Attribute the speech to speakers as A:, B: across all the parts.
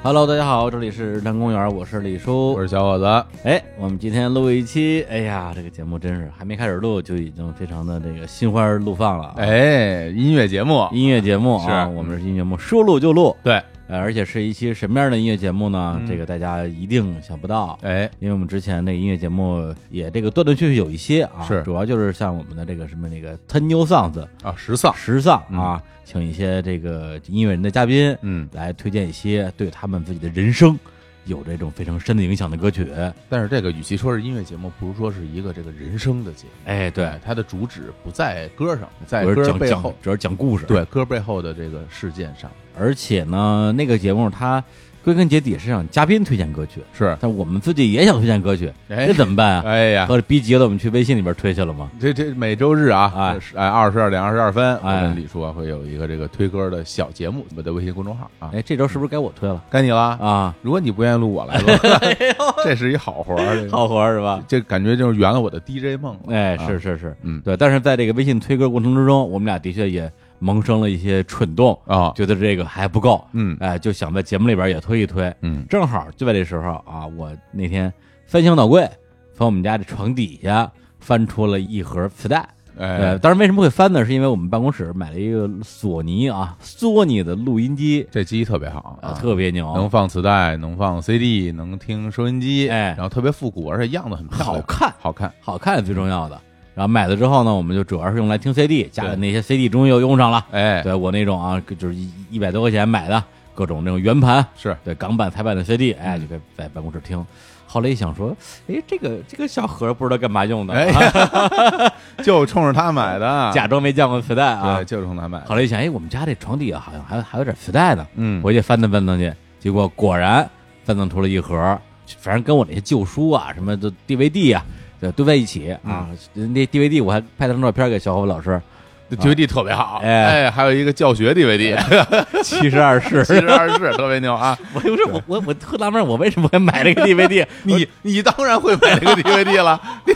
A: Hello，大家好，这里是日坛公园，我是李叔
B: 我。是小伙子，
A: 哎，我们今天录一期，哎呀，这个节目真是还没开始录就已经非常的这个心花怒放了。，啊
B: 哎，音乐节目，
A: 音乐节目啊，
B: 是
A: 我们是音乐节目，说录就录，
B: 对，
A: 呃，而且是一期什么样的音乐节目呢？
B: 嗯
A: 这个大家一定想不到。
B: 哎，
A: 因为我们之前那个音乐节目也这个断断续续有一些啊，
B: 是
A: 主要就是像我们的这个什么那个 Ten New Songs
B: 啊，嗯时尚，
A: 时尚啊，请一些这个音乐人的嘉宾，
B: 嗯，
A: 来推荐一些对他们自己的人生有这种非常深的影响的歌曲。
B: 但是这个与其说是音乐节目，不如说是一个这个人生的节目，
A: 哎，对，
B: 它的主旨不在歌上，在
A: 主要是
B: 歌
A: 讲
B: 背
A: 讲
B: 后，，
A: 主要是讲故事。，
B: 对，歌背后的这个事件上，
A: 而且呢，那个节目它归根结底是让嘉宾推荐歌曲，
B: 是，
A: 但我们自己也想推荐歌曲，
B: 哎
A: 这怎么办 啊？
B: 哎呀，
A: 合着逼急了，我们去微信里边推去了吗？
B: 这这每周日啊，
A: 哎
B: 是哎，二十二点二十二分，我
A: 哎
B: 们李叔啊会有一个这个推歌的小节目，我们的微信公众号啊，
A: 哎，这周是不是该我推了
B: 该你了，
A: 啊？哎
B: 如果你不愿意录，我 来录，这是一 好活儿，这个
A: 好活儿是吧？
B: 这感觉就是圆了我的 DJ 梦 了，
A: 哎，
B: 啊
A: 是是是，
B: 嗯
A: 对。但是在这个微信推歌过程之中，我们俩的确也萌生了一些蠢动，
B: 啊，
A: 觉得这个还不够，
B: 嗯
A: 哎，就想在节目里边也推一推。
B: 嗯，
A: 正好就在这时候啊，我那天翻箱倒柜，从我们家的床底下翻出了一盒磁带。
B: 哎
A: 呃，，当然为什么会翻呢？是因为我们办公室买了一个索尼啊，索尼的录音机
B: 这机特别好
A: 啊，
B: 啊，
A: 特别
B: 能
A: 牛，
B: 放磁带，能放 CD，能听收音机，
A: 哎
B: 然后特别复古，而且样子很漂
A: 好
B: 亮，
A: 看，
B: 好看，
A: 好看是最重要的。然后买了之后呢，我们就主要是用来听 CD，家里
B: 对
A: 那些 CD 终于又用上了。
B: 哎，
A: 对我那种啊，就是一一百多块钱买的各种那种圆盘，
B: 是
A: 对港版、台版的 CD，哎，
B: 嗯
A: 就在在办公室听。后来一想说，哎，这个这个小盒不知道干嘛用的，
B: 哎
A: 啊
B: 就冲着他买的，
A: 假装没见过磁带啊
B: 对，。就冲他买的，
A: 后来一想，哎，我们家这床底下好像还有还有点磁带呢，
B: 嗯，
A: 回去翻腾翻腾去，结果果然翻腾出了一盒，反正跟我那些旧书啊，什么的 DVD 啊，对，都在一起啊。
B: 嗯
A: 那 DVD 我还拍了张照片给小伙伴老 师，
B: DVD 特别好，
A: 哎
B: 哎，还有一个教学 DVD，
A: 七十二式
B: 七。十二式特别牛啊！
A: 我就说我我我特纳闷，我为什么会买 这个 DVD？，
B: 你你当然会买这 个 DVD 了，这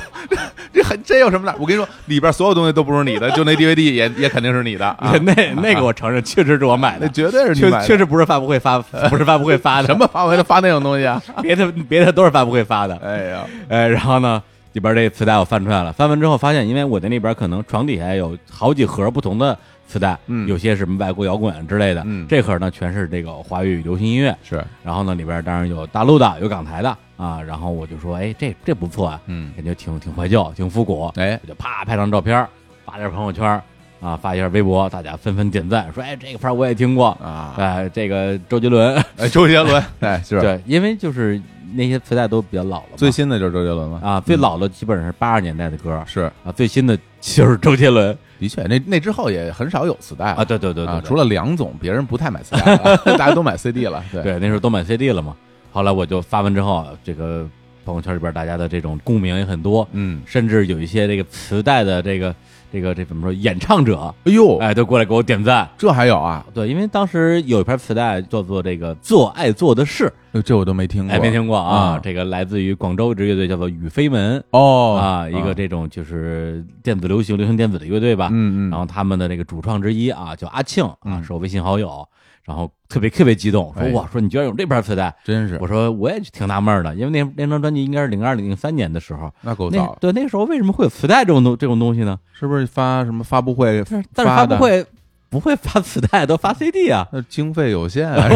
B: 这还这有什么难？我跟你说，里边所有东西都不是你的，就那 DVD 也也肯定是你的啊
A: 那那个我承认，确实是我买
B: 那
A: 的，
B: 绝对是你
A: 确
B: 买的，
A: 确实不是发布会发，不是发布会发的，
B: 什么发回来发那种东西啊？
A: 别的别的都是发布会发的。
B: 哎呀，
A: 呃，然后呢，里边这磁带我翻出来了，翻完之后发现，因为我的那边可能床底下有好几盒不同的磁带，
B: 嗯
A: 有些什么外国摇滚之类的，
B: 嗯
A: 这盒呢全是这个华语流行音乐，
B: 是，
A: 然后呢里边当然有大陆的，有港台的啊，然后我就说，哎，这这不错啊，
B: 嗯，
A: 感觉挺挺怀旧，挺复古，
B: 哎，
A: 我就啪拍张照片，发点朋友圈啊，发一下微博，大家纷纷点赞，说，哎，这个片儿我也听过，
B: 啊，
A: 哎，这个周杰伦，
B: 哎，周杰伦，哎，是
A: 对，因为就是那些磁带都比较老了嘛，
B: 最新的就是周杰伦嘛？
A: 啊，最老的基本上是八十年代的歌
B: 是，
A: 啊，最新的就是周杰伦
B: 的确，那那之后也很少有磁带
A: 啊，
B: 了
A: 对对对对
B: 啊，
A: 对
B: 除了梁总，别人不太买磁 带了， 大家都买 CD 了。对，
A: 对那时候都买 CD 了嘛。后来我就发完之后，这个朋友圈里边大家的这种共鸣也很多，
B: 嗯，
A: 甚至有一些这个磁带的这个这个这怎么说演唱者，
B: 哎呦，
A: 哎，都过来给我点赞。
B: 这还有啊，
A: 对，因为当时有一盘磁带叫做这个《做爱做的事
B: 哎这我都没听》，过，
A: 哎，没听过啊
B: 啊？
A: 这个来自于广州一支乐队叫做雨飞门
B: 哦
A: 啊，一个，这种就是电子流行、流行电子的乐队吧。
B: 嗯嗯，
A: 然后他们的这个主创之一啊，叫阿庆啊，
B: 嗯
A: 是我微信好友，然后特别特别激动，说
B: 哎
A: 哇，说你居然有这盘磁带，
B: 真是
A: 我说我也挺纳闷的，因为那那张专辑应该是零二零三年的时候，
B: 那够
A: 那
B: 早，
A: 对那时候为什么会有磁带这种东这种东西呢？
B: 是不是发什么发布会？
A: 但是但是
B: 发
A: 发布
B: 的
A: 会不会发磁带，都发 CD 啊，
B: 那呃经费有限，啊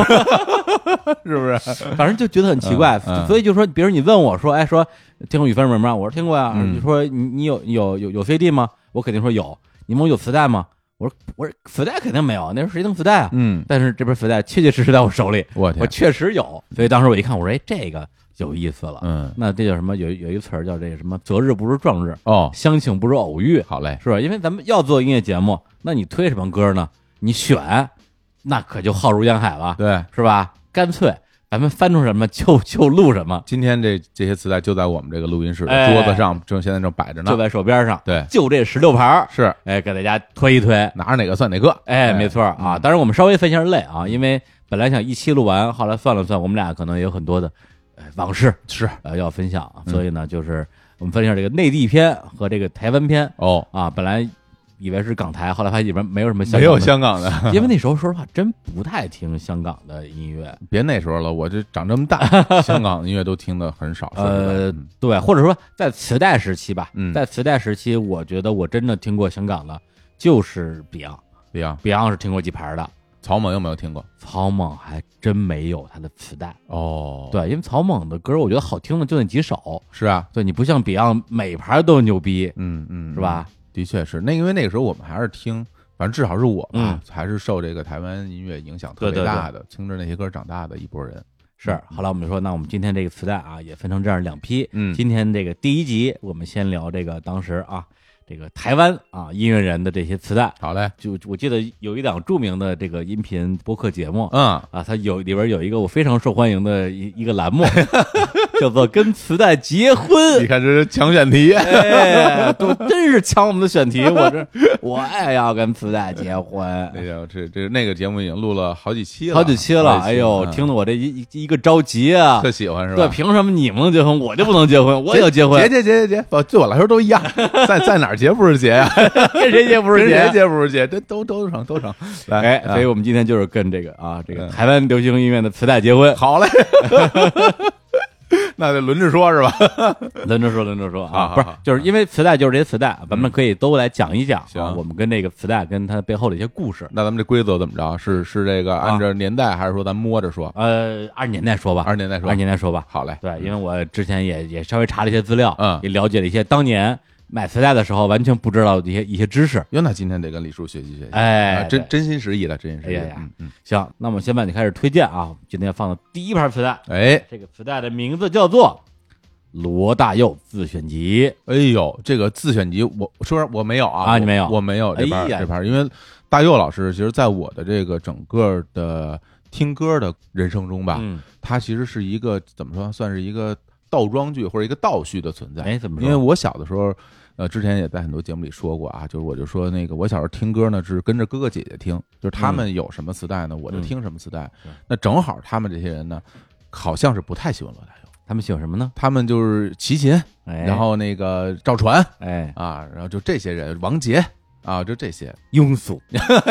B: 是不是？
A: 反正就觉得很奇怪，
B: 嗯嗯
A: 所以就说，比如你问我说，哎，说听过雨分门吗？我说听过呀。
B: 嗯
A: 你说你你有有有有 CD 吗？我肯定说有。你问我有磁带吗？我说我说磁带肯定没有，那时候谁弄磁带啊？
B: 嗯，
A: 但是这边磁带确确实实在我手里，
B: 我
A: 我
B: 天，
A: 确实有。所以当时我一看，我说哎，这个有意思了。
B: 嗯，
A: 那这叫什么？有有一个词儿叫这个什么？择日不如撞日，
B: 哦，
A: 相请不如偶遇，
B: 好嘞，
A: 是吧？因为咱们要做音乐节目，那你推什么歌呢？你选，那可就浩如烟海了，
B: 对，
A: 是吧？干脆咱们翻出什么就就录什么，
B: 今天这这些磁带就在我们这个录音室的
A: 哎
B: 桌子上，正现在正摆着呢
A: 就。在手边上，
B: 对，
A: 就这十六盘儿，
B: 是
A: 哎，给大家推一推。
B: 拿着哪个算哪个。
A: 哎，没错儿
B: 嗯
A: 啊！当然，我们稍微分一下类啊，因为本来想一期录完，后来算了算，我们俩可能也有很多的呃往事
B: 是
A: 呃要分享，
B: 嗯
A: 所以呢，就是我们分一下这个内地篇和这个台湾篇
B: 哦，
A: 啊。本来以为是港台，后来发现里边没有什么香
B: 没
A: 港
B: 有
A: 的，
B: 香港的，
A: 因为那时候说实话真不太听香港的音乐，
B: 别那时候了，我这长这 么大，香港的音乐都听的很少。说实在
A: 呃
B: 嗯，
A: 对，或者说在磁带时期吧，
B: 嗯
A: 在磁带时期，我觉得我真的听过香港的，就是 Beyond，Beyond
B: 对呀，
A: 是听过几盘的，
B: 草蜢有没有听过？
A: 草蜢还真没有他的磁带，
B: 哦，，
A: 对，因为草蜢的歌我觉得好听的就那几首，
B: 是啊，
A: 对你不像 Beyond 每盘都牛逼，
B: 嗯嗯，
A: 是吧？
B: 的确是，那因为那个时候我们还是听，反正至少是我吧，
A: 嗯
B: 还是受这个台湾音乐影响
A: 对
B: 特
A: 对
B: 别
A: 对
B: 大的，听着那些歌长大的一波人。
A: 是，后来我们就说，那我们今天这个磁带啊，也分成这样两批。
B: 嗯
A: 今天这个第一集，我们先聊这个当时啊，这个台湾啊音乐人的这些磁带。
B: 好嘞，
A: 就我记得有一档著名的这个音频播客节目
B: 嗯，
A: 啊，它有里边有一个我非常受欢迎的一一个栏目， 叫做“跟磁带结
B: 你
A: 婚。
B: 看这是抢选题”。
A: 哎，都真是抢我们的选题，我这我也要跟磁带结婚。
B: 那个这这那个节目已经录了好几期了，
A: 好几期了，
B: 好
A: 哎呦，
B: 嗯
A: 听得我这一一一个着急啊！
B: 特喜欢是
A: 对，
B: 吧？
A: 凭什么你们能结婚，我就不能结婚？我也要结婚，
B: 哎结结结结结，不对我来说都一样，在在哪儿结不是结呀？
A: 跟谁结不
B: 跟
A: 是
B: 谁
A: 结？
B: 结 不是结，这都都成都成。来，
A: 哎，
B: 啊
A: 所以我们今天就是跟这个啊，这个
B: 嗯
A: 台湾流行音乐的磁带结婚，
B: 好嘞，那得轮着说是吧？
A: 轮着说，轮着说
B: 好
A: 啊，
B: 好
A: 不是
B: 好，
A: 就是因为磁带就是这些磁带，咱们可以都来讲一讲啊，
B: 行
A: 我们跟这个磁带跟它背后的一些故事。
B: 那咱们这规则怎么着？是是这个按照年代，还是说咱摸着说？
A: 呃，二十年代说吧，
B: 二十年代说
A: 二十年代说吧，
B: 好嘞，
A: 对，因为我之前也也稍微查了一些资料，
B: 嗯
A: 也了解了一些当年买磁带的时候完全不知道的一些一些知识。
B: 哟，那今天得跟李叔学习学习，
A: 哎
B: 啊
A: 对
B: 真真心实意的，真心实意
A: 哎
B: 的
A: 呀，呀
B: 嗯嗯，
A: 行，那么先把你开始推荐啊，今天放的第一盘磁带，
B: 哎，
A: 这个磁带的名字叫做《罗大佑自选集》。
B: 哎呦，这个自选集，我说实话我没有啊，
A: 啊
B: 我
A: 你没有
B: 我没有这
A: 哎
B: 盘
A: 呀
B: 这盘，因为大佑老师，其实在我的这个整个的听歌的人生中吧，
A: 嗯，
B: 他其实是一个怎么说，算是一个倒装句或者一个倒叙的存在。
A: 哎，怎么说？
B: 因为我小的时候，呃，之前也在很多节目里说过啊，就是我就说那个我小时候听歌呢是跟着哥哥姐姐听，就是他们有什么磁带呢，我就听什么磁带
A: 嗯。
B: 那正好他们这些人呢，好像是不太喜欢罗大佑，
A: 他们喜欢什么呢？
B: 他们就是齐秦，
A: 哎，
B: 然后那个赵传
A: 哎，
B: 啊，然后就这些人，王杰。啊，就这些，
A: 庸俗，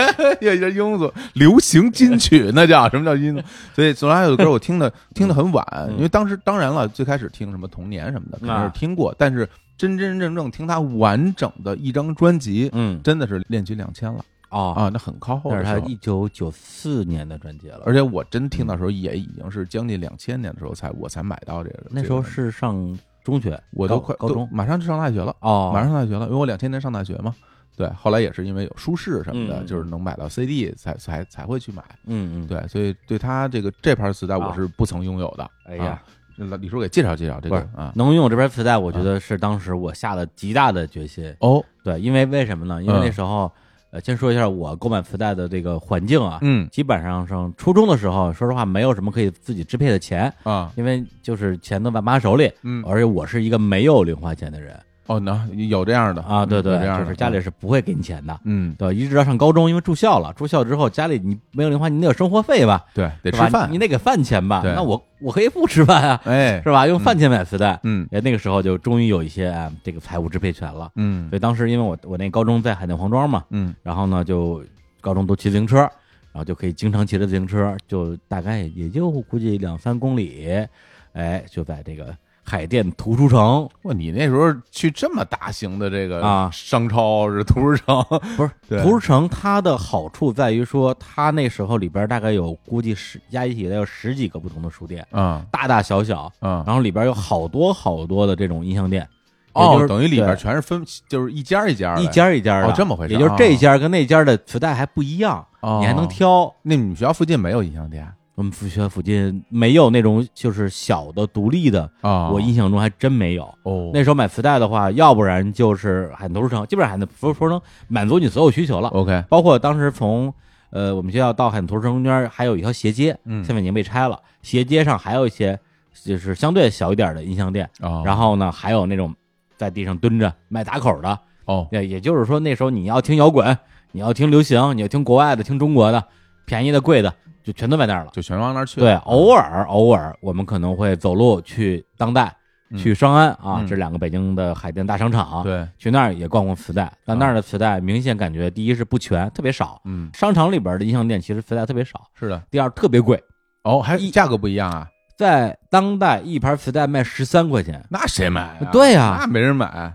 B: 有点庸俗，流行金曲那叫什么叫庸俗？所以罗大佑的歌我听 的听的很晚，因为当时当然了，最开始听什么童年什么的肯定是
A: 啊
B: 听过，但是真真正正听他完整的一张专辑，
A: 嗯，
B: 真的是练军两千了
A: 哦，
B: 啊，那很靠后
A: 那
B: 的
A: 是
B: 时
A: 他
B: 候。
A: 一九九四年的专辑了，
B: 而且我真听到时候也已经是将近两千年的时候才我才买到这个，
A: 那时候
B: 这个
A: 是上中学，
B: 我都
A: 高
B: 快
A: 高
B: 都
A: 中
B: 马上就上大学了，
A: 哦，
B: 马上上大学了，因为我两千年上大学嘛。对，后来也是因为有舒适什么的，
A: 嗯
B: 就是能买到 CD 才才才会去买。
A: 嗯嗯，，
B: 对，所以对他这个这盘磁带我
A: 啊
B: 是不曾拥有的。
A: 哎呀
B: 啊，那李叔给介绍介绍这个
A: 不是
B: 啊。
A: 能拥有这盘磁带，我觉得是当时我下了极大的决心。
B: 哦，
A: 对，因为为什么呢？因为
B: 嗯
A: 那时候，呃，先说一下我购买磁带的这个环境啊，
B: 嗯
A: 基本上上初中的时候，说实话没有什么可以自己支配的钱，
B: 啊，
A: 因为就是钱都爸妈手里，
B: 嗯
A: 而且我是一个没有零花钱的人
B: 哦，那有这样的嗯
A: 啊，对对，
B: 有这样
A: 就
B: 的
A: 是家里是不会给你钱的，
B: 嗯，
A: 对，一直到上高中，因为住校了，住校之后家里你没有零花，你得有生活费吧，
B: 对，得
A: 得
B: 吃饭
A: 你，得给饭钱吧，
B: 对
A: 那我我可以不吃饭啊，
B: 哎，
A: 是吧？用饭钱买磁带，
B: 嗯
A: 哎，那个时候就终于有一些哎这个财务支配权了，
B: 嗯
A: 所以当时因为我我那高中在海淀黄庄嘛，
B: 嗯，
A: 然后呢，就高中都骑自行车，然后就可以经常骑着自行车，就大概也就估计两三公里，哎，就在这个海淀图书城，
B: 哇，你那时候去这么大型的这个
A: 啊
B: 商超是图书城，
A: 不是
B: 对
A: 图书城，它的好处在于说，它那时候里边大概有估计十加一起得有十几个不同的书店，
B: 啊
A: 大大小小，
B: 啊
A: 然后里边有好多好多的这种音像店，也就
B: 哦，
A: 是
B: 等于里边
A: 对
B: 全是分，就是一家一家的
A: 一家一家的，
B: 哦这么回事
A: 也就是
B: 哦
A: 这家跟那家的磁带还不一样，
B: 哦
A: 你还能挑。
B: 那你们学校附近没有音像店
A: 我们学校附近没有那种就是小的独立的，
B: 啊？
A: 我印象中还真没有。
B: 哦，
A: 那时候买磁带的话，要不然就是海图书城，基本上海图书城满足你所有需求了，
B: OK，
A: 包括当时从呃我们学校到海图书城中间还有一条斜街，
B: 嗯
A: 现在已经被拆了，斜街上还有一些就是相对小一点的音像店，
B: 哦
A: 然后呢还有那种在地上蹲着卖打口的，
B: 哦，
A: 也也就是说，那时候你要听摇滚，你要听流行，你要听国外的，听中国的，便宜的、贵的，就全都在那儿了。
B: 嗯就全往那儿去，
A: 对，偶尔偶尔，我们可能会走路去当代去双安啊，
B: 嗯
A: 这两个北京的海淀大商场，
B: 对，
A: 去那儿也逛逛磁带，但那儿的磁带明显感觉，第一是不全，特别少。
B: 嗯，
A: 商场里边的音像店其实磁带特别少。
B: 是的。
A: 第二，特别贵，
B: 哦，还
A: 一
B: 价格不一样啊？
A: 在当代一盘磁带卖十三块钱，
B: 那谁买啊？
A: 对呀
B: 那没人买。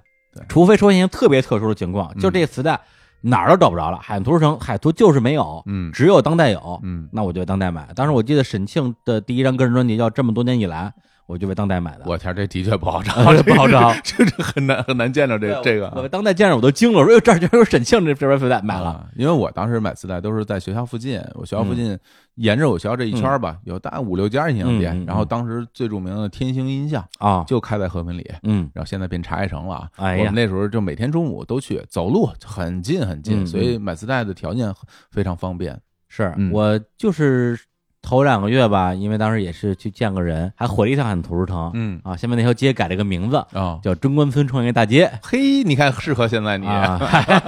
A: 除非出现一些特别特殊的情况，
B: 嗯
A: 就这磁带哪儿都找不着了，海图城、海图就是没有，
B: 嗯
A: 只有当代有，
B: 嗯，
A: 那我就当代买。当时我记得沈庆的第一张个人专辑叫《这么多年以来》，我就为当代买的。
B: 我天，这的确不好找
A: 啊 这，不好找
B: 这这很难很难见着这这个啊。
A: 我当代见着我都惊了，我说哟，这儿居然有沈庆这这边磁带，买了。
B: 啊因为我当时买磁带都是在学校附近，我学校附近沿着我学校这一圈儿吧，有大概五六家音
A: 嗯
B: 像
A: 嗯嗯
B: 店
A: 嗯。
B: 然后当时最著名的天星音像
A: 啊，
B: 就开在和平里，
A: 嗯
B: 然后现在变茶叶城了啊。
A: 哎呀
B: 我们那时候就每天中午都去，走路很近很
A: 嗯嗯
B: 近，所以买磁带的条件很非常方便。
A: 是
B: 嗯
A: 我就是头两个月吧，因为当时也是去见个人，还回了一趟海图城
B: 嗯
A: 啊，下面那条街改了个名字，
B: 啊，
A: 叫中关村创业大街
B: 嘿，你看适合现在你，
A: 啊，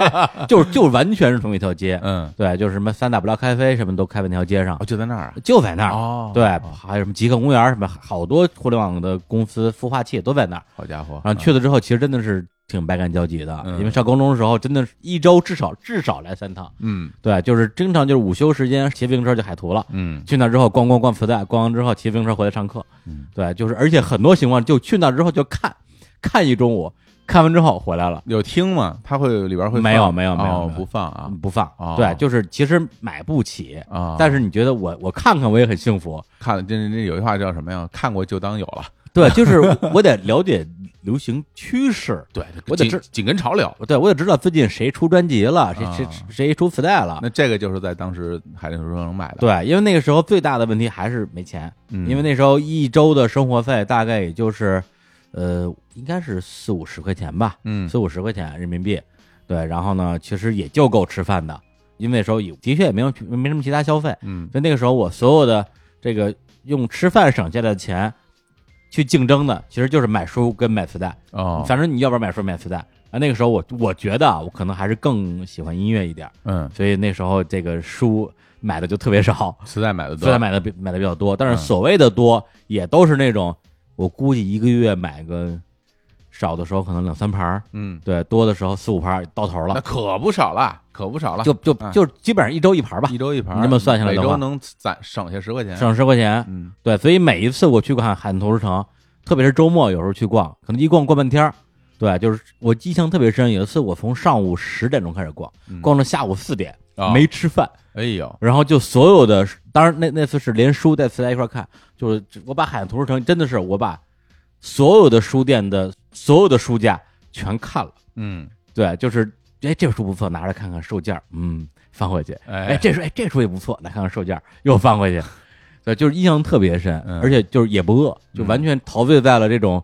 A: 就是就完全是同一条街，
B: 嗯，
A: 对，就是什么三大不料咖啡什么都开在那条街上
B: 哦，，就在那儿啊。
A: 就在那儿。
B: 哦，
A: 对，还有什么极客公园什么，好多互联网的公司孵化器都在那儿。
B: 好家伙，
A: 然后去了之后，其实真的是挺百感交集的，
B: 嗯
A: 因为上高中的时候，真的是一周至少至少来三趟。
B: 嗯
A: 对，就是经常就是午休时间骑自行车去海图了，
B: 嗯
A: 去那之后逛逛逛磁带，逛完之后骑自行车回来上课。
B: 嗯，
A: 对，就是而且很多情况就去那之后就看看一中午，看完之后回来了。
B: 有听吗？他会里边会放
A: 没有没有没有
B: 哦
A: 没有
B: 不放啊
A: 嗯不放
B: 哦，
A: 对，就是其实买不起，
B: 啊！
A: 但
B: 是
A: 是你觉得我我看看我也很幸 福，
B: 看了这这这有一句话叫什么呀？看过就当有了。
A: 对，就是我得了解流行趋势，
B: 对，
A: 我得
B: 紧
A: 知
B: 紧跟潮流。
A: 对我得知道最近谁出专辑了，谁谁
B: 啊
A: 谁出磁带了，
B: 那这个就是在当时海淀图书能买的，
A: 对，因为那个时候最大的问题还是没钱，
B: 嗯
A: 因为那时候一周的生活费大概也就是，呃，应该是四五十块钱吧，
B: 嗯
A: 四五十块钱人民币。对，然后呢，其实也就够吃饭的，因为那时候也的确也没有没什么其他消费，
B: 嗯
A: 所以那个时候我所有的这个用吃饭省下来的钱去竞争的，其实就是买书跟买磁带。
B: 哦
A: 反正你要不然买书买磁带。啊，那个时候我我觉得啊，我可能还是更喜欢音乐一点儿，
B: 嗯，
A: 所以那时候这个书买的就特别少。
B: 磁带买的
A: 虽然
B: 多，
A: 买的比买的比较多，但是
B: 嗯
A: 所谓的多，也都是那种我估计一个月买个少的时候可能两三盘儿，
B: 嗯，
A: 对，多的时候四五盘儿到头
B: 那
A: 了，
B: 可不少了，可不少了，
A: 就就
B: 嗯
A: 就基本上一周一盘儿吧
B: 一，周一盘儿，
A: 你这么算下来
B: 每
A: 的话
B: 周能攒省下十块钱，
A: 省十块钱。
B: 嗯
A: 对，所以每一次我去看海淀图书城，特别是周末有时候去逛，可能一逛逛半天儿。对，就是我印象特别深，有一次我从上午十点钟开始逛，
B: 嗯
A: 逛到下午四点，
B: 啊
A: 没吃饭，
B: 哎呦，
A: 然后就所有的，当然那那次是连书带磁带一块儿看，就是我把海淀图书城真的是我把所有的书店的所有的书架全看了，
B: 嗯，
A: 对，就是哎这书不错，拿着看看售价，嗯，翻回去，哎
B: 哎，
A: 这书哎这书也不错，来看看售价，又翻回去，对，就是印象特别深，
B: 嗯
A: 而且就是也不饿，就完全陶醉在了这种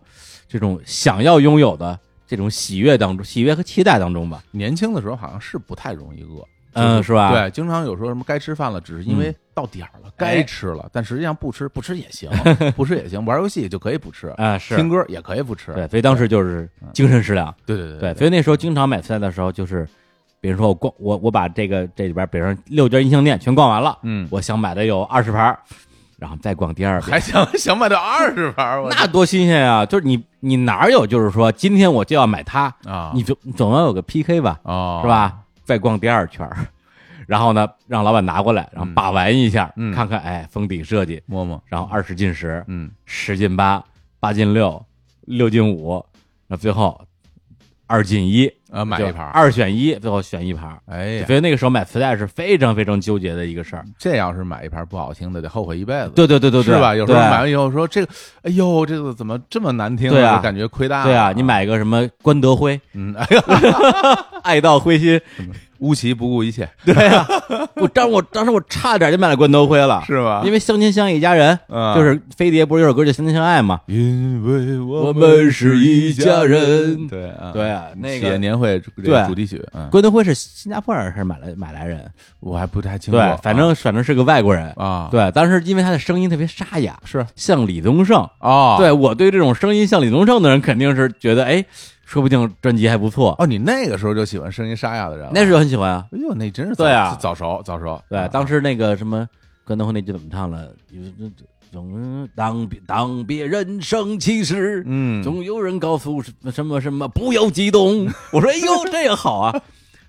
A: 这种想要拥有的这种喜悦当中，喜悦和期待当中吧，
B: 年轻的时候好像是不太容易饿，
A: 嗯，是吧？，嗯
B: 对，经常有时候什么该吃饭了，只是因为到点儿了该吃
A: 哎
B: 了，但实际上 不吃不吃也行， 不吃也行，玩游戏就可以不吃，
A: 啊、是
B: 听。歌也可以不吃，
A: 对，所以当时就是精神食粮，
B: 对对
A: 对，所以那时候经常买菜的时候，就是比如说我逛我我把这个这里边，比如说六家音像店全逛完了，
B: 嗯，
A: 我想买的有二十盘儿，然后再逛第二遍，
B: 还想想买到二十盘儿，我
A: 那多新鲜呀！就是你你哪有就是说今天我就要买它，
B: 啊，
A: 你总你总要有个 PK 吧，
B: 哦
A: 是？吧？再逛第二圈儿。 然后呢，让老板拿过来，然后把玩一下，
B: 嗯
A: 看看，哎，封底设计，
B: 摸摸，
A: 然后二十进十，
B: 嗯，
A: 十进八，八进六，六进五，那最后二进一，
B: 啊，买一盘儿，
A: 二选一，最后选一盘儿。
B: 哎呀，
A: 所以那个时候买磁带是非常非常纠结的一个事儿。
B: 这要是买一盘不好听的，得后悔一辈子，
A: 对对对对对，
B: 是吧？有时候
A: 对
B: 买完以后说这个，哎呦，这个怎么这么难听？
A: 对啊
B: 就感觉亏大了。
A: 对啊，你，买个什么关德辉，
B: 嗯， 哎呀，
A: 爱到灰心，
B: 乌奇不顾一切，
A: 对啊，我当我当时我差点就买了关德辉了，
B: 是吧？
A: 因为相亲相爱一家人，
B: 嗯
A: 就是飞碟不是有首歌叫相亲相爱嘛？
B: 因为
A: 我
B: 我
A: 们是一家人
B: 对啊，
A: 对啊，那
B: 企业
A: 个
B: 年会这
A: 对
B: 个主题曲，嗯，
A: 关德辉是新加坡人还是马来马来人？
B: 我还不太清楚
A: 对
B: 啊，，
A: 反正反正是个外国人。
B: 啊，
A: 对，当时因为他的声音特别沙哑，
B: 是
A: 像李宗盛，
B: 哦，
A: 对我对这种声音像李宗盛的人，肯定是觉得哎，说不定专辑还不错。
B: 哦，你那个时候就喜欢声音沙哑的人了，
A: 那时候很喜欢啊。
B: 哎呦，那真是
A: 对啊
B: 早早熟早熟，
A: 对，当时那个什么跟他婚那句怎么唱了？有这总当别当别人生气时，
B: 嗯，
A: 总有人告诉我什么什么什么不要激动。我说哎呦这个好 啊，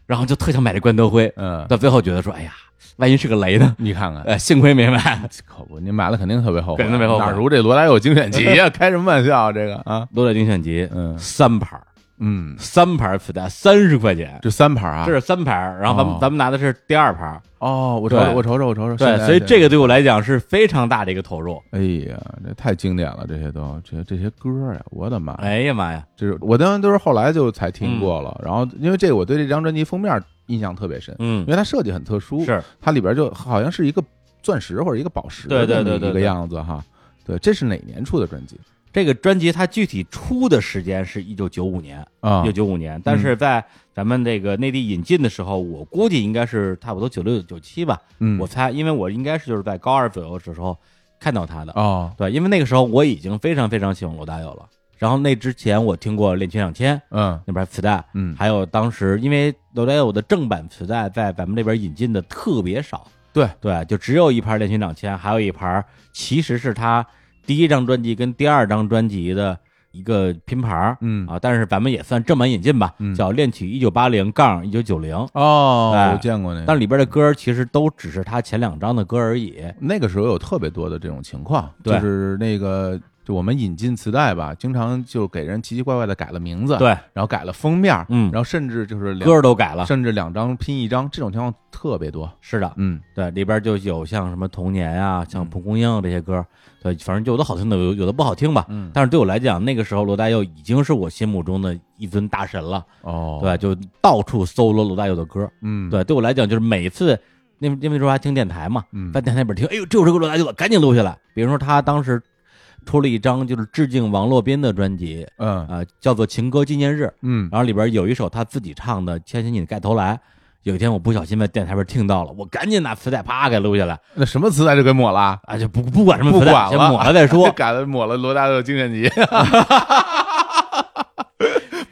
A: 然后就特想买这关德辉，
B: 嗯，哎
A: 到最后觉得说哎呀，万一是个雷 呢？
B: 你看看，
A: 呃，幸悔没买。
B: 可不，你买了肯定特别后悔，啊
A: 肯定特别后悔
B: 哪如这罗大佑精选集呀？ 开什么玩笑啊，这个啊，
A: 罗大精选集，
B: 嗯
A: 三盘儿
B: 嗯，
A: 三盘儿磁带三十块钱，
B: 这三盘啊，
A: 这是三盘儿，然后咱们、
B: 哦
A: 咱们拿的是第二盘儿，
B: 哦，我瞅瞅，
A: 对
B: 我瞅瞅，我瞅瞅，
A: 对
B: 现，在
A: 所以这个对我来讲是非常大的一个投入。
B: 哎呀，这太经典了，这些都这这些歌呀，我的妈！呀！
A: 哎呀妈呀，
B: 这是我当然都是后来就才听
A: 嗯
B: 过了。然后因为这个，我对这张专辑封面印象特别深，
A: 嗯
B: 因，为它设计很特殊，
A: 是
B: 它里边就好像是一个钻石或者一个宝石
A: 对对
B: 的
A: 对
B: 那么
A: 对
B: 一个
A: 对
B: 样子哈。对，这是哪年出的专辑
A: 这个专辑它具体出的时间是一九九五年，
B: 啊嗯
A: 一九？九五年，但是在咱们这个内地引进的时候，我估计应该是差不多九六九七吧，
B: 嗯，
A: 我猜，因为我应该是就是在高二左右的时候看到他的，
B: 哦，
A: 对，因为那个时候我已经非常非常喜欢罗大佑了，然后那之前我听过《恋曲两千》
B: 嗯
A: 那边磁带，
B: 嗯，
A: 还有当时因为罗大佑的正版磁带在咱们这边引进的特别少，
B: 对
A: 对，就只有一盘《恋曲两千》，还有一盘其实是他第一张专辑跟第二张专辑的一个拼盘儿
B: 嗯
A: 啊，但是咱们也算正版引进吧，
B: 嗯
A: 叫《恋曲一九八零杠一九九零》，
B: 哦，
A: 哎
B: 我见过那
A: 但
B: 个。
A: 里边的歌儿其实都只是他前两张的歌而已。
B: 那个时候有特别多的这种情况，就
A: 对
B: 是那个就我们引进磁带吧，经常就给人奇奇怪怪的改了名字，
A: 对，
B: 然后改了封面，
A: 嗯
B: 然后甚至就是两
A: 歌儿都改了，
B: 甚至两张拼一张，这种情况特别多。
A: 是的，
B: 嗯
A: 对，里边就有像什么童年啊，像蒲公英啊这些歌，对，反正有的好听的，有有的不好听吧。
B: 嗯，
A: 但是对我来讲，那个时候罗大佑已经是我心目中的一尊大神了，
B: 哦，，
A: 对，就到处搜罗罗大佑的歌，
B: 嗯，，
A: 对，对我来讲就是每次，那因为那时候还听电台嘛，
B: 嗯
A: 在电台里边听，哎呦，这首歌罗大佑了，赶紧录下来。比如说他当时出了一张就是致敬王洛宾的专辑，
B: 嗯
A: 呃，叫做《情歌纪念日》，
B: 嗯，
A: 然后里边有一首他自己唱的《牵起你的盖头来》。有一天我不小心在电台边听到了，我赶紧拿磁带啪给录下来，
B: 那什么磁带就给抹了，
A: 啊，就不不管什么
B: 不
A: 磁带，
B: 管
A: 先
B: 了。
A: 抹了再说
B: 改了抹了罗大佑精 选集，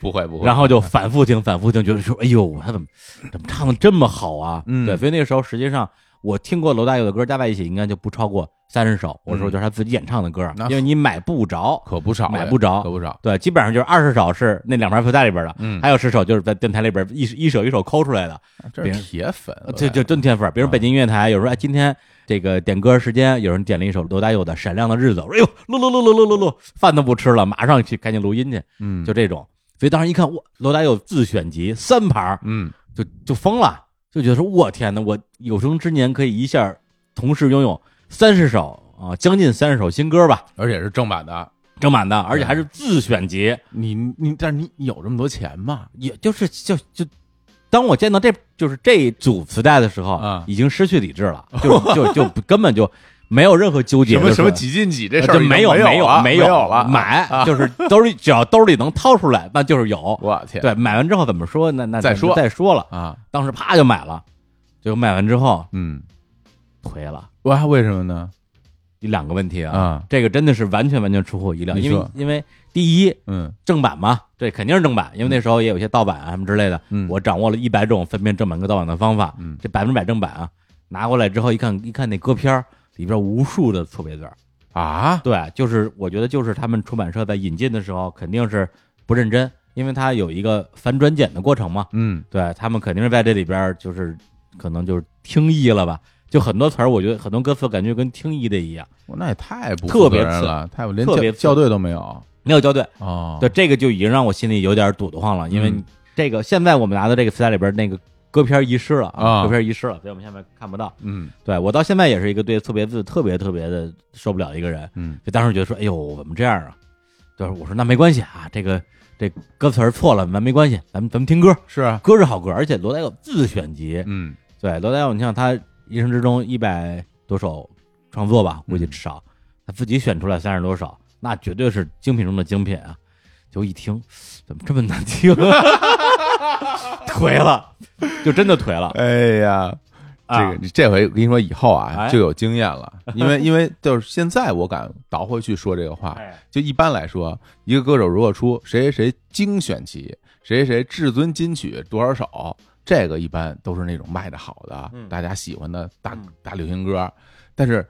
B: 不会不会，
A: 然后就反复听，反复听，觉得说，哎呦，他怎么怎么唱的这么好啊？
B: 嗯
A: 对，所以那个时候实际上我听过罗大佑的歌加在一起应该就不超过三十首，我说就是他自己演唱的歌啊，
B: 嗯那
A: 因为你买不着，
B: 可不少，
A: 买不着
B: 可不少，
A: 对，基本上就是二十首是那两盘磁带里边的，
B: 嗯
A: 还有十首就是在电台里边一一首一首抠出来的，
B: 这
A: 别
B: 是
A: 人
B: 铁粉，
A: 这就
B: 对
A: 真天分儿。比如北京音乐台有时候哎，今天这个点歌时间，有人点了一首罗大佑的《闪亮的日子》，我说哎呦，录录录录录录录，饭都不吃了，马上去赶紧录音去，
B: 嗯
A: 就这种。所以当时一看，哇，罗大佑自选集三盘儿，
B: 嗯
A: 就就疯了，就觉得说，我天呐，我有生之年可以一下同时拥有三十首啊，将近三十首新歌吧，
B: 而且是正版的，
A: 正版的，而且还是自选集，
B: 你你但是你有这么多钱吗？
A: 也就是就就。当我见到这就是这一组磁带的时候，
B: 啊
A: 已经失去理智了，就就就根本就没有任何纠结，
B: 什么
A: 就是
B: 什么几进几这事
A: 呃就
B: 儿
A: 没有
B: 已经没
A: 有
B: 没
A: 有
B: 了，啊
A: 买、就是兜里只要兜里能掏出来，那就是 有。
B: 我天，
A: 对，买完之后怎么说？那那
B: 再说
A: 再说了，
B: 啊，
A: 当时啪就买了，结果买完之后
B: 嗯，
A: 颓了，
B: 哇，为什么呢？
A: 有两个问题啊，
B: 啊，
A: 这个真的是完全完全出乎我意料，
B: 你
A: 因为
B: 说
A: 因为第一
B: 嗯
A: 正版嘛，对，肯定是正版，因为那时候也有一些盗版啊什么之类的，
B: 嗯，
A: 我掌握了一百种分辨正版跟盗版的方法，
B: 嗯
A: 这百分之百正版啊，拿过来之后一看一看那歌片儿里边无数的错别字儿，
B: 啊，
A: 对，就是我觉得就是他们出版社在引进的时候肯定是不认真，因为它有一个繁转简的过程嘛，
B: 嗯
A: 对他们肯定是在这里边儿就是可能就是听译了吧，就很多词儿，我觉得很多歌词感觉跟听译的一样，
B: 我那也太不
A: 特别
B: 负责任
A: 次
B: 了，太不连
A: 特
B: 校
A: 别次
B: 校队都没有
A: 没有校对。
B: 哦。
A: 对，，这个就已经让我心里有点堵得慌了，因为
B: 嗯
A: 这个现在我们拿的这个磁带里边那个歌片遗失了
B: 啊
A: 歌片遗失了，所以我们现在看不到。
B: 嗯
A: 对我到现在也是一个对错别字特别特别的受不了的一个人，
B: 嗯
A: 就当时觉得说，哎呦，怎么这样啊？对，我说那没关系啊，这个这歌词儿错了，咱没关系，咱们咱们听歌，
B: 是啊，
A: 歌是好歌，而且罗大佑自选集，
B: 嗯
A: 对，罗大佑，你像他一生之中一百多首创作吧，估计
B: 嗯
A: 至少、他自己选出来三十多首，那绝对是精品中的精品啊！就一听，怎么这么难听， 颓了，就真的颓了。
B: 哎呀，哎这
A: 啊
B: 个你这回我跟你说以后啊
A: 哎
B: 就有经验 了，因为因为就是现在我敢倒回去说这个 话，
A: 哎，
B: 就一般来说，一个歌手如果出谁谁谁精选集，谁谁谁至尊金曲多少首。这个一般都是那种卖的好的
A: 嗯，
B: 大家喜欢的大
A: 嗯
B: 大流行歌，但是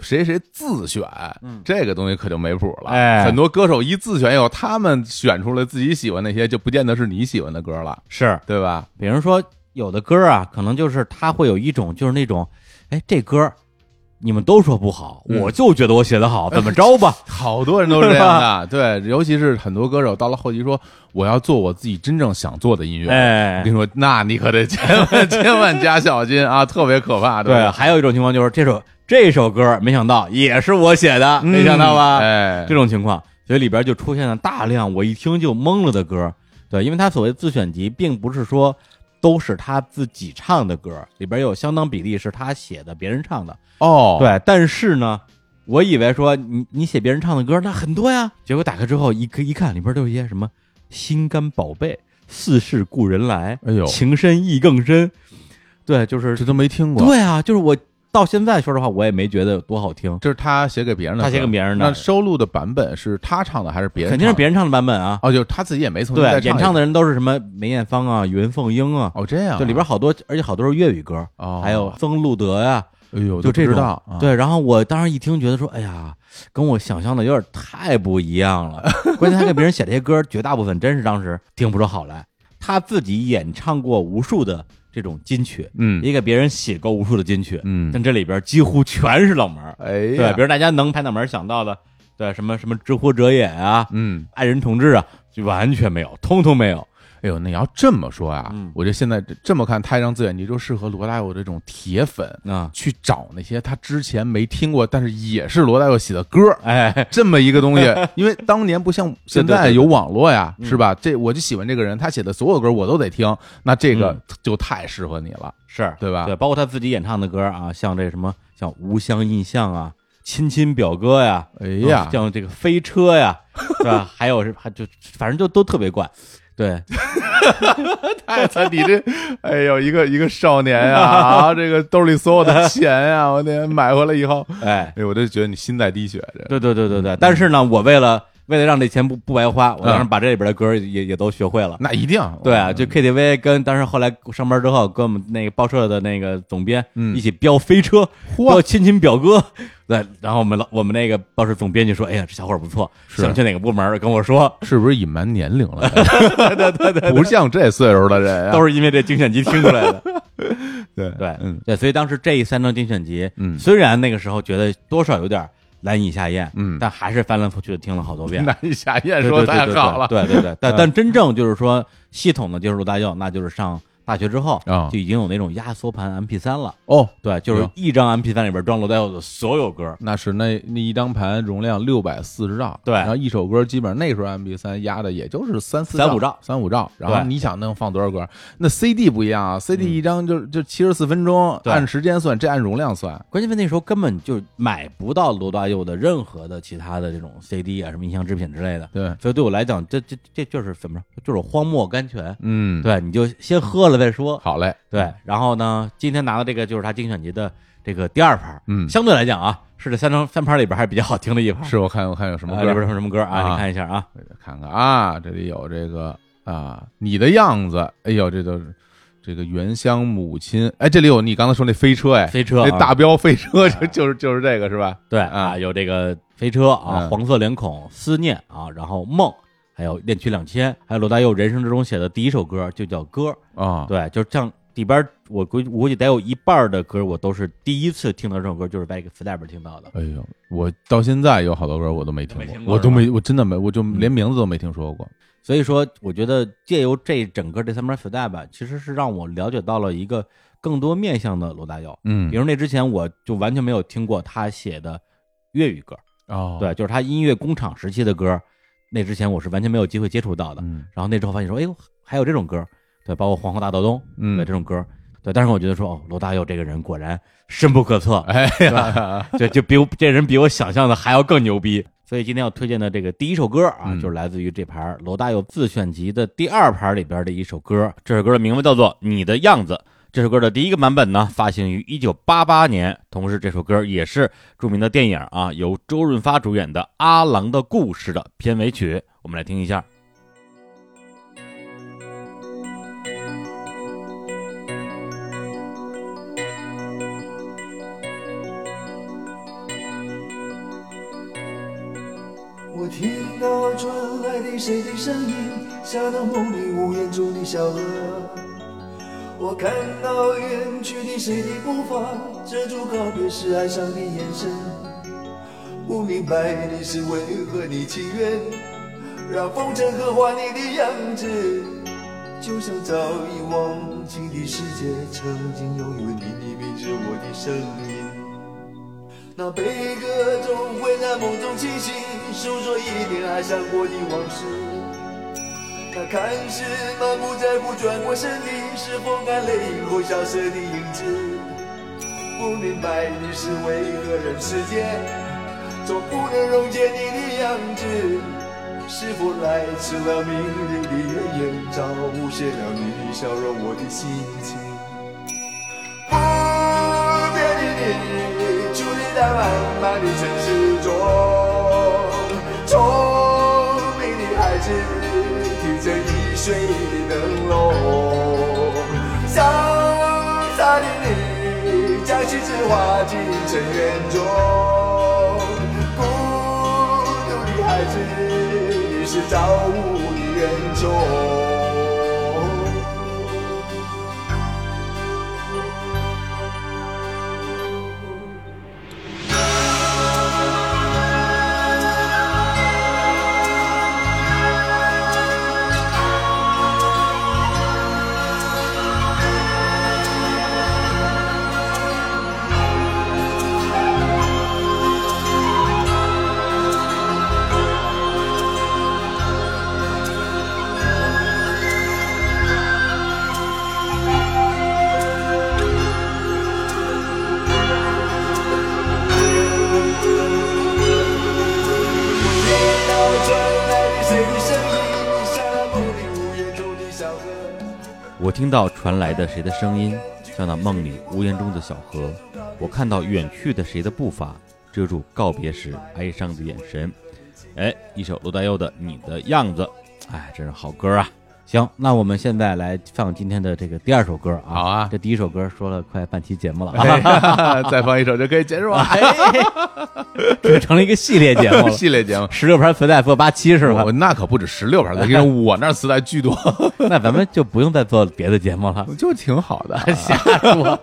B: 谁谁自选
A: 嗯，
B: 这个东西可就没谱了。
A: 哎
B: 很多歌手一自选以后，他们选出来自己喜欢那些，就不见得是你喜欢的歌了，
A: 是，
B: 对吧？
A: 比如说有的歌啊，可能就是它会有一种就是那种，哎，这歌你们都说不好，
B: 嗯
A: 我就觉得我写的好，怎么着 吧？
B: 好多人都是这样的， 对，尤其是很多歌手到了后期说我要做我自己真正想做的音乐，我
A: 哎
B: 跟，你说，那你可得千万千万加小心啊，特别可怕，
A: 对，啊
B: 吧？
A: 还有一种情况就是这首这首歌没想到也是我写的，没想到吧？
B: 嗯哎，
A: 这种情况，所以里边就出现了大量我一听就懵了的歌。对，因为他所谓自选集，并不是说都是他自己唱的歌，里边有相当比例是他写的，别人唱的。
B: 哦，
A: 对，但是呢，我以为说你你写别人唱的歌那很多呀，结果打开之后一看一看，里边都有一些什么“心肝宝贝”“似是故人来”“
B: 哎呦
A: 情深意更深”，对，就是
B: 这都没听过，
A: 对啊，就是我到现在说实话，我也没觉得有多好听，
B: 这是他写给别人的
A: 他
B: 歌，
A: 写给别人的
B: 那收录的版本是他唱的还是别人？
A: 肯定是别
B: 人
A: 人唱的版本啊。
B: 哦，就是他自己也没重新
A: 对
B: 再，
A: 演
B: 一
A: 唱
B: 遍
A: 的人都是什么梅艳芳啊、袁凤英啊，
B: 哦，这样啊
A: 就里边好多，而且好多是粤语歌，
B: 哦，
A: 还有曾路德呀、
B: 哎
A: 就
B: 呦，都不
A: 这
B: 知
A: 种
B: 道，啊，
A: 对，然后我当时一听，觉得说，哎呀，跟我想象的有点太不一样 了。关键他给别人写这些歌，绝大部分真是当时听不出好 来。他自己演唱过无数的这种金曲，
B: 嗯
A: 也给别人写过无数的金曲，
B: 嗯，
A: 但这里边几乎全是冷门儿。
B: 哎
A: 对，
B: 呀，
A: 比如大家能拍脑门儿想到的，对什么什么“知乎者也”啊，
B: 嗯，
A: 爱人同志”啊，就完全没有，通通没有。
B: 哎呦，那你要这么说啊
A: 嗯，
B: 我觉得现在这这么看，他一张自选集就适合罗大佑这种铁粉。
A: 啊，
B: 去找那些他之前没听过，但是也是罗大佑写的歌，
A: 哎，
B: 这么一 个东西，因为当年不像现
A: 对
B: 在
A: 对对
B: 有网络呀，
A: 嗯
B: 是吧？这我就喜欢这个人，他写的所有歌我都得听，那这个
A: 嗯
B: 就太适合你了，
A: 是啊
B: 对吧
A: 对，包括他自己演唱的歌啊，像这什么像《无相印象》啊，《亲亲表哥》呀，嗯
B: 哎 呀，
A: 像这个飞车呀，对吧？还有是还就反正就都特别怪，对，
B: 太惨！你这，哎呦，一个一个少 年呀，啊，这个兜里所有的钱呀，我得买回来以后，
A: 哎，
B: 哎，我就觉得你心在滴血，这
A: 对对对对对。但是呢，我为了为了让这钱不不白花，我当时把这里边的歌也也都学会了。
B: 那一定
A: 对啊，
B: 嗯
A: 就 KTV 跟当时后来上班之后，跟我们那个报社的那个总编
B: 嗯
A: 一起飙飞车，
B: 嚯
A: 飙亲亲表哥。对，然后我们老我们那个报社总编就说：“哎呀，这小伙儿不错，
B: 是
A: 想去哪个部门儿跟我说。”
B: 是不是隐瞒年龄 了？对对对，不像这岁数的人呀，啊
A: 都是因为这精选集听出来 的。
B: 对
A: 对，
B: 嗯
A: 对，所以当时这三张精选集，
B: 嗯
A: 虽然那个时候觉得多少有点难以下咽，
B: 嗯
A: 但还是翻来覆去的听了好多遍。
B: 难以下咽，
A: 对
B: 说
A: 对
B: 得
A: 对
B: 太
A: 对
B: 好了，
A: 对对 对，但
B: 嗯
A: 但真正就是说系统的接触罗大佑，那就是上大学之后
B: 啊
A: 就已经有那种压缩盘 MP 三了。
B: 哦。
A: 对，就是
B: 有
A: 一张 MP 三里边装罗大佑的所有歌。
B: 那是那那一张盘容量六百四十兆，
A: 对
B: 然后一首歌基本上那时候 MB 三压的也就是三四
A: 三五兆
B: 三五兆，然后
A: 对嗯
B: 你想能放多少歌？那 CD 不一样啊，CD 一张就就七十四分钟，
A: 对
B: 按时间算，这按容量算，
A: 关键问题时候根本就买不到罗大佑的任何的其他的这种 CD 啊，什么音像制品之类的。
B: 对，
A: 所以对我来讲，这这这就是怎么说，就是荒漠甘泉。
B: 嗯，，
A: 对，你就先喝了再说。
B: 好嘞，
A: 对，然后呢，今天拿到这个就是他精选集的这个第二盘，
B: 嗯
A: 相对来讲啊，是这三张三盘里边还是比较好听的一盘。
B: 是我看我看有
A: 什
B: 什么
A: 里
B: 歌，
A: 边有什么歌啊？
B: 啊
A: 你看一下啊，
B: 我得看看啊，这里有这个啊，你的样子，哎呦，这都是这个原乡母亲，哎，这里有你刚才说那飞车，哎，
A: 飞车、啊，
B: 那大标飞车
A: 哎
B: 就就是就是这个是吧？
A: 对
B: 啊
A: 啊，有这个飞车啊，
B: 嗯
A: 黄色脸孔、思念啊，然后梦，还有恋曲两千，还有罗大佑人生之中写的第一首歌就叫歌，
B: 啊，
A: 对，就像里边我估计我估计得有一半的歌我都是第一次听到这首歌，就是在一个磁带里边听到的。
B: 哎呦，我到现在有好多歌我都没听
A: 没
B: 过，
A: 听过
B: 我
A: 是
B: 都
A: 吧嗯
B: 没，我真的没，我就连名字都没听说过。
A: 所以说，我觉得借由这整个这三盘磁带吧，其实是让我了解到了一个更多面向的罗大佑。
B: 嗯
A: 比，如那之前，我就完全没有听过他写的粤语歌，
B: 哦，
A: 对，就是他音乐工厂时期的歌，那之前我是完全没有机会接触到的。
B: 嗯
A: 然后那之后发现说，哎呦，还有这种歌，对，包括《黄河大道东》对
B: 嗯
A: 这，种歌，对。但是我觉得说，哦，罗大佑这个人果然深不可测，
B: 哎呀
A: 吧，对，就比我这人比我想象的还要更牛逼。所以今天要推荐的这个第一首歌啊，
B: 嗯
A: 就是来自于这盘罗大佑自选集的第二盘里边的一首歌。这首歌的名字叫做《你的样子》。这首歌的第一个版本呢，发行于一九八八年，同时这首歌也是著名的电影啊，由周润发主演的《阿郎的故事》的片尾曲。我们来听一下。
C: 听到传来的谁的声音，像那梦里呜咽中的小河。我看到远去的谁的步伐，遮住告别时哀伤的眼神。不明白你是为何你情愿，让风尘刻画你的样子，就像早已忘情的世界，曾经拥有你的名字，我的声音。那悲歌总会在梦中清醒，诉说一点爱上过的往事。那看似满不在乎转过身的，是风干泪后消失的影子。不明白你是为何人世间，总不能溶解你的样子。是否来迟了明日的原因，早无限了你的笑容，我的心情。不变的你，矗立在漫漫的城市中，聪明的孩子听着易碎的灯笼，潇洒的你，将心事化进尘缘中，孤独的孩子，你是造物的恩宠。听到传来的谁的声音，像那梦里呜咽中的小
A: 我听
C: 河。
A: 到传来的谁的声音，像那梦里无言中的小河；我看到远去的谁的步伐，遮住告别时哀伤的眼神。哎，一首罗大佑的《你的样子》，哎，真是好歌啊！行，那我们现在来放今天的这个第二首歌啊。
B: 好啊
A: 这第一首歌说了快半期节目了啊，
B: 哎 再放一首就可以结束了，啊
A: 这成了一个系列 节目 了。
B: 系列节目。
A: 十六盘磁带做八期是吧
B: 我？那可不止十六盘磁带，因为我那儿磁 带巨多，
A: 那咱们就不用再做别的节目了。
B: 就挺好 的。
A: 瞎说。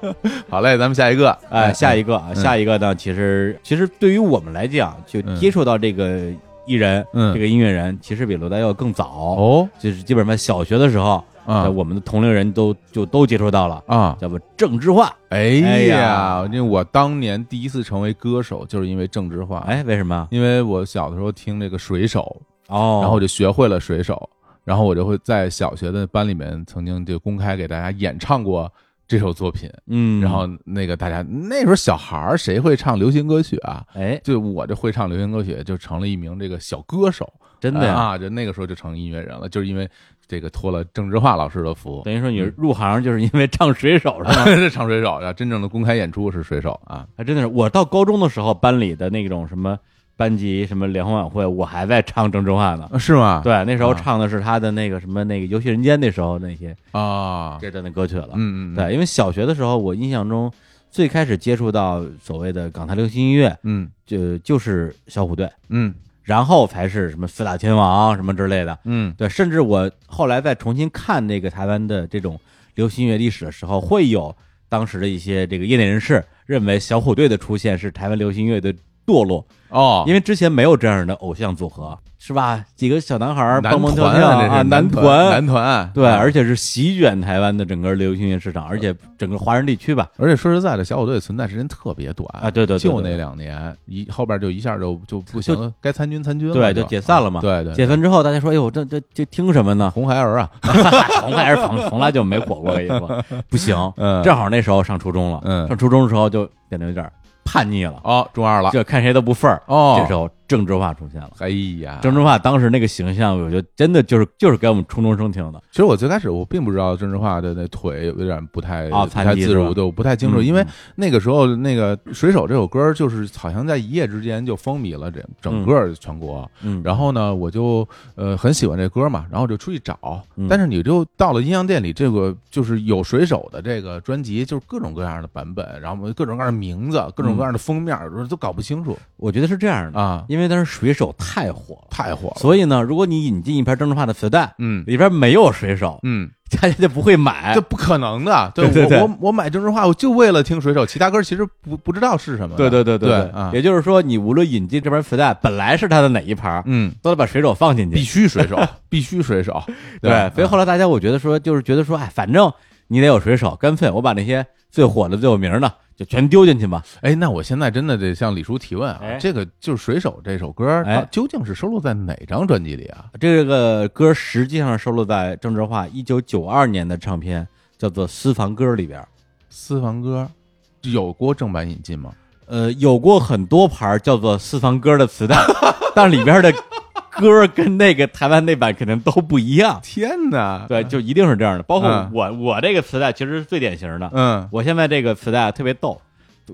B: 好嘞，咱们下一个，
A: 哎，下一个
B: 嗯
A: 啊，下一个呢，其实其实对于我们来讲，就接触到这个艺人，
B: 嗯
A: 这个音乐人，其实比罗大佑更早，
B: 哦
A: 就是基本上小学的时候，
B: 啊
A: 呃我们的同龄人都就都接触到了，
B: 啊，
A: 叫做郑智化。
B: 哎
A: 哎
B: 呀
A: 呀，
B: 因为我当年第一次成为歌手，就是因为郑智化，，
A: 哎，为什么？
B: 因为我小的时候听那个水手，
A: 哦，
B: 然后我就学会了水手，然后我就会在小学的班里面曾经就公开给大家演唱过这首作品，
A: 嗯，
B: 然后那个大家那时候小孩儿谁会唱流行歌曲啊？
A: 哎，
B: 就我这会唱流行歌曲，就成了一名这个小歌手，
A: 真的呀，
B: 啊！就那个时候就成音乐人了，就是因为这个托了郑智化老师的福，
A: 等于说你入行就是因为唱水手是吧？
B: 是唱水手，然后真正的公开演出是水手啊。
A: 还真的是，我到高中的时候，班里的那种什么班级什么联欢晚会，我还在唱郑智化呢。
B: 啊是吗？
A: 对，那时候
B: 啊
A: 唱的是他的那个什么那个《游戏人间》那时候那些
B: 啊，
A: 这真的歌曲了。
B: 嗯嗯，嗯，
A: 对，因为小学的时候，我印象中最开始接触到所谓的港台流行音乐，
B: 嗯
A: 就就是小虎队，
B: 嗯
A: 然后才是什么四大天王什么之类的。
B: 嗯
A: 对，甚至我后来再重新看那个台湾的这种流行音乐历史的时候，会有当时的一些这个业内人士认为小虎队的出现是台湾流行音乐的堕落，
B: 哦，
A: 因为之前没有这样的偶像组合，是吧？几个小男孩儿
B: 男
A: 蹦蹦跳
B: 团
A: 跳
B: 啊，这
A: 啊，
B: 是男
A: 团，
B: 男团，
A: 对，
B: 啊
A: 而且是席卷台湾的整个流行音乐市场，而且整个华人地区吧。
B: 而且说实在的，小虎队存在时间特别短
A: 啊对对对
B: 就
A: 对
B: 那两年，一后边就一下就就不行了，该参军参军了，
A: 对，
B: 就啊
A: 就解散了嘛。
B: 对对，？
A: 解散之后，大家说：“哎呦，这这这听什么呢
B: 红孩儿啊，
A: 从来是从从来就没火过，我跟你说，不行。
B: 嗯
A: 正好那时候上初中了，
B: 嗯
A: 上初中的时候就变得有点叛逆了，
B: 哦，中二了，
A: 就看谁都不忿儿。
B: 哦
A: 这时候郑智化出现了。
B: 哎呀，
A: 郑智化当时那个形象，我觉得真的就是就是给我们初中生听的。
B: 其实我最开始我并不知道郑智化的那腿有点不太、
A: 啊
B: 不太
A: 残疾
B: 自
A: 是
B: 如，
A: 吧
B: 对，我不太清楚，
A: 嗯
B: 因为那个时候那个《水手》这首歌就是好像在一夜之间就风靡了整整个全国。
A: 嗯，
B: 然后呢，我就呃很喜欢这歌嘛，然后就出去找
A: 嗯，
B: 但是你就到了音像店里，这个就是有水手的这个专辑，就是各种各样的版本，然后各种各样的名字，各种各样的封面，都搞不清楚
A: 我觉得是这样的，
B: 啊。
A: 因因为当时水手太火了，
B: 太火了，
A: 嗯所以呢，如果你引进一盘张志化的磁带，
B: 嗯
A: 里边没有水手，
B: 嗯，
A: 大家就不会买
B: 这。不可能的。
A: 对哎对对
B: 我我我买郑智化，我就为了听水手，其他歌其实不不知道是什么的。
A: 对对
B: 对
A: 对
B: 啊，
A: 也就是说，你无论引进这盘磁带，本来是他的哪一盘，
B: 嗯，
A: 都得把水手放进
B: 必
A: 去。
B: 须嗯水手，必须水手。
A: 对，所以
B: 别
A: 后来大家我觉得说，就是觉得说，哎，反正你得有水手，干脆我把那些最火的、最有名的就全丢进去吧。
B: 哎，那我现在真的得向李叔提问啊
A: 哎，
B: 这个就是水手这首歌，它
A: 哎
B: 究竟是收录在哪张专辑里啊？
A: 这个歌实际上收录在郑智化一九九二年的唱片叫做《私房歌》里边。
B: 私房歌有过正版引进吗？
A: 呃，有过很多盘叫做《私房歌》的磁带， 但里边的歌跟那个台湾那版肯定都不一样。
B: 天哪！
A: 对，就一定是这样的。包括
B: 嗯
A: 我，我这个磁带其实是最典型的。
B: 嗯，
A: 我现在这个磁带特别逗，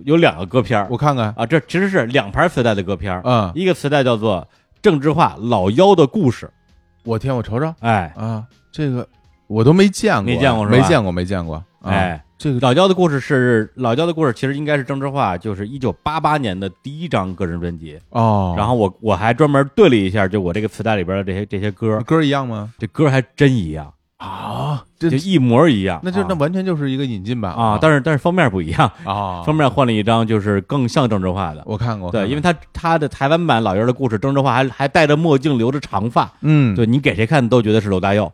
A: 有两个歌片儿
B: 我看看，
A: 啊，这其实是两盘磁带的歌片儿。
B: 嗯，
A: 一个磁带叫做《郑智化老妖的故事
B: 我天，我瞅瞅》，
A: 哎
B: 啊，这个我都没见过，
A: 没见过是吧
B: 没见过，没见过。啊、，
A: 哎，
B: 这个
A: 老妖的故事是老妖的故事，其实应该是郑智化就是一九八八年的第一张个人专辑。
B: 哦，
A: 然后我我还专门对了一下，就我这个磁带里边的这些这些歌，
B: 歌一样吗？
A: 这歌还真一样，
B: 啊，这
A: 就一模一样。
B: 那就
A: 啊
B: 那完全就是一个引进版
A: 啊，但是但是封面不一样，
B: 是啊，
A: 封面换了一张就是更像郑智化的。
B: 我看过，
A: 对，因为
B: 为
A: 他他的台湾版《老妖的故事》，郑智化还还戴着墨镜，留着长发，
B: 嗯，
A: 对你给谁看都觉得是娄大 佑，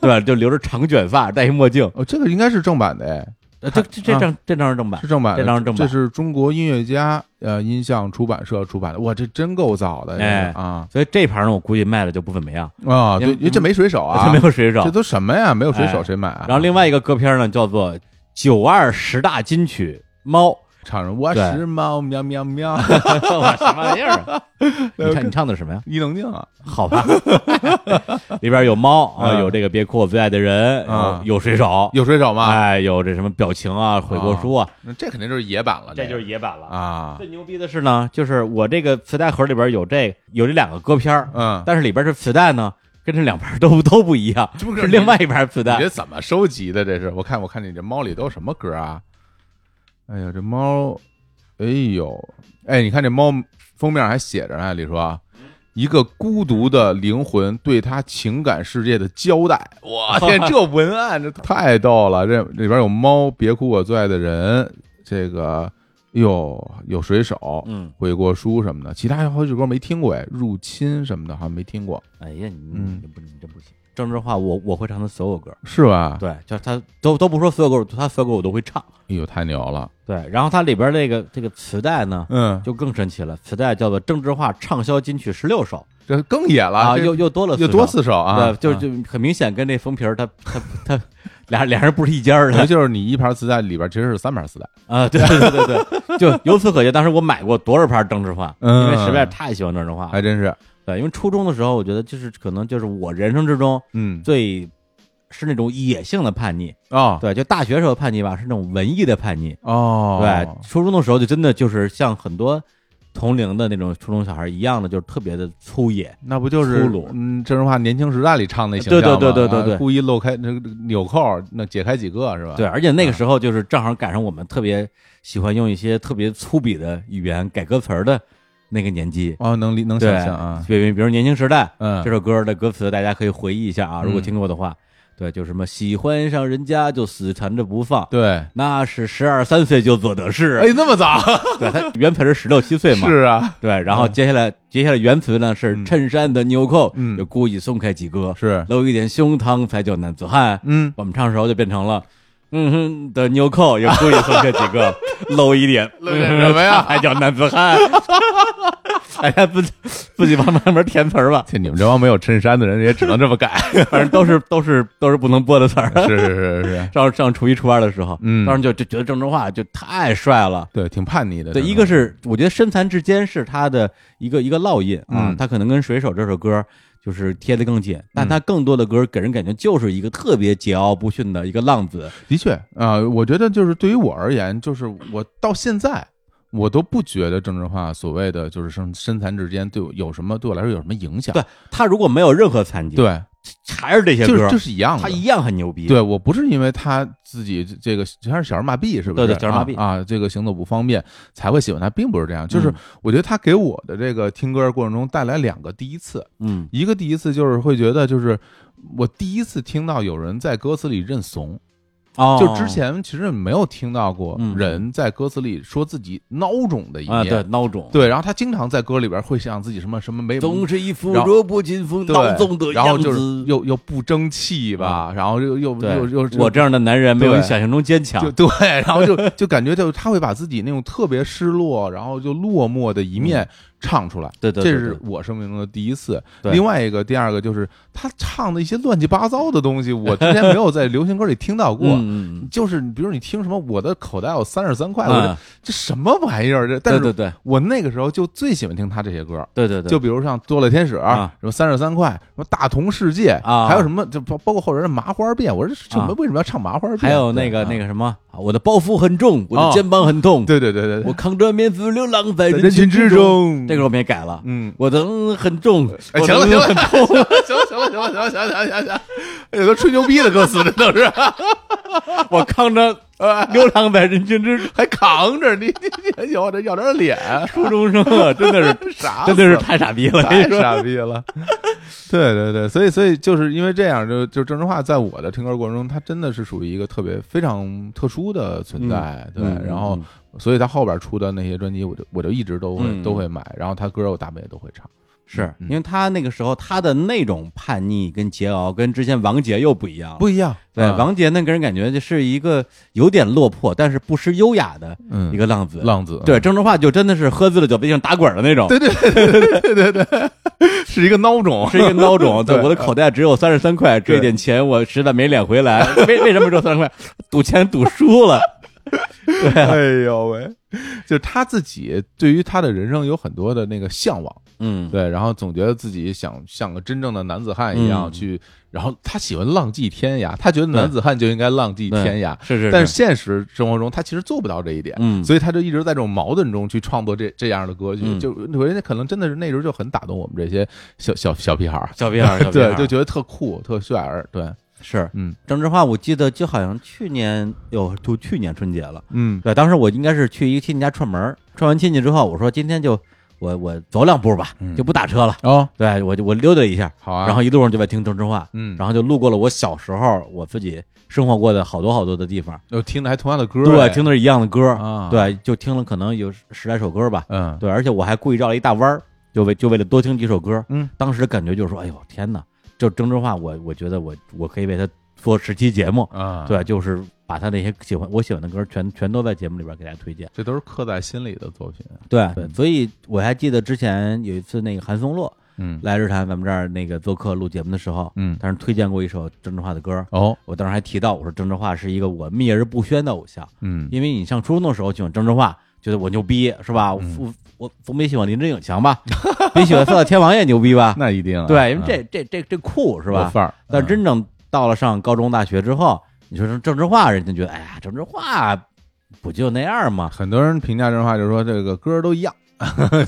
A: 对，就留着长卷发，戴一墨镜，
B: 哦，这个应该是正版的，哎，
A: 呃这这这张这张是正版
B: 是，正版的，
A: 这张是正版
B: 这是中国音乐家呃音像出版社出版的，哇，这真够早的，这个
A: 哎
B: 啊
A: 所以这盘呢，我估计卖的就不怎么样，
B: 啊，
A: 因
B: 对，
A: 为
B: 因为这没水 手啊，
A: 它没有水手
B: 这。都什么呀？没有水手
A: 哎
B: 谁买啊？
A: 然后另外一个歌片呢，叫做《九二十大金曲猫》，
B: 唱着我
A: 对
B: 是猫喵喵 喵，
A: 我什么玩意儿 啊？你看你唱的什么 呀？
B: 伊能静啊，
A: 好吧， 里边有猫啊，
B: 嗯
A: 有这个别哭我最爱的人，
B: 嗯
A: 有有水手，
B: 有水手吗？
A: 哎，有这什么表情啊、悔过书啊，
B: 那这肯定就是野版了，
A: 这就是
B: 个
A: 野版了。
B: 啊，
A: 最牛逼的是呢，就是我这个磁带盒里边有这有这两个歌片儿，
B: 嗯，
A: 但是里边这磁带呢，跟这两盘都 都不一样，
B: 这不是
A: 是另外一盘磁
B: 你
A: 带
B: 这。怎么收集的？这是我看，我看你这猫里都有什么歌啊？哎呀，这猫，哎呦，哎，你看这猫封面还写着呢，李叔啊，一个孤独的灵魂对他情感世界的交代。我天，这文案这太逗了！这里边有猫，别哭，我最爱的人，这个哟，有水手。
A: 嗯，
B: 悔过书什么的，其他好几首歌没听过哎，入侵什么的好像没听过，
A: 哎呀，你
B: 嗯
A: 你这不你这不行。郑智化，我我会唱他所有歌，
B: 是吧？
A: 嗯对，就是他都都不说所有歌，他所有歌我都会唱。
B: 哎呦，太牛了！
A: 对，然后它里边这个这个磁带呢，
B: 嗯，
A: 就更神奇了，磁带叫做《郑智化畅销金曲十六首
B: 这更野》了
A: 啊，
B: 这
A: 又又多了
B: 又
A: 首
B: 多四首啊，
A: 对，就
B: 啊
A: 就很明显跟这封皮儿它它它俩俩人不是一家儿
B: 等于
A: 的
B: 就是你一盘磁带里边其实是三盘磁带，
A: 啊，对对对对，对就由此可见，当时我买过多少盘郑智化，
B: 嗯哎
A: 因为实在太喜欢郑智化了。
B: 还真是，
A: 对，因为初中的时候，我觉得就是可能就是我人生之中
B: 嗯，
A: 最是那种野性的叛逆，
B: 哦
A: 对，就大学时候叛逆吧，是那种文艺的叛逆。
B: 哦，
A: 对，初中的时候就真的就是像很多同龄的那种初中小孩一样的，就是特别的粗野。
B: 那不就是
A: 粗鲁
B: 嗯，郑智化年轻时代里唱那形
A: 对
B: 象
A: 对
B: 吗
A: 对对对
B: 啊
A: 对
B: 故意露开那个纽扣，那解开几个是吧？嗯
A: 对，，而且那个时候就是正好赶上我们特别喜欢用一些特别粗鄙的语言改歌词儿的那个年纪。
B: 哦，能理能
A: 对
B: 想象啊，，
A: 比如比如《年轻时代》
B: 嗯
A: 这首歌的歌词，大家可以回忆一下啊，如果
B: 嗯
A: 听过的话，对，就什么喜欢上人家就死缠着不放，
B: 对，
A: 那是十二三岁就做的事。
B: 哎，那么早，
A: 对，他原词是十六七岁嘛，
B: 是啊，
A: 对，然后接下来、接下来原词呢是
B: 嗯
A: 衬衫的纽扣，
B: 嗯
A: 就故意松开几个，
B: 是，
A: 露一点胸膛才叫男子汉。
B: 嗯，
A: 我们唱的时候就变成了，嗯哼的纽扣也故意松开几 个，露一点，
B: 露点什么呀
A: 还叫男子 汉。大家自自己帮旁边填词儿吧，
B: 这你们这帮没有衬衫的人也只能这么改，
A: 反正都是都是都是不能播的词儿。
B: 是是是是，
A: 上上初一初二的时候，
B: 嗯
A: 当时就就觉得郑智化就太帅了。
B: 对，挺叛逆的，
A: 对，
B: 真的
A: 一个是我觉得身残志坚是他的一个一个烙印啊
B: 嗯，
A: 他可能跟《水手》这首歌就是贴得更紧，但他更多的歌给人感觉就是一个特别桀骜不驯的一个浪子。
B: 的确啊、我觉得就是对于我而言，就是我到现在我都不觉得郑智化所谓的就是身身残志坚对我有什么对我来说有什么影响。
A: 对他如果没有任何残疾，
B: 对
A: 还是这些
B: 就是
A: 歌，
B: 就是一样的
A: 他。一样很牛逼。
B: 对我不是因为他自己这个他是小儿麻痹，是不是？
A: 对对小儿麻痹
B: 啊啊，这个行走不方便才会喜欢他，并不是这样。就是
A: 嗯
B: 我觉得他给我的这个听歌过程中带来两个第一次，
A: 嗯，
B: 一个第一次就是会觉得就是。我第一次听到有人在歌词里认怂，
A: 哦，
B: 就之前其实没有听到过
A: 嗯
B: 人在歌词里说自己孬种的一
A: 啊，对
B: 面。
A: 孬种，，
B: 对，然后他经常在歌里边会想自己什么什么没
A: 总是一副
B: 然后
A: 弱不禁风、
B: 对
A: 孬种的
B: 然后
A: 样
B: 就是
A: 子。嗯
B: 又又不争气吧，然后又又
A: 对
B: 又又，
A: 我这样的男人没有
B: 对
A: 你想象中坚强
B: 就。对，然后就就感觉就他会把自己那种特别失落，然后就落寞的一
A: 嗯
B: 面唱出来。
A: 对对
B: 这
A: 对
B: 是
A: 对
B: 我生命中的第一次。
A: 对
B: 另外一个，第二个就是他唱的一些乱七八糟的东西，我之前没有在流行歌里听到过。
A: 嗯，嗯
B: 就是你比如你听什么，我的口袋有三十三块，我
A: 嗯
B: 这这什么玩意儿？这但
A: 对对
B: 是
A: 对
B: 我那个时候就最喜欢听他这些歌。
A: 对对对，
B: 就比如像多乐天使
A: 啊
B: 什么三十三块，什么大同世界
A: 啊
B: 还有什么就包包括后人的麻花辫，我说这
A: 啊
B: 什么为什么要唱麻花辫？
A: 还有那个那个什么，啊我的包袱很重，我的
B: 哦
A: 肩膀很痛，
B: 对，对对对对，
A: 我扛着面子流浪在
B: 在人
A: 群
B: 群之
A: 中。
B: 中，
A: 这个我们也改了，
B: 嗯，
A: 我的很重，
B: 哎
A: 我
B: 行
A: 的
B: 了
A: 嗯
B: 行了
A: 很痛
B: 行了行了行了行了行了行了行了，哎呀，都吹牛逼的歌词，这都是呃
A: 我扛着流浪在人群之中。
B: 还扛着你你你有这要点脸，
A: 初中生啊，真 的是
B: 傻
A: 真的是太傻逼了，跟
B: 太
A: 你说，
B: 傻逼了。嗯对对对，所以所以就是因为这样，就就郑智化在我的听歌过程中，他真的是属于一个特别非常特殊的存在。
A: 嗯嗯
B: 对，然后
A: 嗯
B: 所以他后边出的那些专辑，我就我就一直都会、
A: 嗯
B: 都会买，然后他歌我大部分也都会唱。
A: 是因为他那个时候他的那种叛逆跟桀骜，跟之前王杰又不一样了。
B: 不一样，
A: 对，
B: 嗯
A: 王杰那给人感觉就是一个有点落魄，但是不失优雅的
B: 嗯
A: 一个浪子。
B: 浪子，
A: 对，郑智化就真的是喝醉了酒，背上打滚的那种，
B: 对是一个孬种，
A: 是一个孬种。对，
B: 对
A: 我的口袋只有三十三块，这
B: 对
A: 点钱我实在没脸回来。为为什么只有三十块？赌钱赌输了。
B: 哎呦喂，就是他自己对于他的人生有很多的那个向往，
A: 嗯，
B: 对，然后总觉得自己想像个真正的男子汉一样
A: 嗯
B: 去，然后他喜欢浪迹天涯，他觉得男子汉就应该浪迹
A: 对
B: 天涯，
A: 是是是，
B: 但是现实生活中他其实做不到这一点，
A: 嗯
B: 所以他就一直在这种矛盾中去创作这这样的歌曲，
A: 嗯
B: 就我觉得可能真的是那时候就很打动我们这些小小小屁孩儿，
A: 小屁孩儿， 小屁孩
B: 对，
A: 儿
B: 就觉得特酷特帅儿，对，
A: 是
B: 嗯
A: 郑智化，我记得就好像去年，哟，都去年春节了。
B: 嗯
A: 对，当时我应该是去一个亲戚家串门儿，串完亲戚之后，我说今天就我我走两步吧，
B: 嗯
A: 就不打车了。
B: 哦，
A: 对我就我溜达一下，
B: 好啊，
A: 然后一路上就在听郑智化，
B: 嗯，
A: 然后就路过了我小时候我自己生活过的好多好多的地方，
B: 后哦听的还同样的歌儿，
A: 对，
B: 哎
A: 听的是一样的歌儿，
B: 啊，，
A: 对，就听了可能有十来首歌吧，
B: 嗯
A: 对，而且我还故意绕了一大弯儿，就为就为了多听几首歌。
B: 嗯，
A: 当时感觉就是说，哎呦天哪，就郑智化，我我觉得我我可以为他做十期节目，
B: 啊，，
A: 对，就是把他那些喜欢我喜欢的歌全全都在节目里边给大家推荐。
B: 这都是刻在心里的作品，
A: 对
B: 对
A: 所以我还记得之前有一次那个韩松洛
B: 嗯
A: 来日坛咱们这儿那个做客录节目的时候，
B: 嗯，
A: 当时推荐过一首郑智化的歌。
B: 哦，
A: 我当时还提到，我说郑智化是一个我秘而不宣的偶像，
B: 嗯
A: 因为你上初中的时候喜欢郑智化，觉得我牛逼是吧？我
B: 嗯
A: 我我总比喜欢林志颖强吧， 比喜欢三道天王也牛逼吧？
B: 那一定啊，
A: 对，因为
B: 嗯
A: 这这这这酷是
B: 有
A: 吧？
B: 范儿，
A: 但
B: 嗯
A: 真正到了上高中、大学之后，你说郑智化，人家觉得哎呀，郑智化不就那样 吗？
B: 很多人评价这话就说这个歌儿都一样，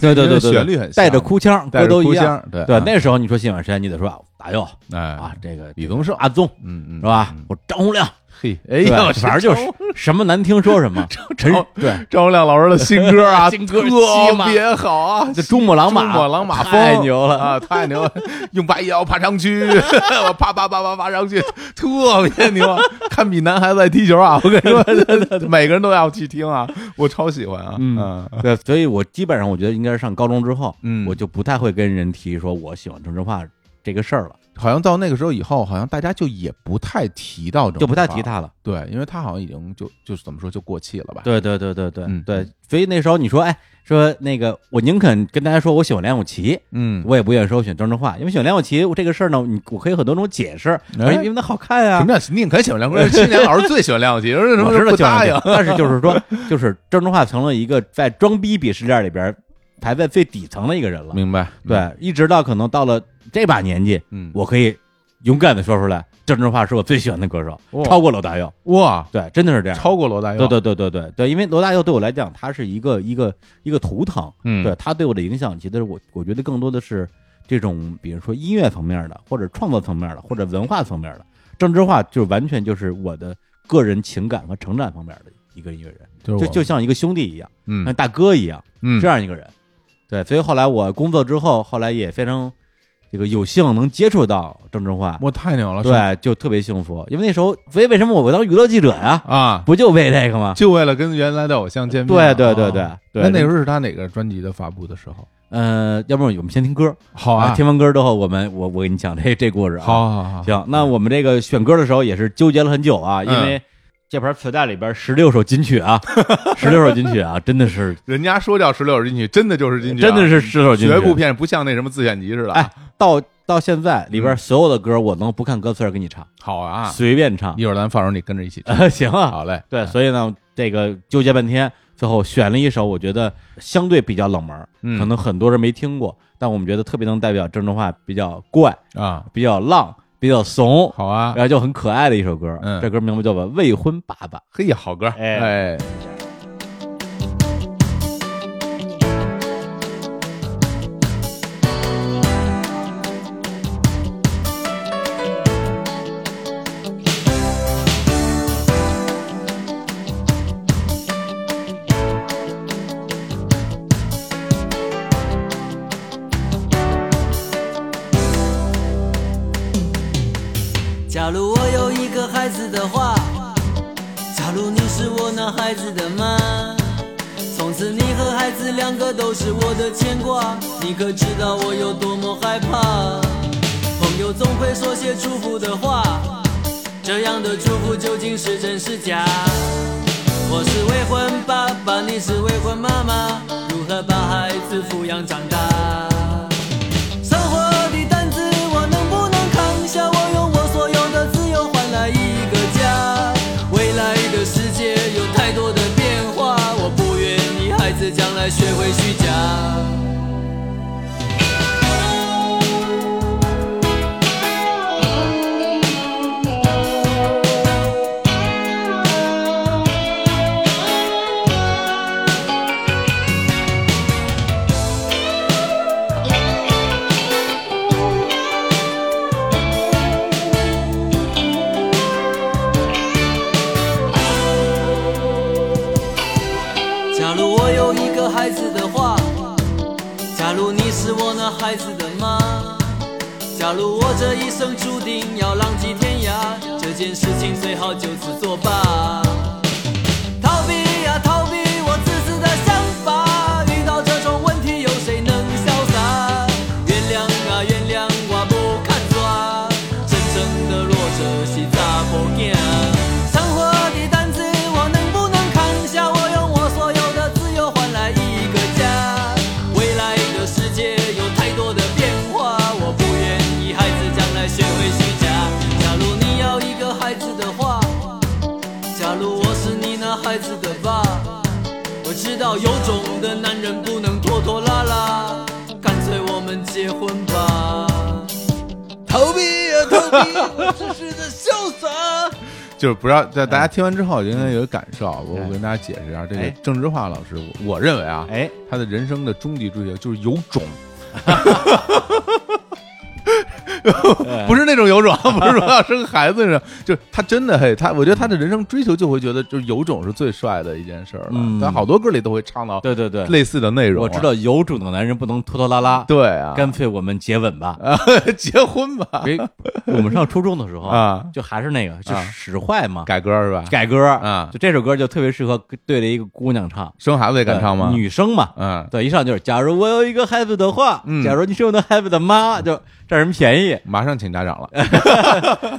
A: 对对对对，
B: 旋律很像
A: 带着哭腔，
B: 带
A: 歌
B: 着
A: 都一
B: 哭
A: 样。
B: 腔，对
A: 对，
B: 嗯
A: 那时候你说喜欢谁，你得说啊大佑
B: 哎
A: 啊，，这个
B: 李宗盛，
A: 阿宗
B: 嗯嗯，
A: 是吧
B: 嗯？
A: 我张洪亮，
B: 嘿，哎
A: 对
B: 呀，
A: 反正就是什么难听说什么，陈
B: 张
A: 对，
B: 张洪亮老师的新歌 啊，
A: 新歌西
B: 特
A: 马
B: 别好啊，
A: 这珠穆朗玛，
B: 珠穆朗玛峰
A: 太牛了，
B: 啊，太牛了！ 用白腰爬上去， 我啪啪啪啪爬上去，特别 牛，堪比男孩子在踢球啊！我跟 你说， 每个人都要去听啊，我超喜欢啊！
A: 嗯， 对，所以我基本上我觉得应该是上高中之后，
B: 嗯
A: 我就不太会跟人提说我喜欢郑智化这个事儿了，
B: 好像到那个时候以后，好像大家就也不太提到这，
A: 就不太提。他了。
B: 对，因为他好像已经就就是怎么说就过气了吧？，
A: 对对对对对、
B: 嗯
A: 对，所以那时候你说，哎，说那个我宁肯跟大家说我喜欢梁咏琪，
B: 嗯，
A: 我也不愿意说我选郑智化，因为选梁咏琪我这个事儿呢，你我可以很多种解释，
B: 哎
A: 而因为她好看
B: 什
A: 啊。
B: 么叫宁可喜欢梁国人？青年老师最喜欢梁咏琪，有人什
A: 我
B: 么
A: 知道
B: 都不
A: 喜欢
B: 答应
A: 梁咏？琪，但是就是说， 就是郑智化成了一个在装逼鄙视链里边排在最底层的一个人了。
B: 明白？嗯，
A: 对，一直到可能到了这把年纪，
B: 嗯，
A: 我可以勇敢的说出来，郑智化是我最喜欢的歌手，
B: 哇
A: 超过罗大佑。
B: 哇，
A: 对，真的是这样。
B: 超过罗大佑，
A: 对对对对对对，因为罗大佑对我来讲，他是一个一个一个图腾，
B: 嗯
A: 对他对我的影响，其实我我觉得更多的是这种比如说音乐层面的，或者创作层面的，或者文化层面的，政治化就完全就是我的个人情感和成长方面的一个音乐人，
B: 就是
A: 就
B: 我
A: 就呃像一个兄弟一样，像
B: 嗯
A: 大哥一样，
B: 嗯
A: 这样一个人。对，所以后来我工作之后，后来也非常这个有幸能接触到郑智化，
B: 我太牛了，是
A: 对，就特别幸福。因为那时候，所以为什么我当娱乐记者呀？
B: 啊，
A: 不就为这个吗？
B: 就为了跟原来的偶像见面，
A: 对对对
B: 啊
A: 对对。
B: 那那时候是他哪个专辑的发布的时候？
A: 呃，要不然我们先听歌
B: 好啊，
A: 听完歌之后，我们我我给你讲这这故事、啊。
B: 好，好好，
A: 行，那我们这个选歌的时候也是纠结了很久啊，因
B: 嗯
A: 为这盘磁带里边十六首金曲啊， 十六首金曲啊，真的是
B: 人家说叫十六进去，真的就是进去，
A: 真的是十六首金曲，
B: 啊绝不骗，不像那什么自选集似的。
A: 哎，到到现在里边所有的歌，我能不看歌词儿给你唱，
B: 好嗯啊，
A: 随便唱，
B: 一会儿咱放时候你跟着一起唱。
A: 行啊。
B: 好嘞，嗯
A: 对，所以呢，这个纠结半天，最后选了一首我觉得相对比较冷门儿，
B: 嗯
A: 可能很多人没听过，但我们觉得特别能代表郑州话，比较怪，
B: 啊，
A: 比较浪，比较怂，
B: 好啊
A: 然，后就很可爱的一首歌。
B: 嗯
A: 这歌名字叫做《未婚爸爸》。
B: 嘿，好歌，
A: 哎
B: 哎，
D: 假如我有一个孩子的话，假如你是我那孩子的妈，从此你和孩子两个都是我的牵挂，你可知道我有多么害怕？朋友总会说些祝福的话，这样的祝福究竟是真是假？我是未婚爸爸，你是未婚妈妈，如何把孩子抚养长大？生活的担子我能不能扛下？我用我所有的自由换来一个家。未来的世界有太多的变化，我不愿意孩子将来学会虚假。假如我有一个孩子的话，假如你是我那孩子的妈，假如我这一生注定要浪迹天涯，这件事情最好就此作罢。逃避呀、逃避我自私的想法，遇到这种问题有谁能潇洒？原谅啊原谅，我不看错，真正的弱者是咋不见？生活的担子我能不能扛下？我用我所有的自由换来一个家。未来的世界有太多的变化，我不愿意孩子将来学会虚假。假如你要一个孩子的话。假如我是你那孩子的爸，我知道有种的男人不能拖拖拉拉，干脆我们结婚吧。逃避
A: 啊
D: 呀、逃避，我只是在潇洒。
B: 就是不要，大大家听完之后应该有一感受。啊我我跟大家解释一下，这
A: 哎
B: 个郑智化老师，我我认为啊，
A: 哎，
B: 他的人生的终极追求就是有种。 不是那种有种，不是说要生孩子那种， 就是他真的嘿，他我觉得他的人生追求就会觉得，就是有种是最帅的一件事儿了。
A: 嗯
B: 他好多歌里都会唱到
A: 对对对，
B: 类似的内容啊。
A: 我知道有种的男人不能拖拖拉拉，
B: 对啊，
A: 干脆我们接吻吧。
B: 结婚 吧，
A: 别，我们上初中的时候
B: 啊
A: 就还是那个，就
B: 啊
A: 使坏嘛，
B: 改歌是吧？
A: 改歌
B: 啊
A: 就这首歌就特别适合对着一个姑娘唱，
B: 生孩子也敢唱吗？
A: 对女生嘛，
B: 嗯，
A: 对，一上就是，假如我有一个孩子的话，
B: 嗯，
A: 假如你是我的孩子的妈，就占什么便宜
B: 马上请家 长了。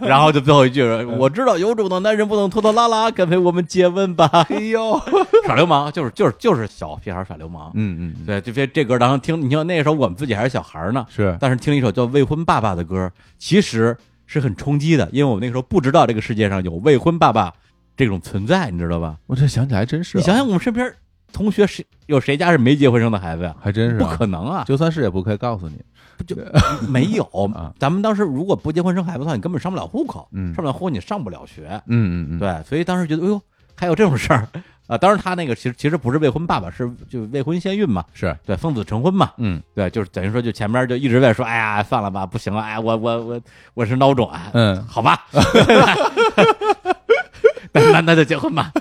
A: 然后就最后一句是，
B: 嗯
A: 我知道有种的男人不能拖拖拉拉，干脆我们接吻吧。
B: 哎呦，
A: 耍流氓就是就是就是小屁孩耍流氓，
B: 嗯嗯，
A: 对，这这这歌当时听，你像那时候我们自己还是小孩呢，
B: 是
A: 但是听了一首叫《未婚爸爸》的歌，其实是很冲击的，因为我那个时候不知道这个世界上有未婚爸爸这种存在，你知道吧？
B: 我这想起来还真是啊，
A: 你想想，我们身边同学谁有谁家是没结婚生的孩子呀？
B: 还真是
A: 不
B: 啊
A: 可能啊，
B: 就算是也不可以告诉你。
A: 没有
B: 啊。
A: 咱们当时如果不结婚生孩子的话，你根本上不了户口，
B: 嗯
A: 上不了户口你上不了学。
B: 嗯嗯嗯，
A: 对，所以当时觉得，哎呦，还有这种事儿，啊，当然他那个其实 其实不是未婚爸爸，是就未婚先孕嘛，
B: 是，
A: 对，奉子成婚嘛，
B: 嗯
A: 对，就是等于说就前面就一直在说，哎呀，算了吧，不行了，哎，我我我我是孬种啊，
B: 嗯
A: 好 吧， 那那那就结婚吧，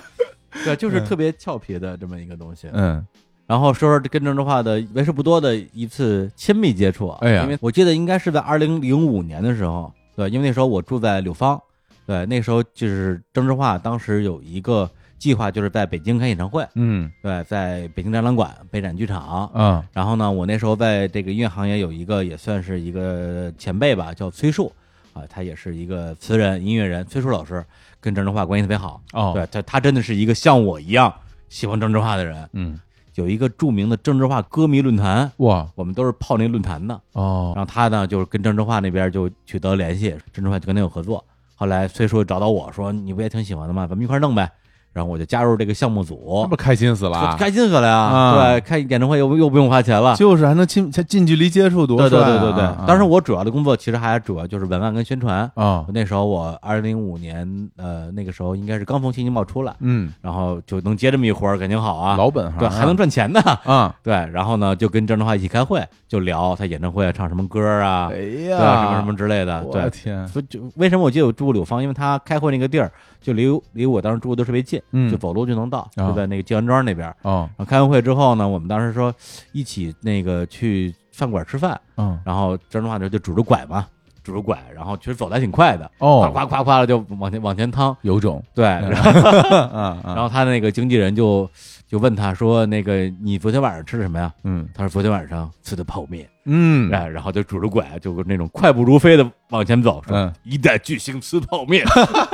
A: 对，就是特别俏皮的这么一个东西。
B: 嗯
A: 然后说说跟郑智化的为数不多的一次亲密接触啊，
B: 哎呀
A: 因为我记得应该是在二零零五年的时候，对，因为那时候我住在柳芳，对，那时候就是郑智化当时有一个计划，就是在北京开演唱会，
B: 嗯
A: 对，在北京展览馆、北展剧场。
B: 啊
A: 然后呢，我那时候在这个音乐行业有一个也算是一个前辈吧，叫崔树啊，他也是一个词人、音乐人。崔树老师跟郑智化关系特别好，
B: 哦
A: 对他，他真的是一个像我一样喜欢郑智化的人。
B: 嗯
A: 有一个著名的郑智化歌迷论坛，
B: 哇
A: 我们都是泡那论坛的。
B: 哦
A: 然后他呢，就是跟郑智化那边就取得了联系，郑智化就跟他有合作。后来崔叔找到我说：“你不也挺喜欢的吗？咱们一块儿弄呗。”然后我就加入这个项目
B: 那
A: 组
B: 不，开心死了
A: 就
B: 啊，
A: 开心死了呀！
B: 啊
A: 对，开演唱会又又不用花钱了。
B: 就是还能近才近距离接触多
A: 对对
B: 帅
A: 对
B: 啊
A: 对对
B: 啊，
A: 当时我主要的工作其实还主要就是文案跟宣传。
B: 啊
A: 那时候我二零零五年，呃，那个时候应该是刚从新京报出来，
B: 嗯
A: 然后就能接这么一活儿，肯定好啊。
B: 老本行
A: 对，
B: 啊
A: 还能赚钱呢。
B: 啊
A: 对，然后呢，就跟郑智化一起开会，就聊他演唱会唱什么歌啊，
B: 哎
A: 对
B: 呀
A: 啊，什么什么之类的。
B: 我
A: 对，
B: 的天
A: 所以就为什么我记得我住柳芳，因为他开会那个地儿就离离我当时住的特别近，
B: 嗯
A: 就走路就能到，
B: 啊
A: 就在那个静安庄那边。
B: 哦
A: 然后开完会之后呢，我们当时说一起那个去饭馆吃饭，
B: 嗯
A: 然后郑智化就就拄着拐嘛，拄着拐，然后其实走的还挺快的，夸
B: 哦
A: 夸夸夸的就往前往前趟。
B: 有种
A: 对，
B: 嗯
A: 然后
B: 啊
A: 然
B: 啊
A: 后他那个经纪人就就问他说：“那个你昨天晚上吃的什么呀？”
B: 嗯
A: 他说昨天晚上吃的泡面，
B: 嗯
A: 哎，然后就拄着拐，就那种快步如飞的往前走，说
B: 嗯
A: 一代巨星吃泡面，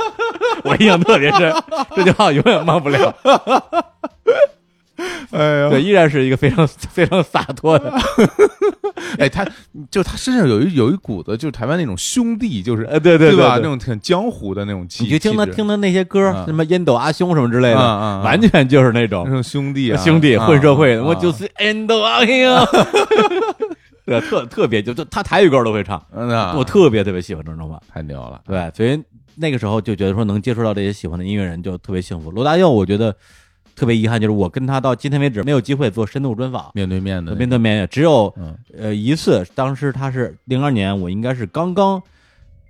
A: 我印象特别深，这句话我永远忘不了。
B: 哎呦
A: 对，依然是一个非常非常洒脱的，
B: 哎，他就他身上有一有一股子，就是台湾那种兄弟，就是
A: 呃，对
B: 对
A: 对
B: 吧？那种很江湖的那种气，
A: 你就听他
B: 气质
A: 听他那些歌
B: 嗯，
A: 什么烟斗阿兄什么之类
B: 嗯
A: 的，
B: 嗯嗯
A: 完全就是那
B: 那
A: 种
B: 种兄弟啊，
A: 兄弟
B: 啊
A: 混社会的，
B: 啊
A: 我就是烟斗阿兄， 对，特特别就就他台语歌都会唱，
B: 嗯啊
A: 我特别特别喜欢郑智化。
B: 太牛了，
A: 对，所以那个时候就觉得说能接触到这些喜欢的音乐人就特别幸福。罗大佑，我觉得特别遗憾，就是我跟他到今天为止没有机会做深度专访，
B: 面对面的
A: 面
B: 那种
A: 对面也只有
B: 嗯
A: 呃一次，当时他是零二年，我应该是刚刚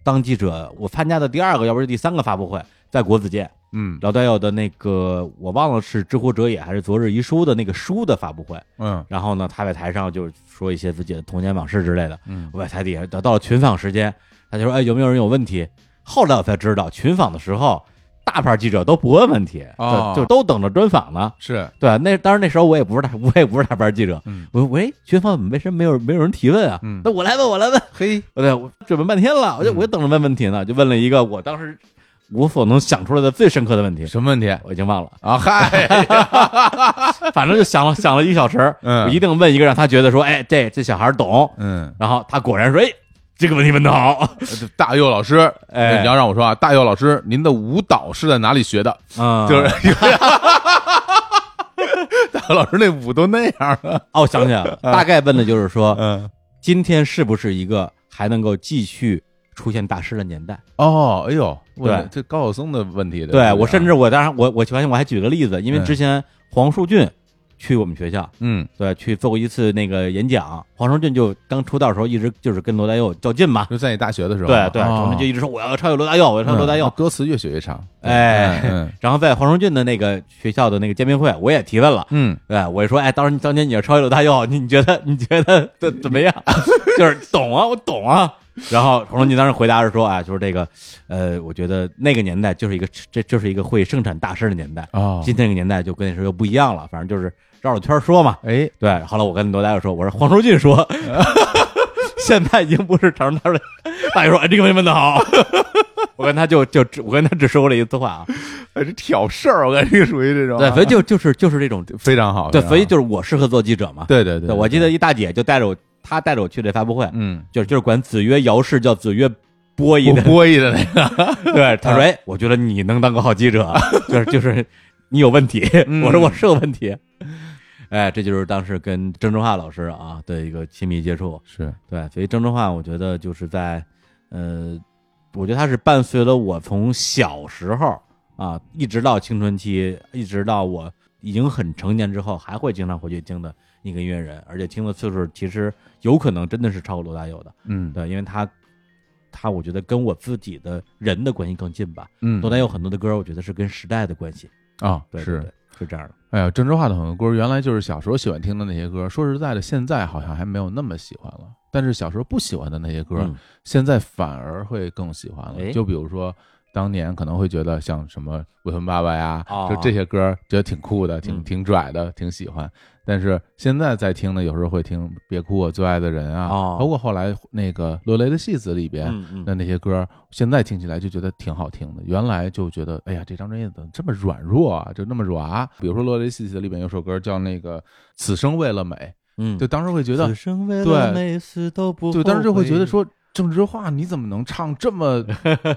A: 当记者，我参加的第二个，要不是第三个发布会，在国子监，
B: 嗯
A: 罗大佑的那个我忘了是《知乎者也》还是《昨日遗书》的那个书的发布会，
B: 嗯
A: 然后呢，他在台上就说一些自己的童年往事之类的。
B: 嗯，
A: 我在台底下到到了群访时间，他就说：“哎，有没有人有问题？”后来我才知道，群访的时候，大牌记者都不问问题，
B: 哦
A: 就就都等着专访呢。
B: 是
A: 对，啊那当然那时候我也不是大，我也不是大牌记者。
B: 嗯
A: 我说：“喂，群访怎么为什么没有没有人提问啊？”
B: 嗯
A: 那我来问，我来问。
B: 嘿，
A: 我对我准备半天了，我就我就等着问问题呢，就问了一个我当时我所能想出来的最深刻的问题，
B: 什么问题
A: 我已经忘了。
B: 啊？
A: 嗯
B: 嗨，
A: 反正就想了想了一小时儿，
B: 嗯
A: 我一定问一个让他觉得说，哎，这这小孩儿懂。
B: 嗯，呃
A: 然后他果然说，哎，这个问题问得好，
B: 大佑老师，
A: 哎
B: 你要让我说啊，大佑老师，您的舞蹈是在哪里学的？
A: 嗯，
B: 就是 大佑老师那舞都那样了，
A: 哦，我想起来 了，
B: 啊
A: 大概问的就是说，
B: 嗯，
A: 今天是不是一个还能够继续出现大师的年代？
B: 哦，哎呦，问
A: 对
B: 这高晓松的问题，
A: 对我甚
B: 至。
A: 至我当然我我发现我还举个例子，因为
B: 啊嗯
A: 之前黄舒骏去我们学校，
B: 嗯
A: 对，去做过一次那个演讲，黄舒骏就刚出道的时候一直就是跟罗大佑较劲嘛，，
B: 就在你大学的时候，
A: 对对，
B: 我
A: 我们就一直说我要超越罗大佑，我要超越罗大佑，
B: 歌词越写越长，
A: 哎
B: 嗯
A: 然后在黄荣俊的那个学校的那个见面会，我也提问了，
B: 嗯，
A: 对，我也说，哎，当时当年你是超级老大佑，你你觉得你觉得怎怎么样？ 就是懂啊，我懂啊。然后黄荣俊当时回答是说，啊，就是这个，呃，我觉得那个年代就是一个这就是一个会生产大师的年代，
B: 哦
A: 今天这个年代就跟那时候又不一样了，反正就是绕着圈儿说嘛。
B: 哎，
A: 对，后来我跟罗大佑说，我说黄舒骏说， 现在已经不是常人他说，大佑说，哎，这个问题问的好， 我跟他就就只我跟他只说过这一次话啊。
B: 哎这挑事儿，我感觉属于这种啊，
A: 对，所以就就是就是这种，
B: 非常好，
A: 对，
B: 非常
A: 所
B: 好
A: 以就是我适合做记者嘛。
B: 对对对，
A: 我记得一大姐就带着我，她带着我去这发布会，
B: 嗯，
A: 就是就是管子曰姚氏叫子曰波一
B: 我
A: 的，
B: 播一的那个，
A: 对，她
B: 啊
A: 说，哎，我觉得你能当个好记者，啊就是就是你有问题，
B: 嗯
A: 我说我是有问题。哎，这就是当时跟郑智化老师啊的一个亲密接触，
B: 是，
A: 对，所以郑智化我觉得就是在，呃，我觉得他是伴随了我从小时候啊，一直到青春期，一直到我已经很成年之后，还会经常回去听的一个音乐人，而且听的次数其实有可能真的是超过罗大佑的，
B: 嗯
A: 对，因为他他我觉得跟我自己的人的关系更近吧。
B: 嗯
A: 罗大佑很多的歌，我觉得是跟时代的关系，
B: 啊
A: 对对
B: 是
A: 对，是这样的，
B: 哎呀，郑州话的很多歌原来就是小时候喜欢听的那些歌，说实在的，现在好像还没有那么喜欢了。但是小时候不喜欢的那些歌，
A: 嗯
B: 现在反而会更喜欢
A: 哎
B: 了。就比如说当年可能会觉得像什么《未婚爸爸》呀，
A: 哦
B: 就这些歌觉得挺酷的、挺
A: 嗯
B: 挺拽的、挺喜欢。但是现在在听呢，有时候会听《别哭，我最爱的人》啊，
A: 哦
B: 包括后来那个《落泪的戏子》里边，
A: 嗯
B: 那
A: 嗯，
B: 那些歌，现在听起来就觉得挺好听的。原来就觉得，哎呀，这张专辑怎么这么软弱啊，就那么软、比如说《落泪细细》里面有首歌叫那个《此生为了美》，
A: 嗯，
B: 就当时会觉得
A: 此，生为
B: 对
A: 了每次都不
B: 对，当时就会觉
A: 后悔，
B: 得说。郑智化，你怎么能唱 这么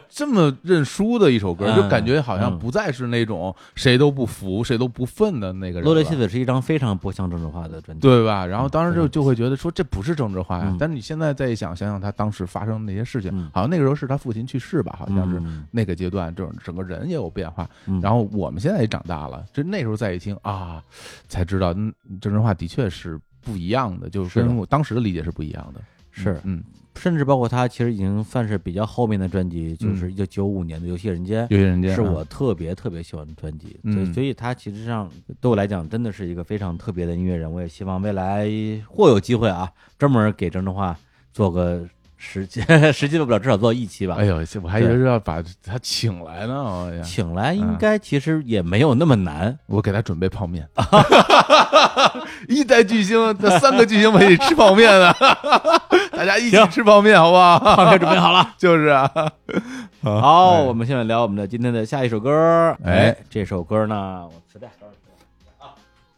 B: 这么认输的一首歌？
A: 嗯
B: 就感觉好像
A: 嗯
B: 不再是那种谁都不服、谁都不忿的那个
A: 《
B: 人了。
A: 落泪西子》是一张非常不像郑智化的专辑，
B: 对吧？然后当时就
A: 嗯
B: 就会觉得说这不是政治化呀、
A: 嗯
B: 但是你现在再一想，想想他当时发生的那些事情，
A: 嗯
B: 好像那个时候是他父亲去世吧，好像是
A: 嗯
B: 那个阶段，这种整个人也有变化。
A: 嗯
B: 然后我们现在也长大了，就那时候再一听啊，才知道嗯郑智化的确是不一样的，就是
A: 是的
B: 跟我当时的理解是不一样的。
A: 是，
B: 嗯，
A: 甚至包括他其实已经算是比较后面的专辑，就
B: 嗯
A: 是一九九五年的《游戏人啊间》
B: 有些人间啊
A: 是我特别特别喜欢的专辑，
B: 嗯
A: 所以所以他其实上对我来讲真的是一个非常特别的音乐人。我也希望未来或有机会啊，专门给郑智化做个十期， 十期做不了，至少做一期吧。
B: 哎呦，我还以为是要把他请来呢。哎呀，
A: 请来应该其实也没有那么难，
B: 我给他准备泡面， 一代巨星，这三个巨星陪你吃泡面呢， 大家一起
A: 行
B: 吃泡面好 不好？
A: 放这准备好了。
B: 就是啊，
A: 好，
B: 哎
A: 我们现在聊我们的今天的下一首歌。
B: 哎，
A: 这首歌呢，我磁带啊，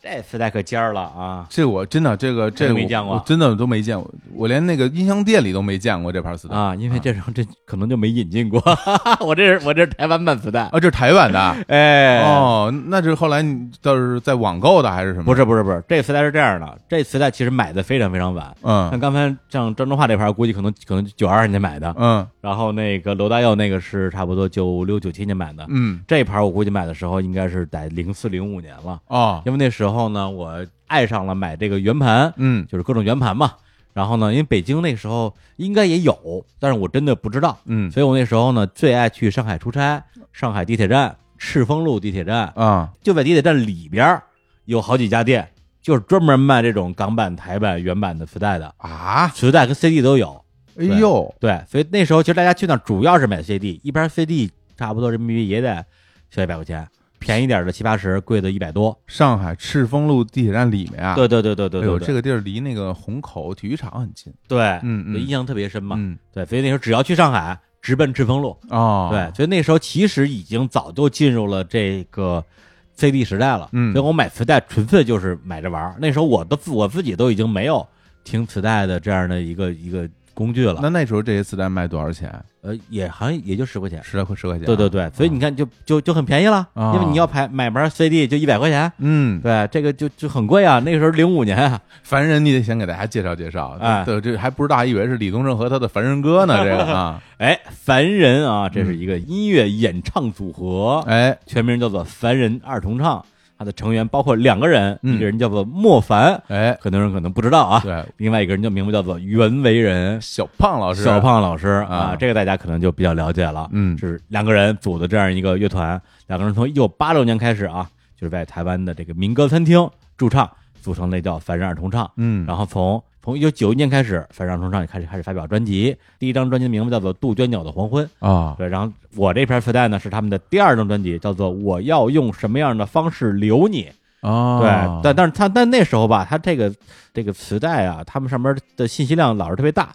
A: 这磁带可尖儿了啊！
B: 这我真的这个
A: 真
B: 这个
A: 没
B: 我
A: 见过
B: 我真的都没见过，我连那个音像店里都没见过这盘磁带
A: 啊，因为这时候这可能就没引进过， 我这是我这是台湾版磁带，
B: 啊，这是台 版的啊。
A: 哎，
B: 哦，那就是后来你倒是在网购的还是什么？
A: 不
B: 是，
A: 是不是不是，这磁带是这样的，这磁带其实买的非常非常晚。像
B: 嗯
A: 刚才像张中华这盘，估计可能可能九二年买的，
B: 嗯
A: 然后那个罗大佑那个是差不多九六九七年买的，
B: 嗯，
A: 这盘我估计买的时候应该是在零四零五年了，
B: 哦，
A: 因为那时候呢，我爱上了买这个圆盘，
B: 嗯
A: 就是各种圆盘嘛。然后呢，因为北京那时候应该也有，但是我真的不知道，
B: 嗯
A: 所以我那时候呢最爱去上海出差，上海地铁站、赤峰路地铁站，
B: 啊
A: 就在地铁站里边儿有好几家店，就是专门卖这种港版、台版、原版的磁带的，
B: 啊，
A: 磁带跟 CD 都有。
B: 哎呦，
A: 对，所以那时候其实大家去那儿主要是买 CD，一盘 CD 差不多人民币也得小一百块钱，便宜点儿的七八十，贵的一百多。
B: 上海赤峰路地铁站里面啊，
A: 对对对对对
B: 哎呦，
A: 对，
B: 这个地儿离那个虹口体育场很近，
A: 对，
B: 嗯嗯
A: 对印象特别深嘛。
B: 嗯
A: 对，所以那时候只要去上海，直奔赤峰路。
B: 哦，
A: 对，，所以那时候其实已经早就进入了这个 CD 时代了。
B: 嗯
A: 所以我买磁带纯粹就是买着玩儿。那时候我都自我自己都已经没有听磁带的这样的一个一个工具了
B: 那。那时候这些磁带卖多少钱？
A: 呃，也好像也就十块钱。
B: 十来块，十块钱。
A: 对对，对，所以你看就就就很便宜了，
B: 啊
A: 因为你要排买盘 CD 就一百块钱。
B: 嗯，
A: 对，这个就就很贵啊！那个时候零五年啊，
B: 凡人你得先给大家介绍介绍。
A: 哎
B: 对，这还不知道，还以为是李宗盛和他的凡人 哥呢，这个啊，
A: 哎，凡人啊，这是
B: 嗯
A: 一个音乐演唱组合，
B: 哎，
A: 全名叫做凡人二重唱，它的成员包括两个人，
B: 嗯
A: 一个人叫做莫凡，
B: 哎，
A: 很多人可能不知道啊，
B: 对，
A: 另外一个人就名字叫做袁惟仁，
B: 小胖老师，
A: 小，胖老师啊，
B: 啊
A: 这个大家可能就比较了解了。
B: 嗯
A: 是两个人组的这样一个乐团，两个人从一九八六年开始啊，就是在台湾的这个民歌餐厅驻唱，组成那叫凡人二重唱。
B: 嗯，
A: 然后从从一九九一年开始，凡人二重唱也开始开始发表专辑，第一张专辑的名字叫做《杜鹃鸟的黄昏》。
B: 啊，
A: 对，然后我这盘磁带呢是他们的第二张专辑，叫做《我要用什么样的方式留你》。
B: 哦，
A: 对，但但是他但那时候吧，他这个这个磁带啊，他们上面的信息量老是特别大。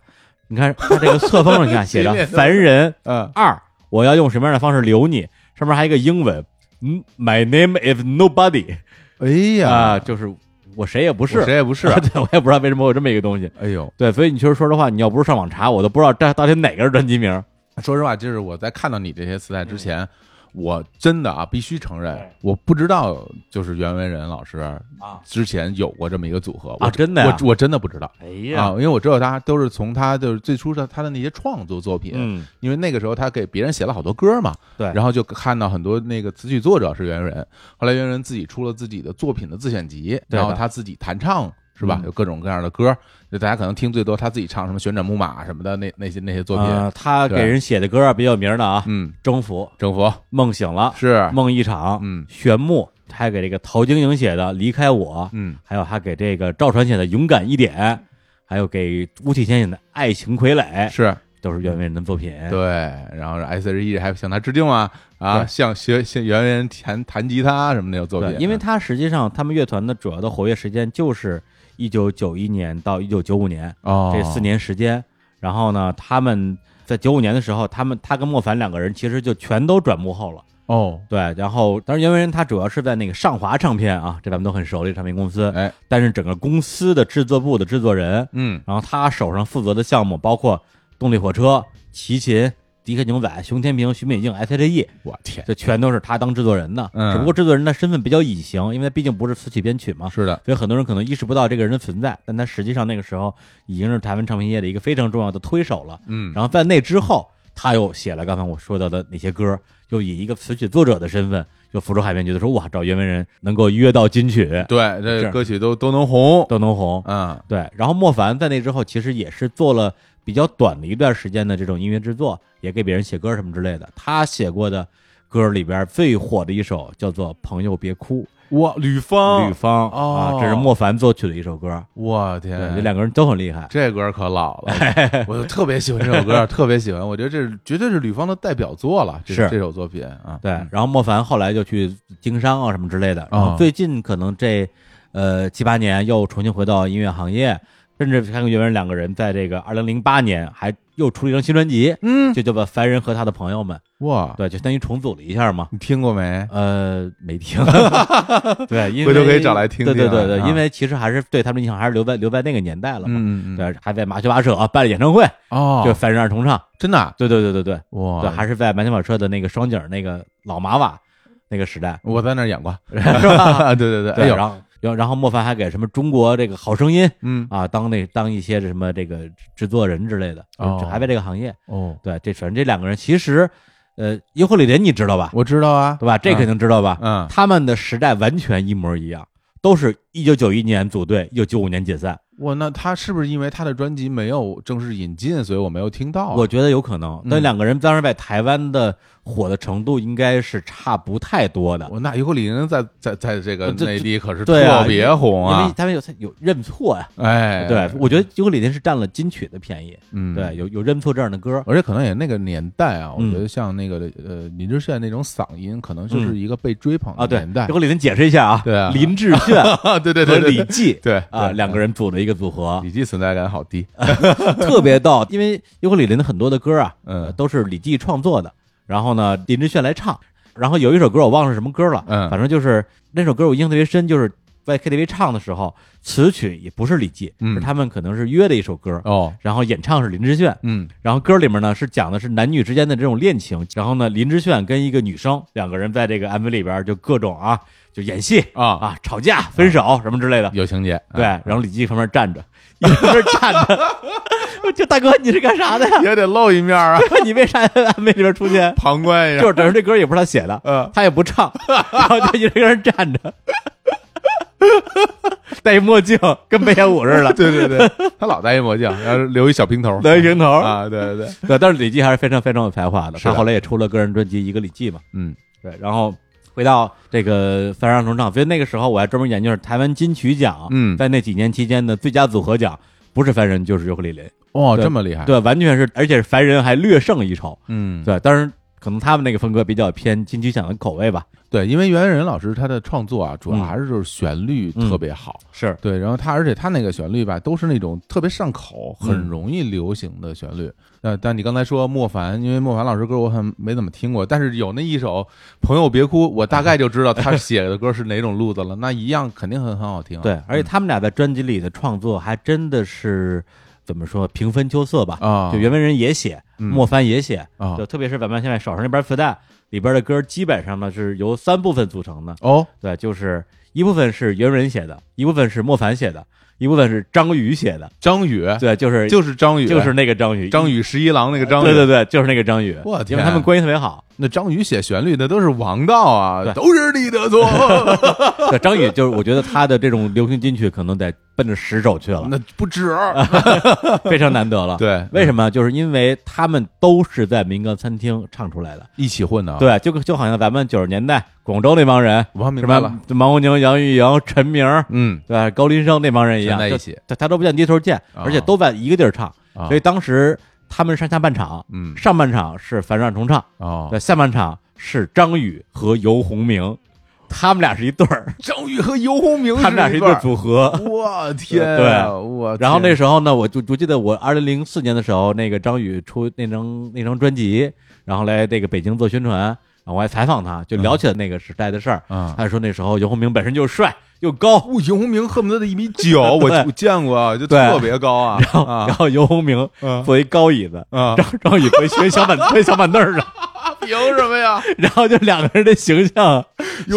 A: 你看他这个侧封上， 你看写着
B: 随便
A: “凡人
B: 嗯，
A: 二”，我要用什么样的方式留你？上面还有一个英文，嗯，My name is nobody
B: 哎
A: 啊，
B: 呀，
A: 就是我谁也不
B: 我
A: 是，，
B: 谁也不是啊
A: 对，我也不知道为什么有这么一个东西。
B: 哎呦，
A: 对，所以你其实说实话，你要不是上网查，我都不知道这到底哪个是专辑名。
B: 说实话，就是我在看到你这些磁带之前，我真的啊，必须承认
A: 嗯对，
B: 我不知道就是袁惟仁老师
A: 啊
B: 之前有过这么一个组合，我
A: 啊真的呀
B: 我我真的不知道
A: 哎呀，
B: 啊，因为我知道他都是从他就是最初的他的那些创作作品，
A: 嗯，
B: 因为那个时候他给别人写了好多歌嘛，
A: 对
B: 然后就看到很多那个词曲作者是袁惟仁，后来袁惟仁自己出了自己的作品的自选集，
A: 对的
B: 然后他自己弹唱是吧？
A: 嗯
B: 有各种各样的歌，就大家可能听最多他自己唱什么旋转木马什么的那那些那些作品，
A: 呃他给
B: 对
A: 人写的歌儿比较有名的啊，
B: 嗯，
A: 征服》《
B: 征服
A: 梦醒了》
B: 是，
A: 梦一场》
B: 嗯
A: 《玄木》，他还给这个陶晶莹写的《离开我》，
B: 嗯，
A: 还有他给这个赵传写的《勇敢一点》，还有给吴启贤写的《爱情傀儡》，
B: 是
A: 都是袁惟仁的作品。
B: 对，然后 S H E 还向他致敬啊啊，
A: 对
B: 向学向袁惟仁弹弹吉他什么那种作
A: 对
B: 品，
A: 因为他实际上他们乐团的主要的活跃时间就是一九九一年到一九九五年
B: 哦
A: 这四年时间。然后呢，他们在九五年的时候，他们他跟莫凡两个人其实就全都转幕后了。
B: 哦，
A: 对，然后当然袁惟仁他主要是在那个上华唱片啊，这咱们都很熟的唱片公司，
B: 哎，
A: 但是整个公司的制作部的制作人，
B: 嗯
A: 然后他手上负责的项目包括动力火车、齐秦、迪克牛仔、熊天平、徐美静、S.H.E，
B: 我天，
A: 这全都是他当制作人的。
B: 嗯
A: 只不过制作人的身份比较隐形，因为他毕竟不是词曲编曲嘛，
B: 是的，
A: 所以很多人可能意识不到这个人的存在。但他实际上那个时候已经是台湾唱片业的一个非常重要的推手了。
B: 嗯，
A: 然后在那之后，他又写了刚才我说到的那些歌，又以一个词曲作者的身份，又浮出海面，觉得说哇，找袁惟仁能够约到金曲，
B: 对，这
A: 是
B: 歌曲都都能红，
A: 都能红。
B: 嗯
A: 对，然后莫凡在那之后其实也是做了比较短的一段时间的这种音乐制作，也给别人写歌什么之类的。他写过的歌里边最火的一首叫做《朋友别哭
B: 哇，吕》，方，
A: 吕方、啊，
B: 哦
A: 这是莫凡作曲的一首歌。
B: 我
A: 对，
B: 天，
A: 这两个人都很厉害。
B: 这歌可老了， 我就特别喜欢这首歌，特别喜欢，我觉得这是绝对是吕方的代表作了，这
A: 是
B: 这首作品啊，
A: 对
B: 嗯，哦
A: 然后莫凡后来就去经商啊什么之类的。然后最近可能这呃七八年又重新回到音乐行业，甚至看看原人两个人在这个二零零八年还又出了一张新专辑，
B: 嗯，
A: 就叫做《凡人和他的朋友们》。
B: 哇，
A: 对，就相当于重组了一下嘛。
B: 你听过没？
A: 呃，没 听，对，因为
B: 回头可以找来听听
A: 对对对对，
B: 啊
A: 因为其实还是对他们印象还是留在留在那个年代了嘛。
B: 嗯嗯嗯，
A: 对，还在麻雀瓦舍啊办了演唱会，
B: 哦，
A: 就三人二重唱。
B: 真的啊
A: 对对对对对，对，
B: 哇，
A: 还是在麻雀瓦舍的那个双井那个老马瓦那个时代，
B: 我在那儿 演过，
A: 是吧？
B: 对对对，哎
A: 对，
B: 呦，
A: 然后然后然后莫凡还给什么中国这个好声音
B: 嗯，
A: 啊当那当一些什么这个制作人之类的，
B: 哦
A: 就还在这个行业。
B: 哦，
A: 对，这反正这两个人其实，呃，叶惠里莲你知道吧？
B: 我知道啊，
A: 对吧？这肯定知道吧？
B: 嗯，
A: 他们的时代完全一模一样，都是一九九一年组队，一九九五年解散。
B: 我那他是不是因为他的专辑没有正式引进，所以我没有听到啊？
A: 我觉得有可能，但
B: 嗯
A: 两个人当时在台湾的火的程度应该是差不太多的，
B: 我那尤克里里在在在这个
A: 呃这
B: 内地可是
A: 对啊
B: 特别红
A: 因为
B: 啊，
A: 他们有有认错呀、
B: 哎，
A: 对，我觉得尤克里林是占了金曲的便宜，
B: 嗯，
A: 对，有有认错这样的歌，
B: 而且可能也那个年代啊，我
A: 嗯
B: 觉得像那个呃林志炫那种嗓音，可能就是一个被追捧
A: 啊，
B: 的
A: 对，
B: 年代
A: 尤克里林解释一下啊，
B: 对啊
A: 林志 炫
B: 啊， 对对
A: 和
B: 对对
A: 李
B: 对
A: 记
B: 对
A: 啊两个
B: 人
A: 人组的一个组合，
B: 李记存在感好低，
A: 特别逗，因为尤克里里的很多的歌啊，
B: 嗯
A: 呃都是李记创作的，然后呢，林志炫来唱，然后有一首歌我忘了是什么歌了，
B: 嗯
A: 反正就是那首歌我印象特别深，就是在 KTV 唱的时候，词曲也不是李记，
B: 嗯
A: 是他们可能是约的一首歌，
B: 哦，
A: 然后演唱是林志炫，
B: 嗯
A: 然后歌里面呢是讲的是男女之间的这种恋情，然后呢，林志炫跟一个女生两个人在这个 MV 里边就各种啊就演戏
B: 啊，
A: 啊吵架分手什么之类的，
B: 有情节，
A: 对，
B: 啊
A: 然后李记旁边站着，一边站着， 我就大哥你是干啥的呀？
B: 也得露一面啊，
A: 你为啥在 MV 里边出现？
B: 旁观一下
A: 就，是等于这歌也不是他写的，
B: 嗯
A: 他也不唱，然后就一个人站着，戴一墨镜，跟北野武似的，
B: 对对对，他老戴一墨镜，然后 留一小平头，
A: 戴一平头。
B: 啊，对对对，
A: 对，但是李记还是非常非常有才华的，
B: 是的
A: 他后来也出了个人专辑《一个李记》嘛。
B: 嗯
A: 对，然后回到这个三十二重唱，所以那个时候我还专门研究了台湾金曲奖，
B: 嗯
A: 在那几年期间的最佳组合奖，不是凡人就是尤克里里。
B: 哦，
A: 对
B: 这么厉害，
A: 对，完全是，而且是凡人还略胜一筹。
B: 嗯
A: 对，当然可能他们那个风格比较偏金曲奖的口味吧。
B: 对，因为袁惟仁老师他的创作啊，主要
A: 嗯
B: 还是就是旋律
A: 嗯
B: 特别好，
A: 是，
B: 对，然后他而且他那个旋律吧，都是那种特别上口、很
A: 嗯
B: 容易流行的旋律。呃，但你刚才说莫凡，因为莫凡老师歌我很没怎么听过，但是有那一首《朋友别哭》，我大概就知道他写的歌是哪种路 子了。那一样肯定很很好听啊。
A: 对，而且他们俩在专辑里的创作还真的是，怎么说平分秋色吧，
B: 啊
A: 就原文人也写，
B: 嗯
A: 莫凡也写，
B: 啊
A: 就特别是晚半现在手上那盘磁带里边的歌，基本上呢是由三部分组成的，
B: 哦，
A: 对，就是一部分是原人写的，一部分是莫凡写的，一部分是张宇写的，
B: 张宇
A: 对，就是
B: 就是张宇，
A: 就是那个张宇，
B: 张宇十一郎那个张宇，
A: 对对对，就是那个张宇，
B: 我
A: 因
B: 天啊
A: 为他们关系特别好，
B: 那张宇写旋律的都是王道啊，
A: 对
B: 都是你的错。
A: 对，张宇就是我觉得他的这种流行金曲可能得奔着十首去了，
B: 那不止，
A: 非常难得了。
B: 对
A: 为什么？就是因为他们都是在民歌餐厅唱出来的。
B: 一起混的。，啊
A: 对，就就好像咱们九十年代广州那帮人，
B: 我明
A: 什
B: 白
A: 么
B: 了。
A: 王国宁、杨钰莹、陈明，
B: 嗯，
A: 对吧？高林生那帮人一样，
B: 全在一
A: 就
B: 起，
A: 他他都不见低头见，而且都在一个地儿唱，
B: 啊
A: 所以当时他们上下半场，
B: 嗯
A: 上半场是樊振重唱，
B: 哦，
A: 对，下半场是张宇和游鸿明，他们俩是一对 儿，
B: 张宇和游鸿明
A: 他们俩是一
B: 一
A: 对儿
B: 儿。
A: 组合，
B: 我天啊，
A: 对
B: 我
A: 然后那
B: 天
A: 时候呢，我就我记得我二零零四年的时候，那个张宇出那张那张专辑，然后来这个北京做宣传，然后我还采访他，就聊起了那个时代的事儿。
B: 嗯
A: 他说那时候游鸿明本身就帅又 高，
B: 哦游鸿明恨不得得一米九，我
A: 对
B: 我见过啊，就
A: 对
B: 特别高啊
A: 然后、
B: 啊
A: 然后游鸿明
B: 嗯
A: 坐一高椅子，
B: 啊！
A: 张张宇坐一小小板坐一小板凳儿上，
B: 凭什么呀？
A: 然后就两个人的形象，
B: 游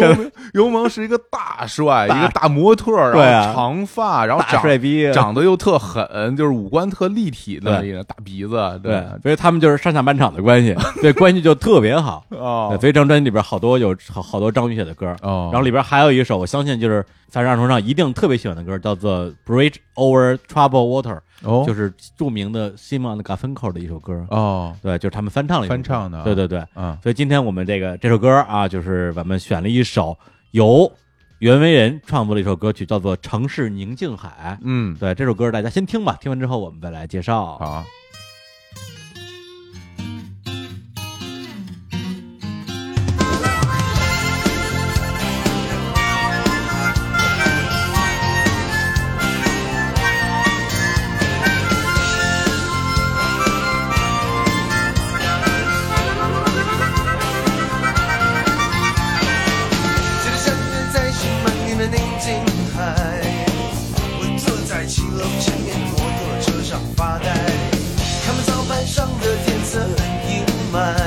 A: 现在
B: 鸿明游鸿明是一个大帅，
A: 大
B: 一个大模特，
A: 对啊
B: 然后长发，然后
A: 大
B: 长
A: 帅逼。
B: 长得又特狠，就是五官特立体的
A: 对
B: 那个大鼻子，
A: 对，所以他们就是上下半场的关系，对关系就特别好。
B: 哦
A: 对，所以这张专辑里边好多有好好多张宇写的歌，
B: 哦
A: 然后里边还有一首我相信就是在让头上一定特别喜欢的歌，叫做《Bridge Over Troubled Water》，
B: 哦
A: 就是著名的 Simon Garfunkel 的一首歌，
B: 哦，
A: 对，就是他们翻唱了一首歌
B: 翻唱的啊
A: 对对对。
B: 嗯
A: 所以今天我们这个这首歌啊，就是咱们选了一首由袁惟仁创作的一首歌曲，叫做《城市宁静海》。
B: 嗯，
A: 对，这首歌大家先听吧，听完之后我们再来介绍。
B: 好，
E: 这个夏天在充满你的宁静海，我坐在骑楼前面摩托车上发呆，看着早班上的天色很阴霾，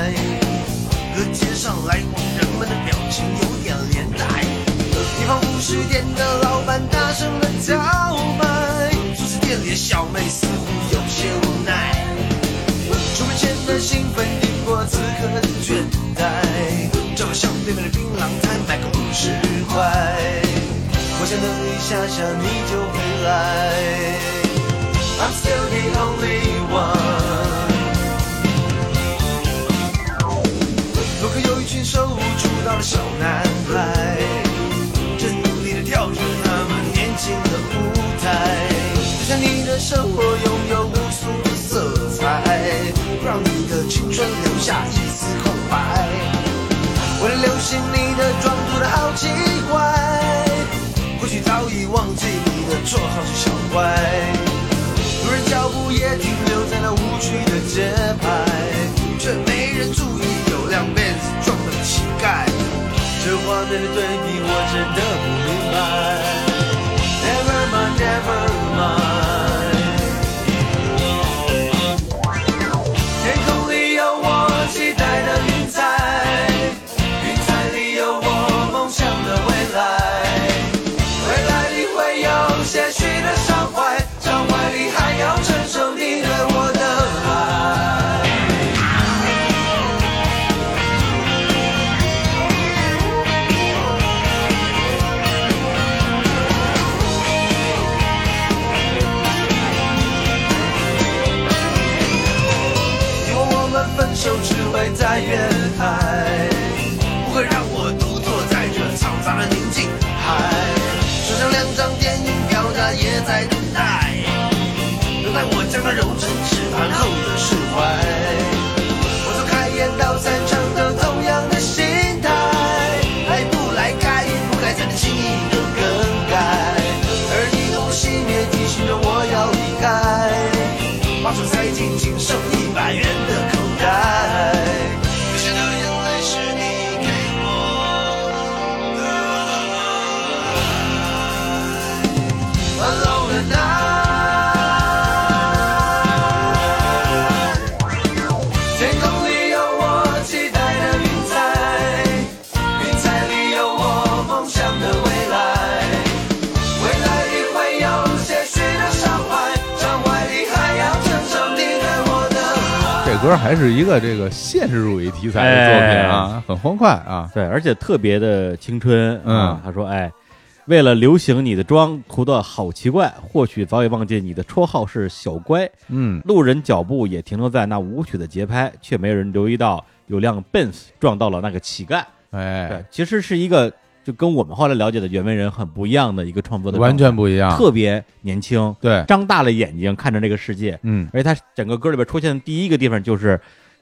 E: 和街上来往人们的表情有点连带。一旁五十店的老板大声的叫卖，素食店里的小妹似乎有些无奈。出门前的兴奋抵过此刻的倦怠，找个巷对面的槟榔摊买个五十块，我想等一下下你就回来。I'm still the only one。路口有一群手舞足蹈的小男孩，正努力的跳着他们年轻的舞台，就像你的生活拥有无数的色彩，不让你的青春留下一丝空白。为了流行你的装作的好奇怪，或许早已忘记你的绰号是小乖。路人脚步也停留在那无趣的节拍，却没人注意有辆 Benz 撞了乞丐。这画面的对比，我真的不明白。Never mind, never mind。天空里有我期待的云彩，云彩里有我梦想的未来。未来里会有些许的伤怀，伤怀里还要承受你对我的爱。因为我们分手只会在远海，不会让我独坐在这嘈杂的宁静海。手上两张电影票价也在等待，等待我将它揉成纸盘后的释怀。我从开演到散场都同样的心态，爱不来该不该才能轻易的更改，而你的熄灭提醒着我要离开。把手塞进仅剩一百元的口袋。流下的眼泪是你给我的爱。Alone at night。
B: 歌还是一个这个现实主义题材的作品
A: 哎
B: 啊，很欢快啊。
A: 对，而且特别的青春。
B: 嗯
A: 啊他说：“哎，为了流行你的妆，涂的好奇怪，或许早已忘记你的绰号是小乖。
B: 嗯，
A: 路人脚步也停留在那舞曲的节拍，却没有人留意到有辆 Benz 撞到了那个乞丐。
B: 哎
A: 对，，其实是一个就跟我们后来了解的袁惟仁很不一样的一个创作的状态，
B: 完全啊不一样。
A: 特别年轻，
B: 对，
A: 张大了眼睛看着这个世界。
B: 嗯，
A: 而且他整个歌里边出现的第一个地方就是，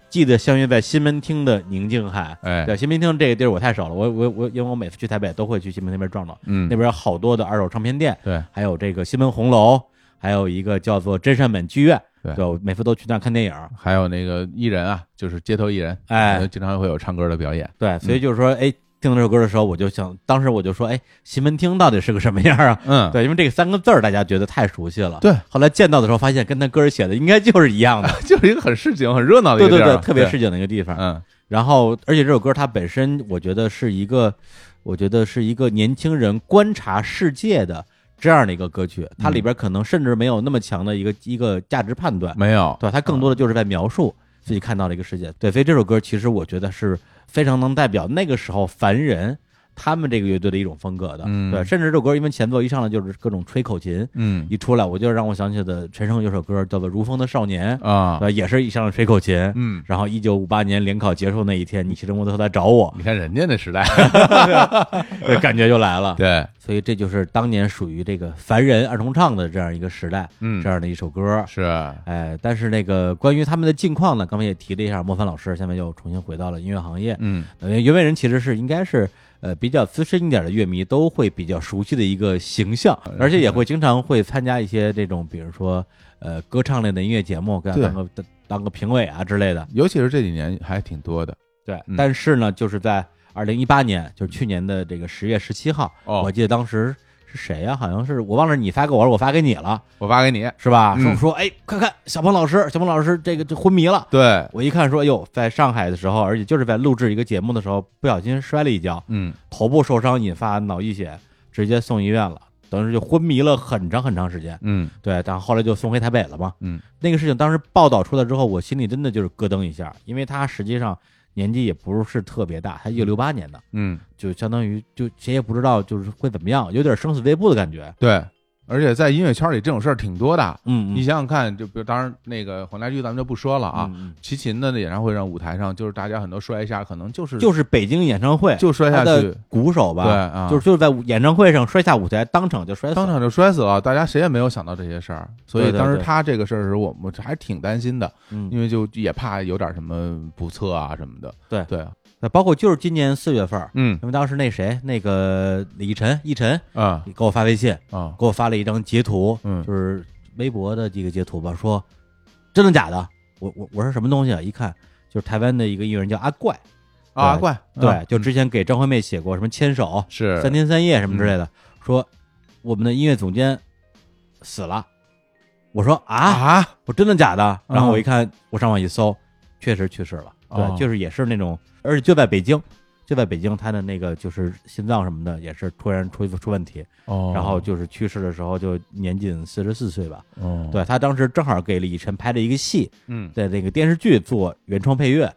A: 记得相约在西门町的宁静海。
B: 哎
A: 对，西门町这个地儿我太熟了，我我我，因为我每次去台北都会去西门那边撞到，
B: 嗯
A: 那边有好多的二手唱片店，
B: 对，
A: 还有这个西门红楼，还有一个叫做真善美剧院，
B: 对
A: 我每次都去那儿看电影。
B: 还有那个艺人啊，就是街头艺人，
A: 哎
B: 经常会有唱歌的表演。
A: 对，所以就是说，哎，听这首歌的时候，我就想，当时我就说，哎，西门町到底是个什么样啊？
B: 嗯，
A: 对，因为这三个字儿大家觉得太熟悉了。
B: 对，
A: 后来见到的时候发现，跟他歌儿写的应该就是一 样的。
B: 就是一个很市井、很热闹的一
A: 对对
B: 个地儿
A: 对，
B: 啊，
A: 特别市井的一个地方。
B: 嗯，
A: 然后，而且这首歌它本身，我觉得是一个，我觉得是一个年轻人观察世界的这样的一个歌曲。它里边可能甚至没有那么强的一个一个价值判断，
B: 没有，
A: 对，它更多的就是在描述自己看到的一个世界。对，所以这首歌其实我觉得是非常能代表那个时候凡人他们这个乐队的一种风格的。
B: 嗯
A: 对，甚至这首歌因为前奏一上来就是各种吹口琴，
B: 嗯
A: 一出来我就让我想起了陈升有首歌叫做《如风的少年》，
B: 啊，
A: 对，也是一上来吹口琴，
B: 嗯，
A: 然后一九五八年联考结束那一天，你骑着摩托车来找我，
B: 你看人家那时代，啊
A: 对，感觉就来了。
B: 对，
A: 所以这就是当年属于这个凡人二重唱的这样一个时代，
B: 嗯
A: 这样的一首歌。
B: 是，
A: 哎，但是那个关于他们的近况呢，刚才也提了一下，莫凡老师现在又重新回到了音乐行业。
B: 嗯，
A: 呃，袁惟仁其实是应该是呃比较资深一点的乐迷都会比较熟悉的一个形象，
B: 呃
A: 而且也会经常会参加一些这种，比如说呃歌唱类的音乐节目，跟他
B: 对
A: 当个当当个评委啊之类的。
B: 尤其是这几年还挺多的，
A: 对，
B: 嗯
A: 但是呢，就是在二零一八年，就是去年的这个十月十七号，
B: 哦
A: 我记得当时是谁呀、好像是我忘了你发给我，还是我发给你了，
B: 我发给你，
A: 是吧？
B: 嗯
A: 说说，哎，快看，小鹏老师，小鹏老师这个这昏迷了。
B: 对，
A: 我一看说，哎呦，在上海的时候，而且就是在录制一个节目的时候，不小心摔了一跤，
B: 嗯，
A: 头部受伤引发脑溢血，直接送医院了，等于是就昏迷了很长很长时间。
B: 嗯，
A: 对，但后来就送回台北了嘛。
B: 嗯，
A: 那个事情当时报道出来之后，我心里真的就是咯噔一下，因为他实际上年纪也不是特别大，他一九六八年的，
B: 嗯，
A: 就相当于就谁也不知道就是会怎么样，有点生死未卜的感觉。
B: 对，而且在音乐圈里这种事儿挺多的，
A: 嗯，
B: 你想想看，就比如当然那个黄家驹咱们就不说了啊，
A: 嗯嗯
B: 齐秦的那演唱会上舞台上，就是大家很多摔一下，可能就是
A: 嗯就是北京演唱会，
B: 就摔
A: 他
B: 下
A: 的
B: 去，
A: 鼓手
B: 对
A: 吧，
B: 啊，
A: 就是就是在演唱会上摔下舞台，当场就摔死
B: 当
A: 了。
B: 场就摔死了，大家谁也没有想到这些事儿，所以
A: 对对
B: 当时
A: 对
B: 他这个事儿的时候，我们还挺担心的，因
A: 嗯，
B: 为就也怕有点什么不测啊什么的。
A: 对
B: 对啊，
A: 那包括就是今年四月份儿，
B: 嗯
A: 因为当时那谁那个李晨，一晨
B: 啊
A: 给我发微信，
B: 啊
A: 给我发了一张截图，
B: 嗯
A: 就是微博的一个截图吧，说真的假的？我我我说什么东西啊？一看就是台湾的一个艺人叫阿怪，
B: 啊！怪
A: 对，就
B: 这
A: 之前给张惠妹写过什么牵手、
B: 是
A: 三天三夜什么之类
B: 嗯
A: 的，说我们的音乐总监死了。我说啊，
B: 啊，
A: 我真的假的？
B: 嗯
A: 然后我一看，我上网一搜，确实去世了。
B: 哦
A: 对，就是也是那种，而且就在北京，就在北京，他的那个就是心脏什么的也是突然出出问题，
B: 哦
A: 然后就是去世的时候就年仅四十四岁吧。
B: 哦，
A: 对他当时正好给李晨拍了一个戏，
B: 嗯
A: 在那个电视剧做原创配乐，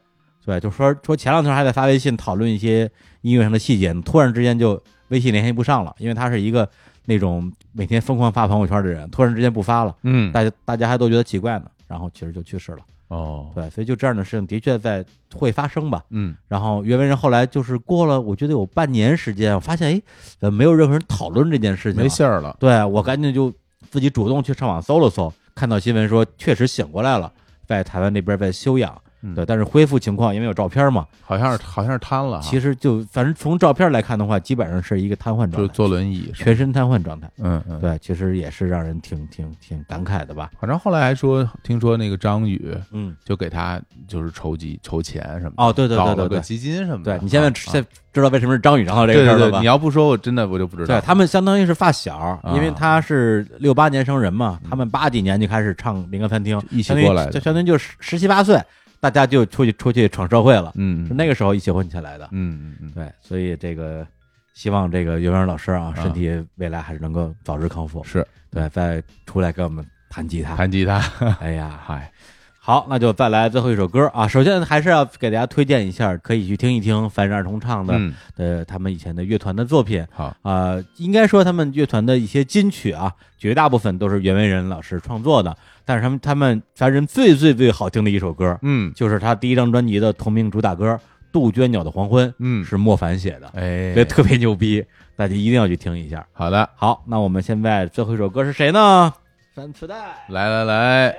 A: 对，就说说前两天还在发微信讨论一些音乐上的细节，突然之间就微信联系不上了，因为他是一个那种每天疯狂发朋友圈的人，突然之间不发了，
B: 嗯
A: 大家大家还都觉得奇怪呢，然后其实就去世了，
B: 哦
A: 对，所以就这样的事情的确在会发生吧。
B: 嗯
A: 然后袁惟仁后来就是过了，我觉得有半年时间，我发现哎，怎么没有任何人讨论这件事情了？啊
B: 没信儿了，
A: 对我赶紧就自己主动去上网搜了搜，看到新闻说确实醒过来了，在台湾那边在休养
B: 嗯。
A: 对，但是恢复情况因为有照片嘛，
B: 好像是好像是瘫了啊，
A: 其实就反正从照片来看的话，基本上是一个瘫痪
B: 就
A: 状
B: 是
A: 态，
B: 坐轮椅，
A: 全身瘫痪状态。
B: 嗯嗯。
A: 对，其实也是让人挺挺挺感慨的吧。
B: 反正后来还说，听说那个张宇
A: 嗯，
B: 就给他就是筹集筹钱什么的，
A: 哦，对对
B: 搞
A: 对
B: 了
A: 对
B: 个
A: 对，
B: 基金什么的。
A: 对你现在
B: 啊
A: 知
B: 啊
A: 现在知道为什么是张宇然后这
B: 对
A: 个事
B: 对
A: 儿了
B: 对，
A: 吧
B: 你？要不说，我真的我就不知道。
A: 对他们相当于是发小，因为
B: 啊嗯
A: 他是六八年生人嘛，他们八几年就开始唱民歌餐厅，
B: 一起
A: 相当于
B: 过来的
A: 就相当于就十十七八岁，大家就出去出去闯社会了，
B: 嗯，
A: 是那个时候一起混起来的。
B: 嗯嗯嗯，
A: 对，所以这个希望这个袁文老师啊，
B: 啊
A: 身体未来还是能够早日康复，
B: 是
A: 对，再出来给我们弹吉他。
B: 弹吉他，
A: 哎呀，
B: 嗨，
A: 好，那就再来最后一首歌啊。首先还是要给大家推荐一下，可以去听一听凡人儿童唱的、
B: 嗯，
A: 呃他们以前的乐团的作品。
B: 好，
A: 呃，应该说他们乐团的一些金曲啊，绝大部分都是袁惟仁老师创作的。但是他们他们凡人最最最好听的一首歌，
B: 嗯
A: 就是他第一张专辑的同名主打歌《杜鹃鸟的黄昏》，
B: 嗯，
A: 是莫凡写的，
B: 哎
A: 所以，特别牛逼，大家一定要去听一下。
B: 好的，
A: 好，那我们现在最后一首歌是谁呢？翻磁带。
B: 来来来，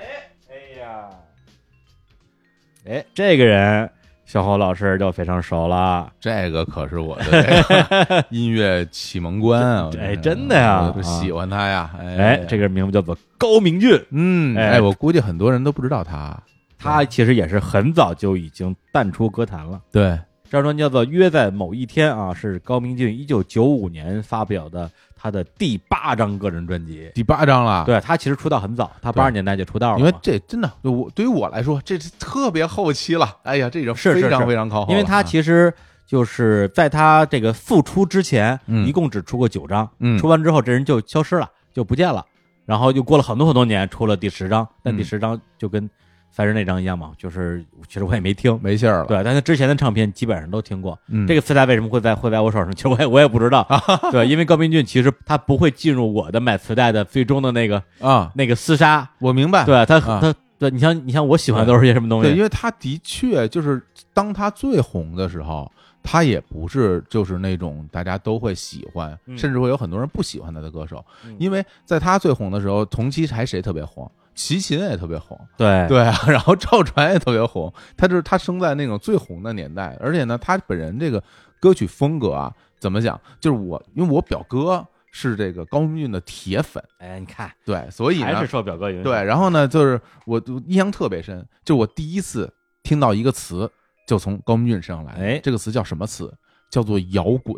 A: 哎，这个人小侯老师就非常熟了。
B: 这个可是我的 这个音乐启蒙观啊！
A: 这
B: 我
A: 哎真的呀
B: 我喜欢他呀！哎
A: 哎，这个名字叫做高明俊，
B: 嗯，
A: 哎
B: 哎，我估计很多人都不知道他。
A: 他其实也是很早就已经淡出歌坛了。
B: 对，
A: 这张专辑叫做《约在某一天》啊，是高明俊一九九五年发表的他的第八张个人专辑。
B: 第八章了。，
A: 对他其实出道很早，他
B: 啊对
A: 八十年代就出道了
B: 因
A: 嘛，
B: 为这真的，对我对于我来说，这是特别后期了。哎呀，这已经
A: 是是
B: 非
A: 是
B: 常非常靠后了啊。
A: 因为他其实就是在他这个复出之前，
B: 嗯
A: 一共只出过九张，
B: 嗯
A: 出完之后这人就消失了，就不见了。然后又过了很多很多年，出了第十张，但
B: 嗯
A: 第十张就跟凡人那张一样嘛，就是其实我也没听，
B: 没信儿了。
A: 对，但他之前的唱片基本上都听过。
B: 嗯
A: 这个磁带为什么会在会在我手上？其实 我也我也不知 道。对，因为高明俊其实他不会进入我的买磁带的最终的那个
B: 啊，
A: 那个厮杀。
B: 我明白。
A: 对他
B: 啊
A: 他对你像你像我喜欢都是些什么东
B: 对，因
A: 西？
B: 为他的确就是当他最红的时候，他也不是就是那种大家都会喜欢，
A: 嗯
B: 甚至会有很多人不喜欢他的歌手，
A: 嗯
B: 因为在他最红的时候，同期还谁特别红？齐秦也特别红，
A: 对
B: 对啊， 然后赵传也特别红，他就是他生在那种最红的年代，而且呢，他本人这个歌曲风格啊，怎么讲？就是我，因为我表哥是这个高明俊的铁粉，
A: 哎，你看
B: 对，所以
A: 还
B: 呢
A: 是，受表哥影响。
B: 对，然后呢，就是我我印象特别深，就我第一次听到一个词，就从高明俊身上来的。
A: 哎
B: 这个词叫什么词？叫做摇滚。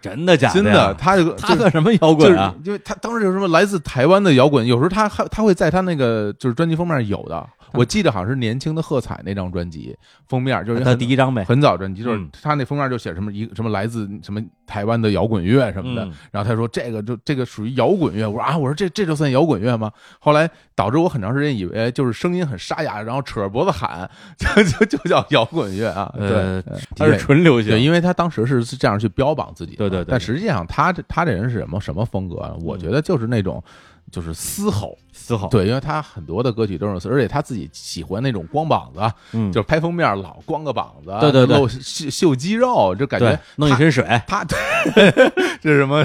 A: 真的假
B: 真
A: 的
B: 的，
A: 呀？
B: 他就
A: 他
B: 就
A: 算什么摇
B: 就是
A: 滚啊？
B: 因为他当时有什么来自台湾的摇滚，有时候他还他会在他那个就是专辑封面有的，
A: 嗯
B: 我记得好像是年轻的喝彩那张专辑封面，就是
A: 他
B: 很
A: 第一张呗。
B: 很早专辑，就是
A: 嗯
B: 他那封面就写什么一个什么来自什么台湾的摇滚乐什么的
A: 嗯，
B: 然后他说这个就这个属于摇滚乐，我说啊，我说这这就算摇滚乐吗？后来导致我很长时间以为就是声音很沙哑，然后扯着脖子喊， 就就就叫摇滚乐啊，对。
A: 呃，他是纯流
B: 对，
A: 行。
B: 因为他当时是是这样去标榜自己的，
A: 对对对嗯
B: 但实际上他这他这人是什么什么风格啊？我觉得就是那种，就是嘶吼，
A: 嘶吼，
B: 对，因为他很多的歌曲都是嘶，而且他自己喜欢那种光膀子，啊
A: 嗯，
B: 就是拍封面老光个膀子，啊
A: 对对对
B: 露秀秀肌肉，就感
A: 对
B: 觉
A: 弄一身水。
B: 他 这是什么？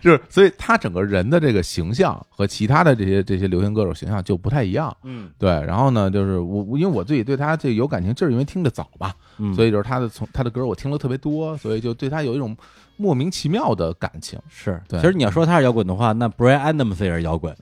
B: 就是所以他整个人的这个形象和其他的这些这些流行歌手形象就不太一样。
A: 嗯
B: 对，然后呢，就是我我因为我自己对他这有感情，就是因为听得早嘛，
A: 嗯，
B: 所
A: 以
B: 以就是他的从他的歌我听了特别多，所以就对他有一种莫名其妙的感 情。
A: 是，其
B: 对
A: 实你要说他是摇滚的话，那 Brian Adams 也是摇滚，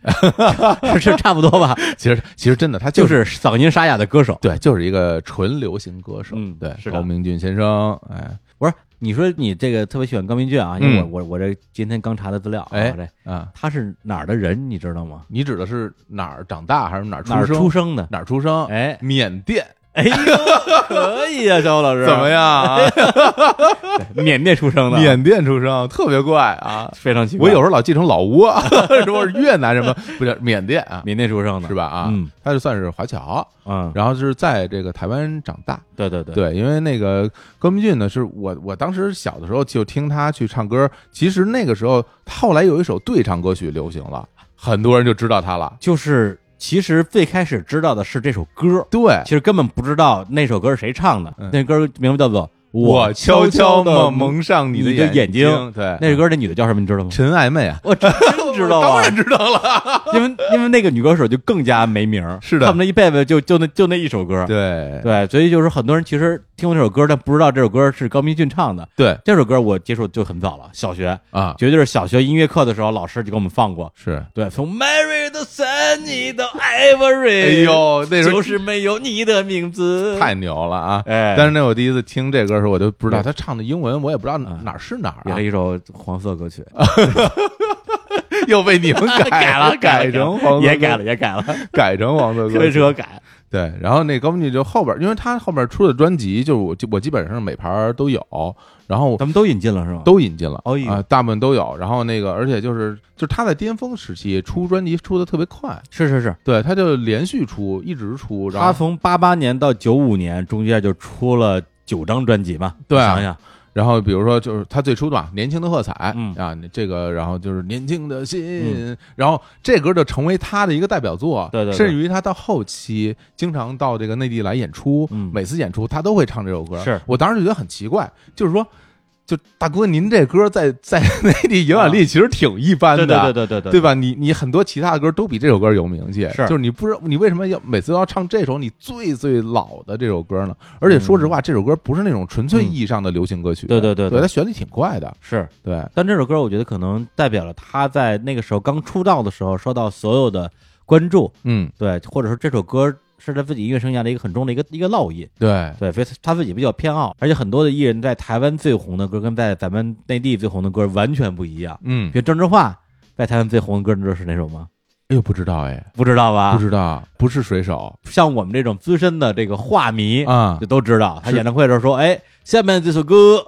A: 是差不多吧？
B: 其实其实真的他。
A: 就是是嗓音沙哑的歌手。
B: 对，就是一个纯流行歌手，
A: 嗯
B: 对，
A: 是的
B: 高明俊先生，哎
A: 不是，你说你这个特别喜欢高明俊啊？因为我
B: 嗯
A: 我我这今天刚查的资料啊，
B: 哎
A: 这
B: 啊，
A: 他是哪儿的人，你知道吗？
B: 你指的是哪儿长大还是哪儿出
A: 哪儿
B: 生？
A: 出生的？
B: 哪儿出生？
A: 哎
B: 缅甸
A: 哎呦，可以啊，小虎老师，
B: 怎 么样啊？
A: 样？缅甸出生的，
B: 缅甸出生，特别怪啊！
A: 非常奇怪。
B: 我有时候老记成老挝， 什么越南什么， 不是缅甸啊，
A: 缅甸出生的，
B: 是？吧？啊，
A: 嗯
B: 他就算是华侨，
A: 嗯，
B: 然后就是在这个台湾长大。
A: 对对对，
B: 对，因为那个高明俊呢，是我我当时小的时候就听他去唱歌，其实那个时候他后来有一首对唱歌曲流行了，很多人就知道他了。
A: 就是其实最开始知道的是这首歌，
B: 对
A: 其，实根本不知道那首歌是谁唱的。
B: 嗯
A: 那歌名字叫做《
B: 我
A: 悄
B: 悄悄
A: 的
B: 的蒙上
A: 你
B: 的
A: 的眼睛
B: 睛，对，
A: 那首歌那女的叫什么，你知道吗？
B: 陈暧昧啊，
A: 我真知道
B: 当
A: 啊，
B: 然知道了，
A: 因为因为那个女歌手就更加没名儿，
B: 是的
A: 他们那一辈子就就那就那一首歌，
B: 对
A: 对所以就是很多人其实听过这首歌，但不知道这首歌是高明俊唱的。
B: 对
A: 这首歌我接触就很早了，小学
B: 啊，
A: 绝对是小学音乐课的时候，老师就给我们放过。
B: 是
A: 对，从 Mary 到 Sunny 到 Ivory，
B: 哎，呦，那时候
A: 就是没有你的名字，
B: 太牛了啊！
A: 哎
B: 但是那我第一次听这歌的时候，我就不知道
A: 对
B: 他唱的英文，我也不知道哪
A: 啊
B: 哪儿是哪儿
A: 也
B: 啊
A: 是，一首黄色歌曲，
B: 又被你们
A: 改
B: 改
A: 了，改
B: 改
A: 了
B: 成黄色
A: 也改了，，也改了，
B: 改成黄色
A: 特
B: 歌
A: 别
B: 曲
A: 适合改。
B: 对，然后那高木就后边，因为他后边出的专辑，就是我基我基本上每盘儿都有，然后
A: 咱们都引进了是吗？
B: 都引进了，啊、
A: 哦呦
B: 大部分都有。然后那个，而且就是就是他在巅峰时期出专辑出的特别快，
A: 是是是，
B: 对，他就连续出，一直出，然
A: 他
B: 后
A: 从八八年到九五年中间就出了九张专辑嘛，
B: 对啊
A: 想想
B: 然后比如说就是他最初的嘛，年轻的喝彩、
A: 嗯
B: 啊，这个然后就是年轻的心，然后这歌就成为他的一个代表作，
A: 对对对
B: 甚至于他到后期经常到这个内地来演出，
A: 嗯
B: 每次演出他都会唱这首歌，
A: 是
B: 我当时就觉得很奇怪，就是说。就大哥，您这歌在在内地影响力其实挺一般的，
A: 啊对对对对对
B: 对吧？你你很多其他的歌都比这首歌有名气，
A: 是
B: 就是你不知道你为什么要每次都要唱这首你最最老的这首歌呢？而且说实话，这首歌不是那种纯粹意义上的流行歌曲，
A: 嗯对对对嗯
B: 对，
A: 对
B: 它旋律挺怪的，
A: 是。
B: 对
A: 但这首歌我觉得可能代表了他在那个时候刚出道的时候受到所有的关注，
B: 嗯
A: 对，或者说这首歌是他自己音乐生涯的一个很重的一个一个烙印，
B: 对
A: 对，所以他自己比较偏傲，而且很多的艺人在台湾最红的歌跟在咱们内地最红的歌完全不一样，
B: 嗯
A: 比，如郑智化在台湾最红的歌，你知道是哪首吗？
B: 哎呦不知道哎，
A: 不知道吧？
B: 不知道，不是水手
A: 像我们这种资深的这个画迷
B: 啊
A: 就都知道，他
B: 是
A: 演唱会的时候说：“哎，下面这首歌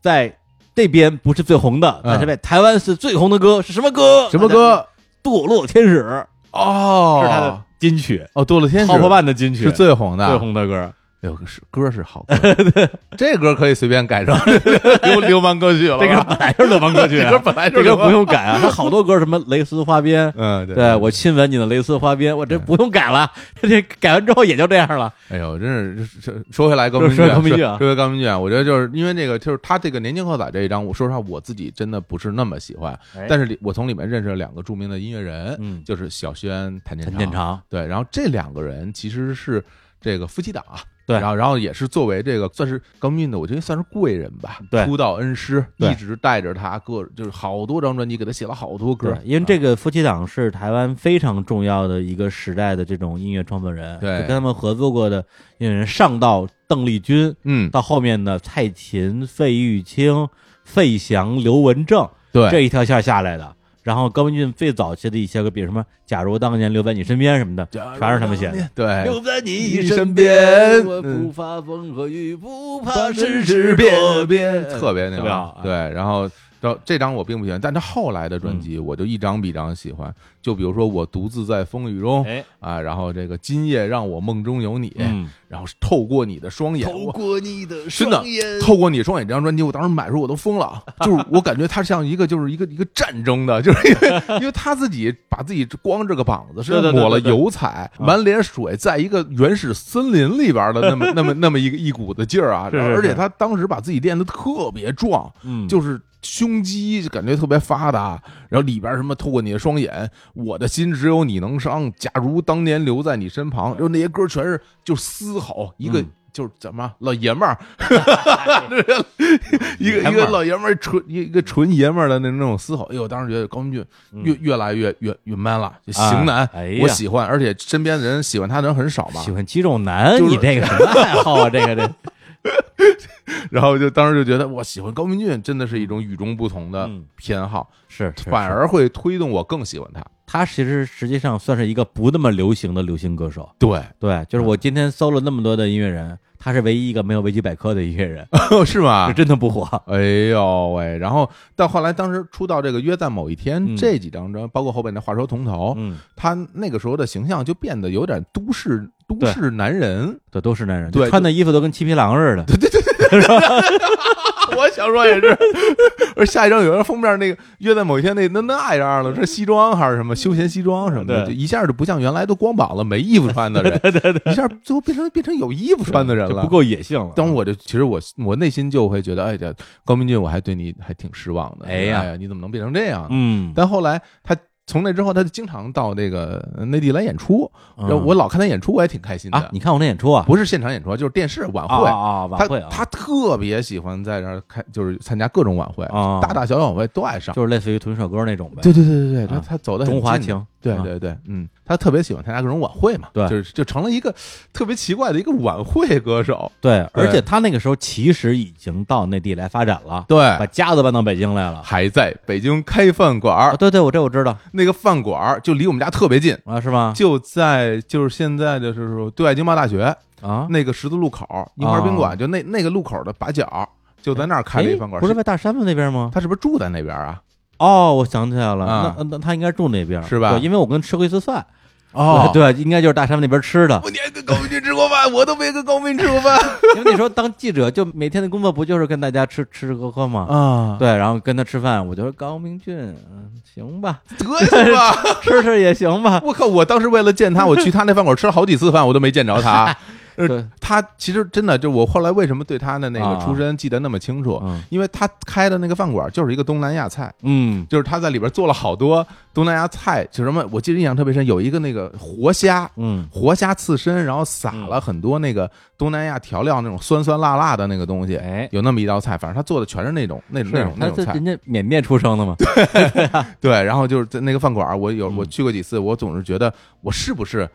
A: 在这边不是最红的，但是在台湾是最红的歌，是什么歌？
B: 嗯什么？歌
A: 堕落天使
B: 哦，
A: 是他的金曲，
B: 哦，堕落天使
A: 泡泡办的金曲
B: 是最啊红的，
A: 最红的歌。
B: 哎呦是歌是好 歌，这歌可以随便改成 流流氓歌曲了吧，
A: 这歌本来就是流氓歌曲，
B: 这歌本来就
A: 啊这
B: 是
A: 歌
B: 流氓
A: 不用改啊，他好多歌什么蕾丝花边。”
B: 嗯 对
A: 对我亲吻你的蕾丝花边，我这不用改了，这改完之后也就这样了。
B: 哎呦，真是说说回来高明
A: 说说
B: 俊，
A: 高明俊啊
B: 说回高明俊啊，我觉得就是因为这个，就是他这个《年轻喝彩》这一张，我说实话，我自己真的不是那么喜欢，
A: 哎
B: 但是里我从里面认识了两个著名的音乐人，
A: 嗯
B: 就是小轩、谭健
A: 陈建常，
B: 对，然后这两个人其实是这个夫妻档啊。
A: 对
B: 然后然后也是作为这个算是高明俊的，我觉得算是贵人吧，
A: 对
B: 出道恩师，
A: 对
B: 一直带着他各就是好多张专辑，给他写了好多歌
A: 对，，因为这个夫妻档是台湾非常重要的一个时代的这种音乐创作人，
B: 对
A: 就跟他们合作过的音乐人上到邓丽君，
B: 嗯，
A: 到后面的蔡琴、费玉清、费翔、刘文正
B: 对，
A: 这一条线下来的。然后高文俊最早期的一些个，比如什么《假如当年留在你身边》什么的，全是他们写的。
B: 嗯对，
A: 留在你
B: 身
A: 身
B: 边
A: 边，我不怕风和雨，不怕世
B: 之
A: 事变。
B: 变，特别那
A: 特
B: 个
A: 别好哎嗯
B: 对，然后到这张我并不喜欢，但他后来的专辑我就一张比一张喜欢。就比如说我独自在风雨中
A: 哎，
B: 啊，然后这个今夜让我梦中有你，
A: 嗯，
B: 然后透过你的双眼，我
C: 过你的
B: 真的透过你双眼这张专辑，我当时买的时候我都疯了，啊就是我感觉他像一个就是一个一个战争的，就是因为因为他自己把自己光着个膀子，身
A: 对对
B: 上
A: 对
B: 抹了
A: 对对
B: 油彩，满脸水，在一个原始森林里边的那么那么那么一个一股子劲儿啊，
A: 是是是
B: 而且他当时把自己练得特别壮，
A: 嗯
B: 就是胸肌就感觉特别发达，然后里边什么透过你的双眼，我的心只有你能伤，假如当年留在你身旁，然后那些歌全是就嘶吼，一个
A: 嗯
B: 就是怎么老爷们 儿，一个
A: 爷们儿
B: 一个老爷们儿纯一一个纯爷们儿的那那种嘶吼，哎呦，当时觉得高明俊越越来越越越 man 了，就型男
A: 嗯哎呀，
B: 我喜欢，而且身边的人喜欢他的人很少嘛
A: 喜，欢肌肉男，
B: 就是
A: 你这个什么爱好啊？这个这
B: 然后就当时就觉得我喜欢高明俊真的是一种与众不同的
A: 嗯
B: 偏好，
A: 是是
B: 反而会推动我更喜欢他，
A: 他其实实际上算是一个不那么流行的流行歌手。
B: 对。
A: 对，就是
B: 嗯
A: 我今天搜了那么多的音乐人，他是唯一一个没有维基百科的音乐人，
B: 哦， 是
A: 就
B: 吗？
A: 真的不火。
B: 哎呦喂！然后到后来，当时出道这个《约在某一天》
A: 嗯
B: 这几张专，包括后边的《话说从头》
A: 嗯，
B: 他那个时候的形象就变得有点都市都
A: 对
B: 市男人。
A: 对，都是男人，
B: 对
A: 就穿的衣服都跟七匹狼似的。对对，
B: 我想说也是。而下一张有人封面那个《约在某一天》那那那样 了，这西装还是什么休闲西装什么的，就
A: 对
B: 一下就不像原来都光膀子没衣服穿的 人，一下最后变成变成有衣服穿的人
A: 就
B: 了
A: 不。够野性了。
B: 当我就其实我我内心就会觉得，哎，这高明俊我还对你还挺失望的。
A: 哎呀
B: 哎呀，你怎么能变成这样呢？
A: 嗯，
B: 但后来他从那之后，他就经常到那个呃内地来演出，
A: 嗯
B: 然后我老看他演出，我也挺开心的。
A: 啊，你看我那演出啊？
B: 不是现场演出啊，就是电视晚
A: 啊
B: 会。
A: 啊啊，晚会啊，
B: 他他特别喜欢在这儿开，就是参加各种晚会，
A: 啊
B: 大大小小晚会都爱上。
A: 就是类似于屯首歌那种呗。
B: 对对对对对，他
A: 啊
B: 他走的
A: 中华情，
B: 对
A: 啊
B: 对对，嗯，他特别喜欢参加各种晚会嘛，
A: 对
B: 就是就成了一个特别奇怪的一个晚会歌手，
A: 对，而
B: 对
A: 且他那个时候其实已经到内地来发展了，把
B: 对，
A: 家都搬到北京来了。
B: 还在北京开饭馆
A: 啊，
B: 儿，
A: 对对，我这我知道
B: 那个饭馆儿就离我们家特别近，
A: 啊，是吗？
B: 就在就是现在的就是说对外经贸大学
A: 啊，
B: 那个十字路口樱花宾馆，就那那个路口的把角，就在那儿开了一
A: 哎
B: 饭馆。
A: 不是在大山子那边吗？
B: 他是不是住在那边啊？
A: 哦，我想起来了，
B: 啊
A: 那那他应该住那边
B: 是吧
A: 对因为我跟吃过一次饭，
B: 哦
A: 对，对应该就是大山那边吃的
B: 我。连跟高明君吃过饭，我都没跟高明吃过饭
A: 因为那时候当记者，就每天的工作不就是跟大家吃吃吃喝喝吗？
B: 啊，
A: 对，然后跟他吃饭，我就说高明俊，嗯，行吧，
B: 德行吧！
A: 吃吃也行吧。
B: 我靠，我当时为了 见他，我去他那饭馆吃了好几次饭，我都没见着他。呃
A: 对
B: 他其实真的，就我后来为什么对他的那
A: 啊
B: 个出身记得那么清楚，
A: 嗯
B: 因为他开的那个饭馆就是一个东南亚菜，
A: 嗯，
B: 就是他在里边做了好多东南亚菜，就什么我记得印象特别深，有一个那个活虾，
A: 嗯，
B: 活虾刺身，然后撒了很多那个东南亚调料那种酸酸辣辣的那个东西，
A: 哎，
B: 有那么一道菜，反正他做的全是那种那种那
A: 是
B: 种，那
A: 他嗯
B: 种
A: 是
B: 菜
A: 人，家缅甸出生的嘛，
B: 对，然后就是在那个饭馆儿，我有
A: 嗯
B: 我去过几次，我总是觉得我是不是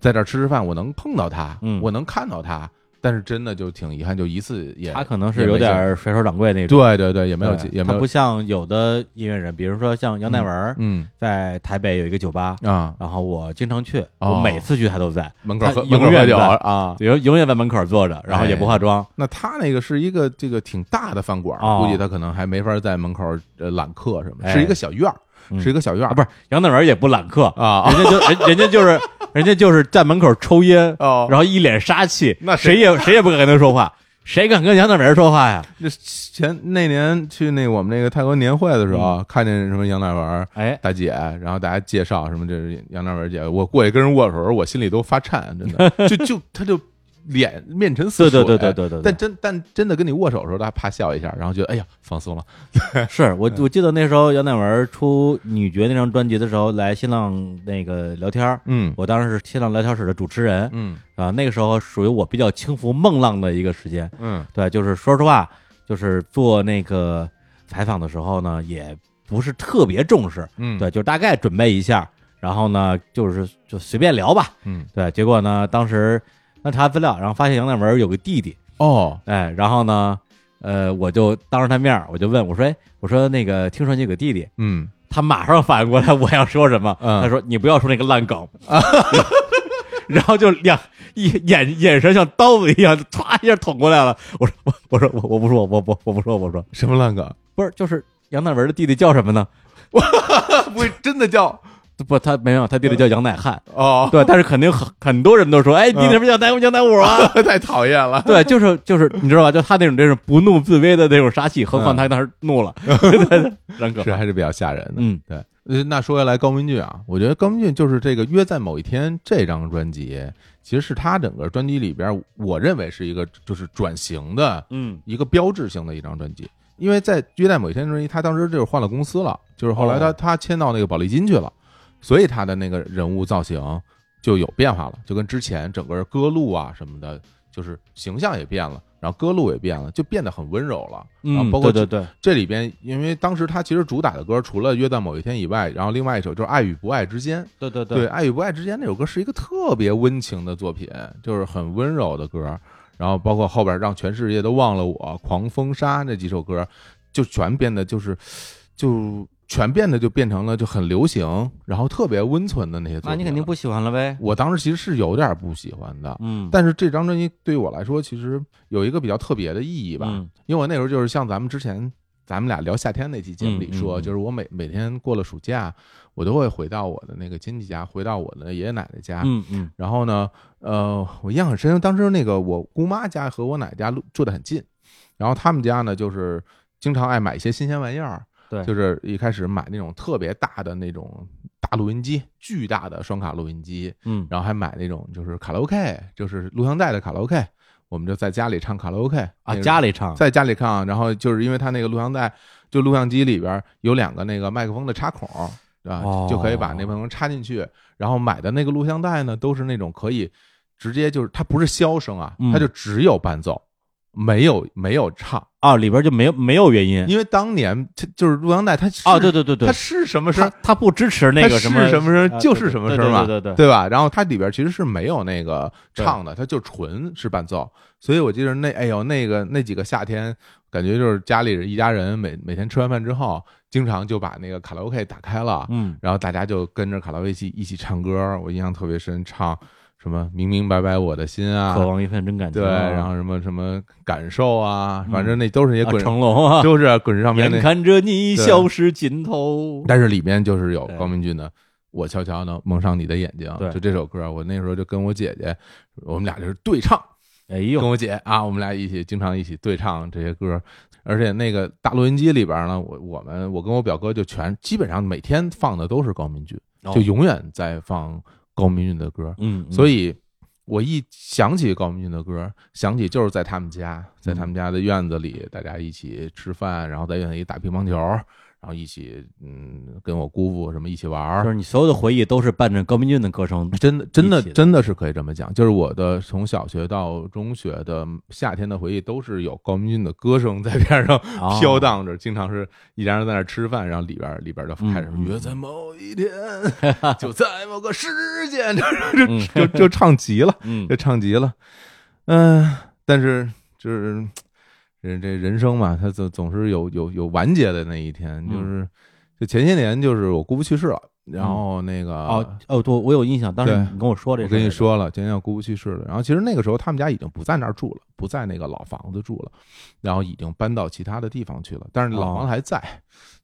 B: 在这儿吃吃饭，我能碰到他，
A: 嗯
B: 我能看到他，但是真的就挺遗憾，就一次也
A: 他可能
B: 也
A: 是
B: 没
A: 有
B: 见
A: 点儿甩手掌柜那种，
B: 对对对，也没有
A: 对
B: 也没
A: 他
B: 有
A: 不像有的音乐人，比如说像杨乃文儿，
B: 嗯
A: 在台北有一个酒吧，
B: 啊
A: 然后我经常去，
B: 哦
A: 我每次去他都在，
B: 门口儿
A: 他
B: 喝门口
A: 永
B: 儿喝
A: 远
B: 酒
A: 在
B: 啊，
A: 永永远在门口坐着，然后也不化妆，
B: 那他那个是一个这个挺大的饭馆儿，
A: 哦
B: 估计他可能还没法在门口儿呃揽客什么的，
A: 哎
B: 是一个小院儿，
A: 嗯
B: 是一个小院儿，
A: 啊，不是杨乃文也不揽客，
B: 啊
A: 人家就人人家就是人家就是在门口抽烟，
B: 哦
A: 然后一脸杀气，
B: 那谁
A: 谁也谁也不敢跟他说话，谁敢跟杨乃文说话呀？
B: 这前那年去那我们那个泰国年会的时
A: 嗯
B: 候，看见什么杨乃文儿
A: 哎，
B: 大姐，然后大家介绍什么这是杨乃文姐，我过去跟人握手，我心里都发颤，真 的，就就他就脸面沉似水，
A: 对对对对对对对
B: 哎但真但真的跟你握手的时候，他啪笑一下，然后觉得哎呀放松了，
A: 是我我记得那时候杨乃文出《女爵》那张专辑的时候来新浪那个聊天儿
B: 嗯
A: 我当时是新浪聊天室的主持人
B: 嗯
A: 啊，那个时候属于我比较轻浮梦浪的一个时间，
B: 嗯
A: 对，就是说实话，就是做那个采访的时候呢，也不是特别重视，
B: 嗯，
A: 对，就大概准备一下，然后呢，就是就随便聊吧，
B: 嗯
A: 对。结果呢，当时那查资料，然后发现杨乃文有个弟弟，
B: 哦
A: 哎，然后呢，呃，我就当着他面儿我就问我说，哎，我说那个听说你有个弟弟，
B: 嗯
A: 他马上反应过来我要说什么，
B: 嗯
A: 他说你不要说那个烂 梗，然后就两一眼眼神像刀子一样，歘一下捅过来了。我说我我说我我不说我我我不说我不说，
B: 什么烂梗，
A: 不是就是杨乃文的弟弟叫什么呢？
B: 不会真的叫
A: 不，他没有，他弟弟叫杨乃汉。
B: 哦，
A: 对，但是肯定很很多人都说，哎，你
B: 嗯
A: 怎么叫南江南五 啊？
B: 太讨厌了，
A: 对，就是就是，你知道吧？就他那种真是不怒自威的那种杀气，何况
B: 嗯
A: 他当时怒 了，对对对然后
B: 是还是比较吓人的，
A: 嗯，
B: 对。呃那说回来，高明俊啊，我觉得高明俊就是这个《约在某一天》这张专辑，其实是他整个专辑里边，我认为是一个就是转型的
A: 嗯
B: 一个标志性的一张专辑。因为在《约在某一天》专辑，他当时就是换了公司了，就是后来他、
A: 哦
B: 他签到那个宝丽金去了，所以他的那个人物造型就有变化了，就跟之前整个歌路啊什么的，就是形象也变了，然后歌路也变了，就变得很温柔了。然后
A: 嗯，
B: 啊包括
A: 对对对，
B: 这里边，因为当时他其实主打的歌，除了《约在某一天》以外，然后另外一首就是《爱与不爱之间》。
A: 对对
B: 对，《啊爱与不爱之间》那首歌是一个特别温情的作品，就是很温柔的歌。然后包括后边《让全世界都忘了我》《狂风沙》那几首歌，就全变得就是，就全变得就变成了就很流行，然后特别温存的那些作品。
A: 那你肯定，不喜欢了呗？
B: 我当时其实是有点不喜欢的。
A: 嗯，
B: 但是这张专辑对于我来说，其实有一个比较特别的意义吧，
A: 嗯
B: 因为我那时候就是像咱们之前咱们俩聊夏天那期节目里
A: 嗯
B: 说，
A: 嗯嗯
B: 就是我每每天过了暑假，我都会回到我的那个亲戚家，回到我的爷爷奶奶家。
A: 嗯嗯
B: 然后呢，呃，我印象很深，当时那个我姑妈家和我奶家住住得很近，然后他们家呢就是经常爱买一些新鲜玩意儿，
A: 对
B: 就是一开始买那种特别大的那种大录音机，巨大的双卡录音机，
A: 嗯，
B: 然后还买那种就是卡拉 OK，就是录像带的卡拉 OK，我们就在家里唱卡拉 OK
A: 啊，家
B: 里
A: 里唱，
B: 在家里唱，然后就是因为它那个录像带，就录像机里边有两个那个麦克风的插孔。啊
A: 哦，
B: 就可以把那麦克风插进去，然后买的那个录像带呢，都是那种可以直接就是它不是箫声啊
A: 嗯，
B: 它就只有伴奏，没有没有唱，
A: 啊，里边就没有没有原因
B: 因为当年它就是录像带，它是
A: 嗯啊，对，对对对
B: 它，是什么
A: 他
B: 声，
A: 他不支持那
B: 它
A: 个
B: 是
A: 么
B: 什么声
A: 啊
B: 就是什么声嘛
A: 对对对对
B: 对吧？然后它里边其实是没有那个唱的，它就纯是伴奏。所以我记得那哎呦那个那几个夏天，感觉就是家里人一家人每每天吃完饭之后，经常就把那个卡拉 OK 打开了，
A: 嗯
B: 然后大家就跟着卡拉 OK 一起一起唱歌，我印象特别深，唱什么明明白白我的心啊，
A: 渴望一份真感情
B: 对，
A: 啊，
B: 然后什么什么感受啊，
A: 嗯
B: 反正那都是些
A: 啊
B: 滚，
A: 成龙啊，
B: 就是滚石上面
A: 眼
B: 那，
A: 看着你
B: 对
A: 消失尽头，
B: 但是里边就是有
A: 对
B: 高明俊的《我悄悄的蒙上你的眼睛
A: 对》，
B: 就这首歌，我那时候就跟我姐姐，我们俩就是对唱，
A: 哎
B: 跟
A: 呦，
B: 我姐啊，我们俩一起经常一起对唱这些歌，而且那个大录音机里边呢，我我们我跟我表哥就全基本上每天放的都是高明俊，
A: 哦
B: 就永远在放高明俊的歌，
A: 嗯，
B: 所
A: 以
B: 以我一想起高明俊的歌，想起就是在他们家，
A: 嗯
B: 在他们家的院子里，大家一起吃饭，然后在院子里打乒乓球，然后一起嗯跟我姑父什么一起玩
A: 就
B: 儿。
A: 是你所有的回忆都是伴着高明俊的歌声，
B: 真的，真的
A: 一起，的
B: 真的是可以这么讲。就是我的从小学到中学的夏天的回忆，都是有高明俊的歌声在边上
A: 哦
B: 飘荡着，经常是一家人在那儿吃饭，然后里边里边就开始
A: 嗯嗯
B: 约在某 一天，就在某个时间， 就就就就唱急了。
A: 嗯
B: 这唱急了，嗯、但是就是人这人生嘛，它总总是有有有完结的那一天，
A: 嗯
B: 就是就前些年就是我姑父去世了，然后那个、
A: 哦哦，对，我有印象，当时
B: 对
A: 你跟我说这
B: 我
A: 事儿
B: 跟你
A: 来着，
B: 说了，前天我姑父去世了，然后其实那个时候他们家已经不在那儿住了，不在那个老房子住了，然后已经搬到其他的地方去了，但是老房子还在，
A: 哦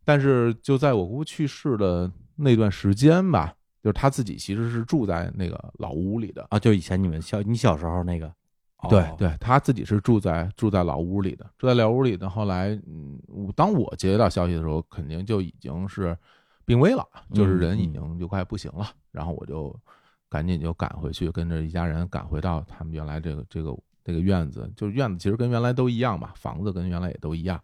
B: 但是就在我姑父去世的那段时间吧。就是他自己其实是住在那个老屋里的，
A: 啊，就以前你们小你小时候那个，哦
B: 对对，他自己是住在住在老屋里的，住在老屋里的。后来，嗯，我当我接到消息的时候，肯定就已经是病危了，就是
A: 嗯
B: 人已
A: 嗯
B: 经就快不行了。然后我就赶紧就赶回去，跟着一家人赶回到他们原来这个这个这个院子，就是院子其实跟原来都一样嘛，房子跟原来也都一样，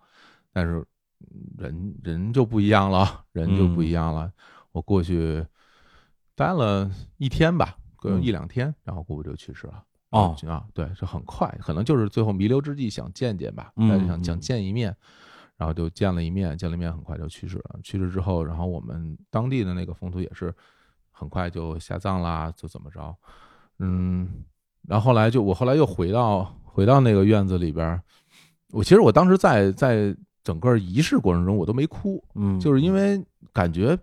B: 但是嗯人人就不一样了，人就
A: 嗯
B: 不一样了。我过去待了一天吧，个
A: 嗯
B: 一两天，然后姑父就去世了。
A: 哦，
B: 啊，对，是很快，可能就是最后弥留之际想见见吧，
A: 嗯
B: 大家想
A: 嗯
B: 想见一面，然后就见了一面，见了一面很快就去世了。去世之后，然后我们当地的那个风俗也是很快就下葬啦，就怎么着，嗯，然后后来就我后来又回到回到那个院子里边儿，我其实我当时在在整个仪式过程中我都没哭，
A: 嗯，
B: 就是因为感觉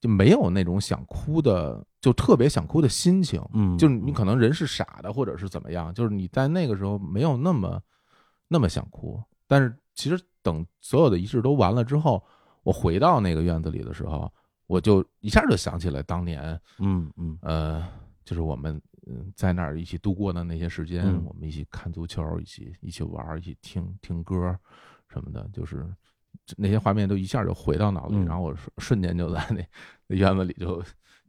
B: 就没有那种想哭的，就特别想哭的心情，
A: 嗯，
B: 就是你可能人是傻的，或者是怎么样，就是你在那个时候没有那么那么想哭，但是其实等所有的仪式都完了之后，我回到那个院子里的时候，我就一下就想起来当年，
A: 嗯嗯
B: 呃，就是我们嗯在那儿一起度过的那些时间，
A: 嗯
B: 我们一起看足球，一起一起玩儿，一起听听歌儿什么的，就是这那些画面都一下就回到脑子里，
A: 嗯
B: 然后我瞬瞬间就在那那院子里就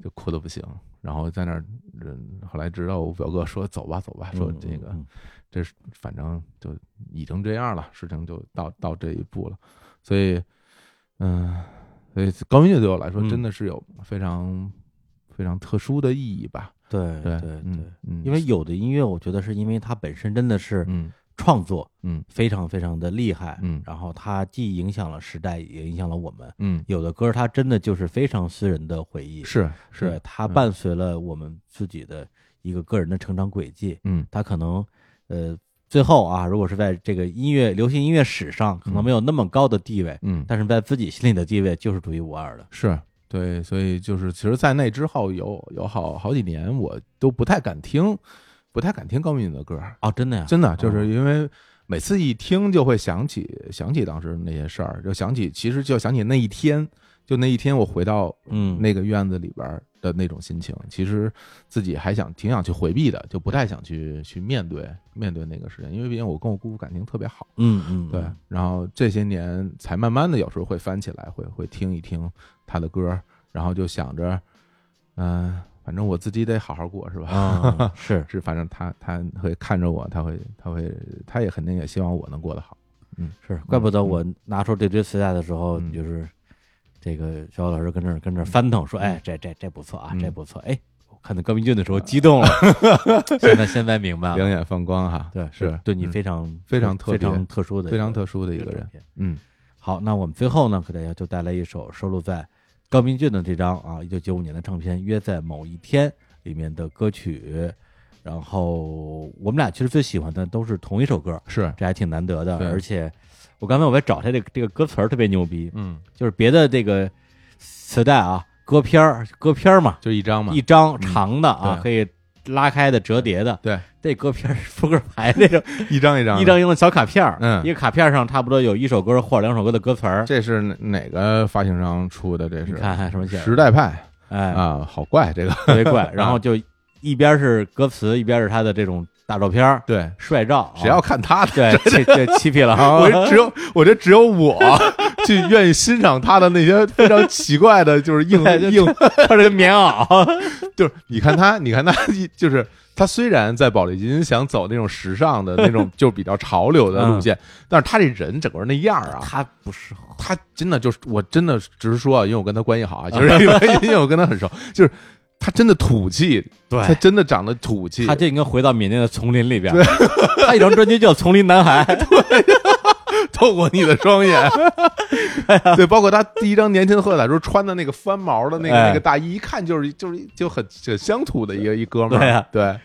B: 就哭的不行，然后在那儿，嗯后来直到我表哥说走吧走吧，
A: 嗯，
B: 说
A: 嗯
B: 这个
A: 嗯
B: 这是反正就已经这样了，事情就到到这一步了，所以，嗯、所以高明俊对我来说
A: 嗯
B: 真的是有非常非常特殊的意义吧。
A: 对
B: 对
A: 哎对对
B: 嗯，嗯，
A: 因为有的音乐，我觉得是因为它本身真的是
B: 嗯
A: 创作，
B: 嗯
A: 非常非常的厉害，
B: 嗯
A: 然后它既影响了时代，也影响了我们。
B: 嗯
A: 有的歌它真的就是非常私人的回忆，
B: 是
A: 对
B: 是
A: 它
B: 嗯
A: 伴随了我们自己的一个个人的成长轨迹。
B: 嗯
A: 它可能呃最后啊，如果是在这个音乐流行音乐史上，可能
B: 嗯
A: 没有那么高的地位，
B: 嗯
A: 但是在自己心里的地位就是独一无二的。
B: 是对，所以就是其实，在那之后有有好好几年，我都不太敢听，不太敢听高敏的歌，
A: 哦，真的呀，
B: 真的就
A: 哦
B: 是因为每次一听就会想起想起当时那些事儿，就想起其实就想起那一天，就那一天我回到
A: 嗯，
B: 那个院子里边儿的那种心情，其实自己还想挺想去回避的，就不太想去去面对面对那个事情，因为毕竟我跟我姑父感情特别好，
A: 嗯嗯，
B: 对
A: 嗯，
B: 然后这些年才慢慢的有时候会翻起来，会会听一听他的歌儿，然后就想着，嗯、反正我自己得好好过，是吧？
A: 啊，是
B: 是，反正他他会看着我，他会他会他也肯定也希望我能过得好。
A: 是，怪不得我拿出这堆磁带的时候，
B: 嗯
A: 就是这个小老师跟这儿跟这儿翻腾，说：“哎，这这这不错啊，
B: 嗯
A: 这不错。”哎，我看到高明俊的时候激动了， 现在现在明白
B: 两
A: 了，
B: 眼放光哈。
A: 啊对，
B: 是
A: 对你
B: 嗯
A: 非常
B: 非常特
A: 非
B: 别
A: 常特殊的
B: 非常
A: 一个
B: 特殊的一个
A: 作
B: 人。
A: 品
B: 嗯，
A: 好，那我们最后呢，给大家就带来一首收录在高明俊的这张啊，一九九五年的唱片《约在某一天》里面的歌曲。然后我们俩其实最喜欢的都是同一首歌，
B: 是，
A: 这还挺难得的。
B: 对
A: 而且我刚才我在找他这个这个歌词儿特别牛逼，
B: 嗯，
A: 就是别的这个磁带啊，歌片儿歌片儿嘛，
B: 就一张嘛嗯
A: 一，张长的啊，
B: 对
A: 可以拉开的、折叠的，
B: 对，
A: 这歌片儿是扑克牌那种
B: 一张一张的，
A: 一张一张的小卡片儿，
B: 嗯
A: 一个卡片儿上差不多有一首歌或者两首歌的歌词儿。
B: 这是哪哪个发行商出的？这
A: 你
B: 是
A: 看看什么写的
B: 时代派
A: 哎，
B: 啊，好怪这个。
A: 特别 怪。然后就一边是歌词，一边是他的这种大照片儿、
B: 对，
A: 帅照。啊
B: 谁要啊看他的？，
A: 对这这七匹狼
B: 我
A: 啊
B: 这只有我这只有我去愿意欣赏他的那些非常奇怪的，就是硬
A: 对就
B: 硬，
A: 穿着个棉袄，
B: 就是你看他，你看他，一就是他虽然在宝丽金想走那种时尚的那种就比较潮流的
A: 嗯
B: 路线，但是他这人整个那样儿啊，
A: 他不适合。
B: 他真的就是，我真的只是说啊，因为我跟他关系好 啊，就是因为因为我跟他很熟，就是他真的土气，
A: 对
B: 他真的长得土气，
A: 他就应该回到缅甸的丛林里边儿。 他一张专辑叫《丛林男 孩》，
B: 透过你的双眼，对，包括他第一张年轻喝彩时候穿的那个翻毛的那个
A: 哎
B: 那个大衣，一看就是就是就很很乡土的一个一哥们
A: 对
B: 儿
A: 啊，
B: 对，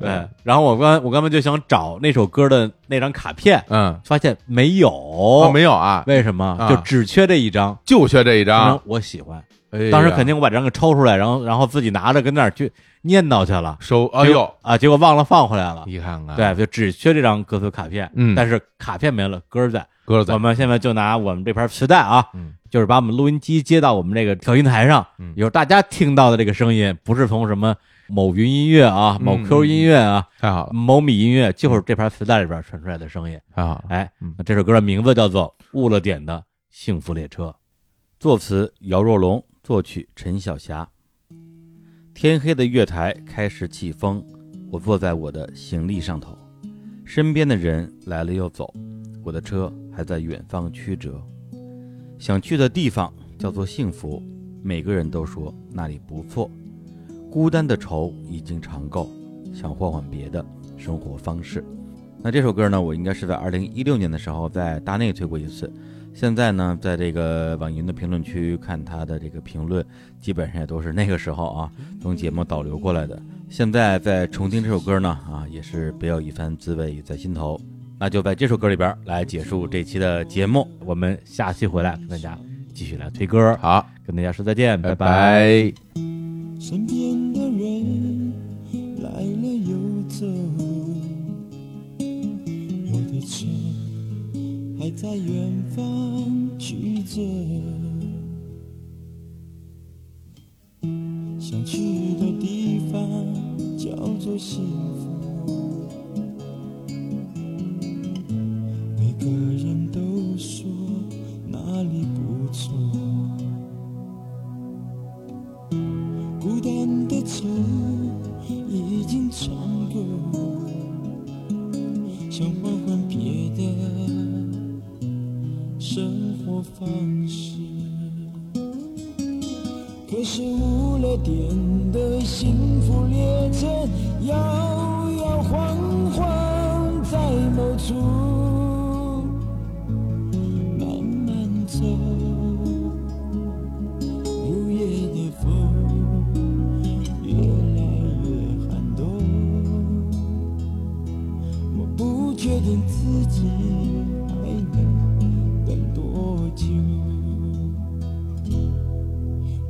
A: 对，然后我刚我刚才就想找那首歌的那张卡片，
B: 嗯，
A: 发现没
B: 哦，
A: 有，
B: 没有啊，
A: 为什么？
B: 啊
A: 就只缺这一张。
B: 就缺这一
A: 当然
B: 张，
A: 我喜欢，
B: 哎啊呀
A: 当时肯定我把这张给抽出来，然后然后自己拿着跟那儿去念叨去了。
B: 收，哎
A: 结果
B: 呦，
A: 啊，结果忘了放回来了。
B: 你看看，，
A: 对，就只缺这张歌词卡片，
B: 嗯
A: 但是卡片没了，歌儿在。
B: 哥仔
A: 我，们现在就拿我们这盘磁带啊，
B: 嗯
A: 就是把我们录音机接到我们这个调音台上，
B: 嗯
A: 有大家听到的这个声音，不是从什么某云音乐啊、某
B: 嗯
A: Q 音乐啊、
B: 太好了，
A: 某米音乐，就是这盘磁带里边传出来的声音。
B: 太好了，
A: 哎
B: 嗯，
A: 那这首歌的名字叫做《误了点的幸福列车》，作词姚若龙，作曲陈晓霞。天 黑的月台开始起风，我坐在我的行李上头，身边的人来了又走，我的车还在远方曲折。想去的地方叫做幸福，每个人都说那里不错。孤单的愁已经尝够，想换换别的生活方式。那这首歌呢，我应该是在二零一六年的时候在大内推过一次。现在呢，在这个网易云的评论区看他的这个评论，基本上也都是那个时候啊，从节目导流过来的。现在在重听这首歌呢，啊，也是别有一番滋味在心头。那就在这首歌里边来结束这期的节目，我们下期回来跟大家继续来推歌，
B: 好，
A: 跟大家说再见，拜
B: 拜。
F: 身边的人来了又走，我的车还在远方曲折，想去的地方叫做幸福，每个人都说哪里不错。孤单的愁已经尝够，想换换别的生活方式。可是误了点的幸福列车，摇摇晃晃在某处慢慢走。午夜的风越来越寒冬，我不确定自己还能等多久。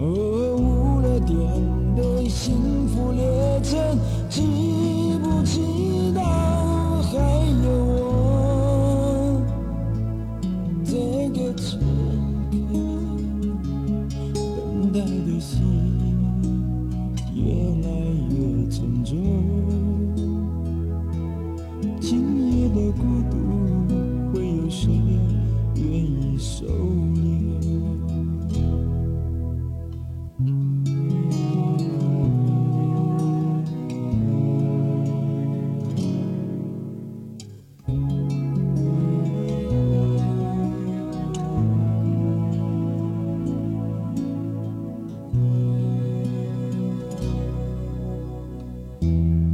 F: 哦，无了点的幸福列车，知不知道还有我这个乘客？等待的心越来越沉重，今夜的孤独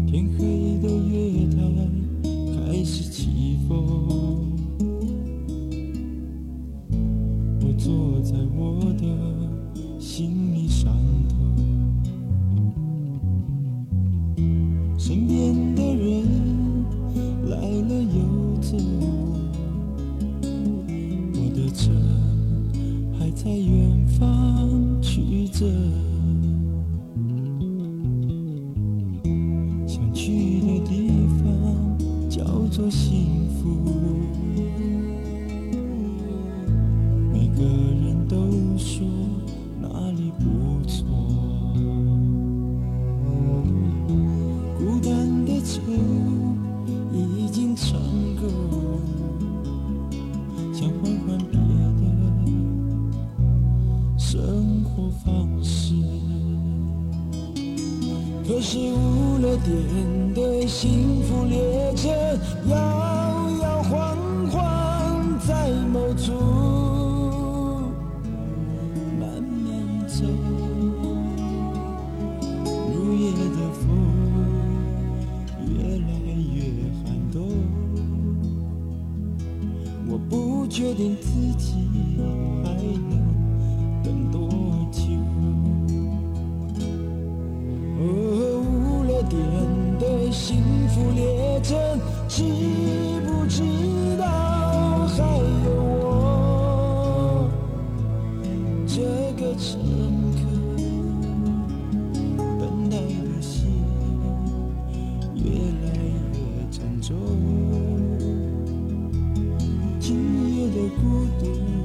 F: 天黑的月台开始起风。我坐在我的行李上头，身边的人来了又走，我的车还在远方曲折。想去的地方叫做幸福。每个人都说哪里不错。孤单的愁已经尝够，想换换别的生活方式。可是无了点的幸福列车摇摇晃晃在某处慢慢走，入夜的风越来越寒冬，我不确定自己还能等多久。哦，无了点的幸福列车，知不知道还有我这个乘客？等待的心越来越沉重，今夜的孤独。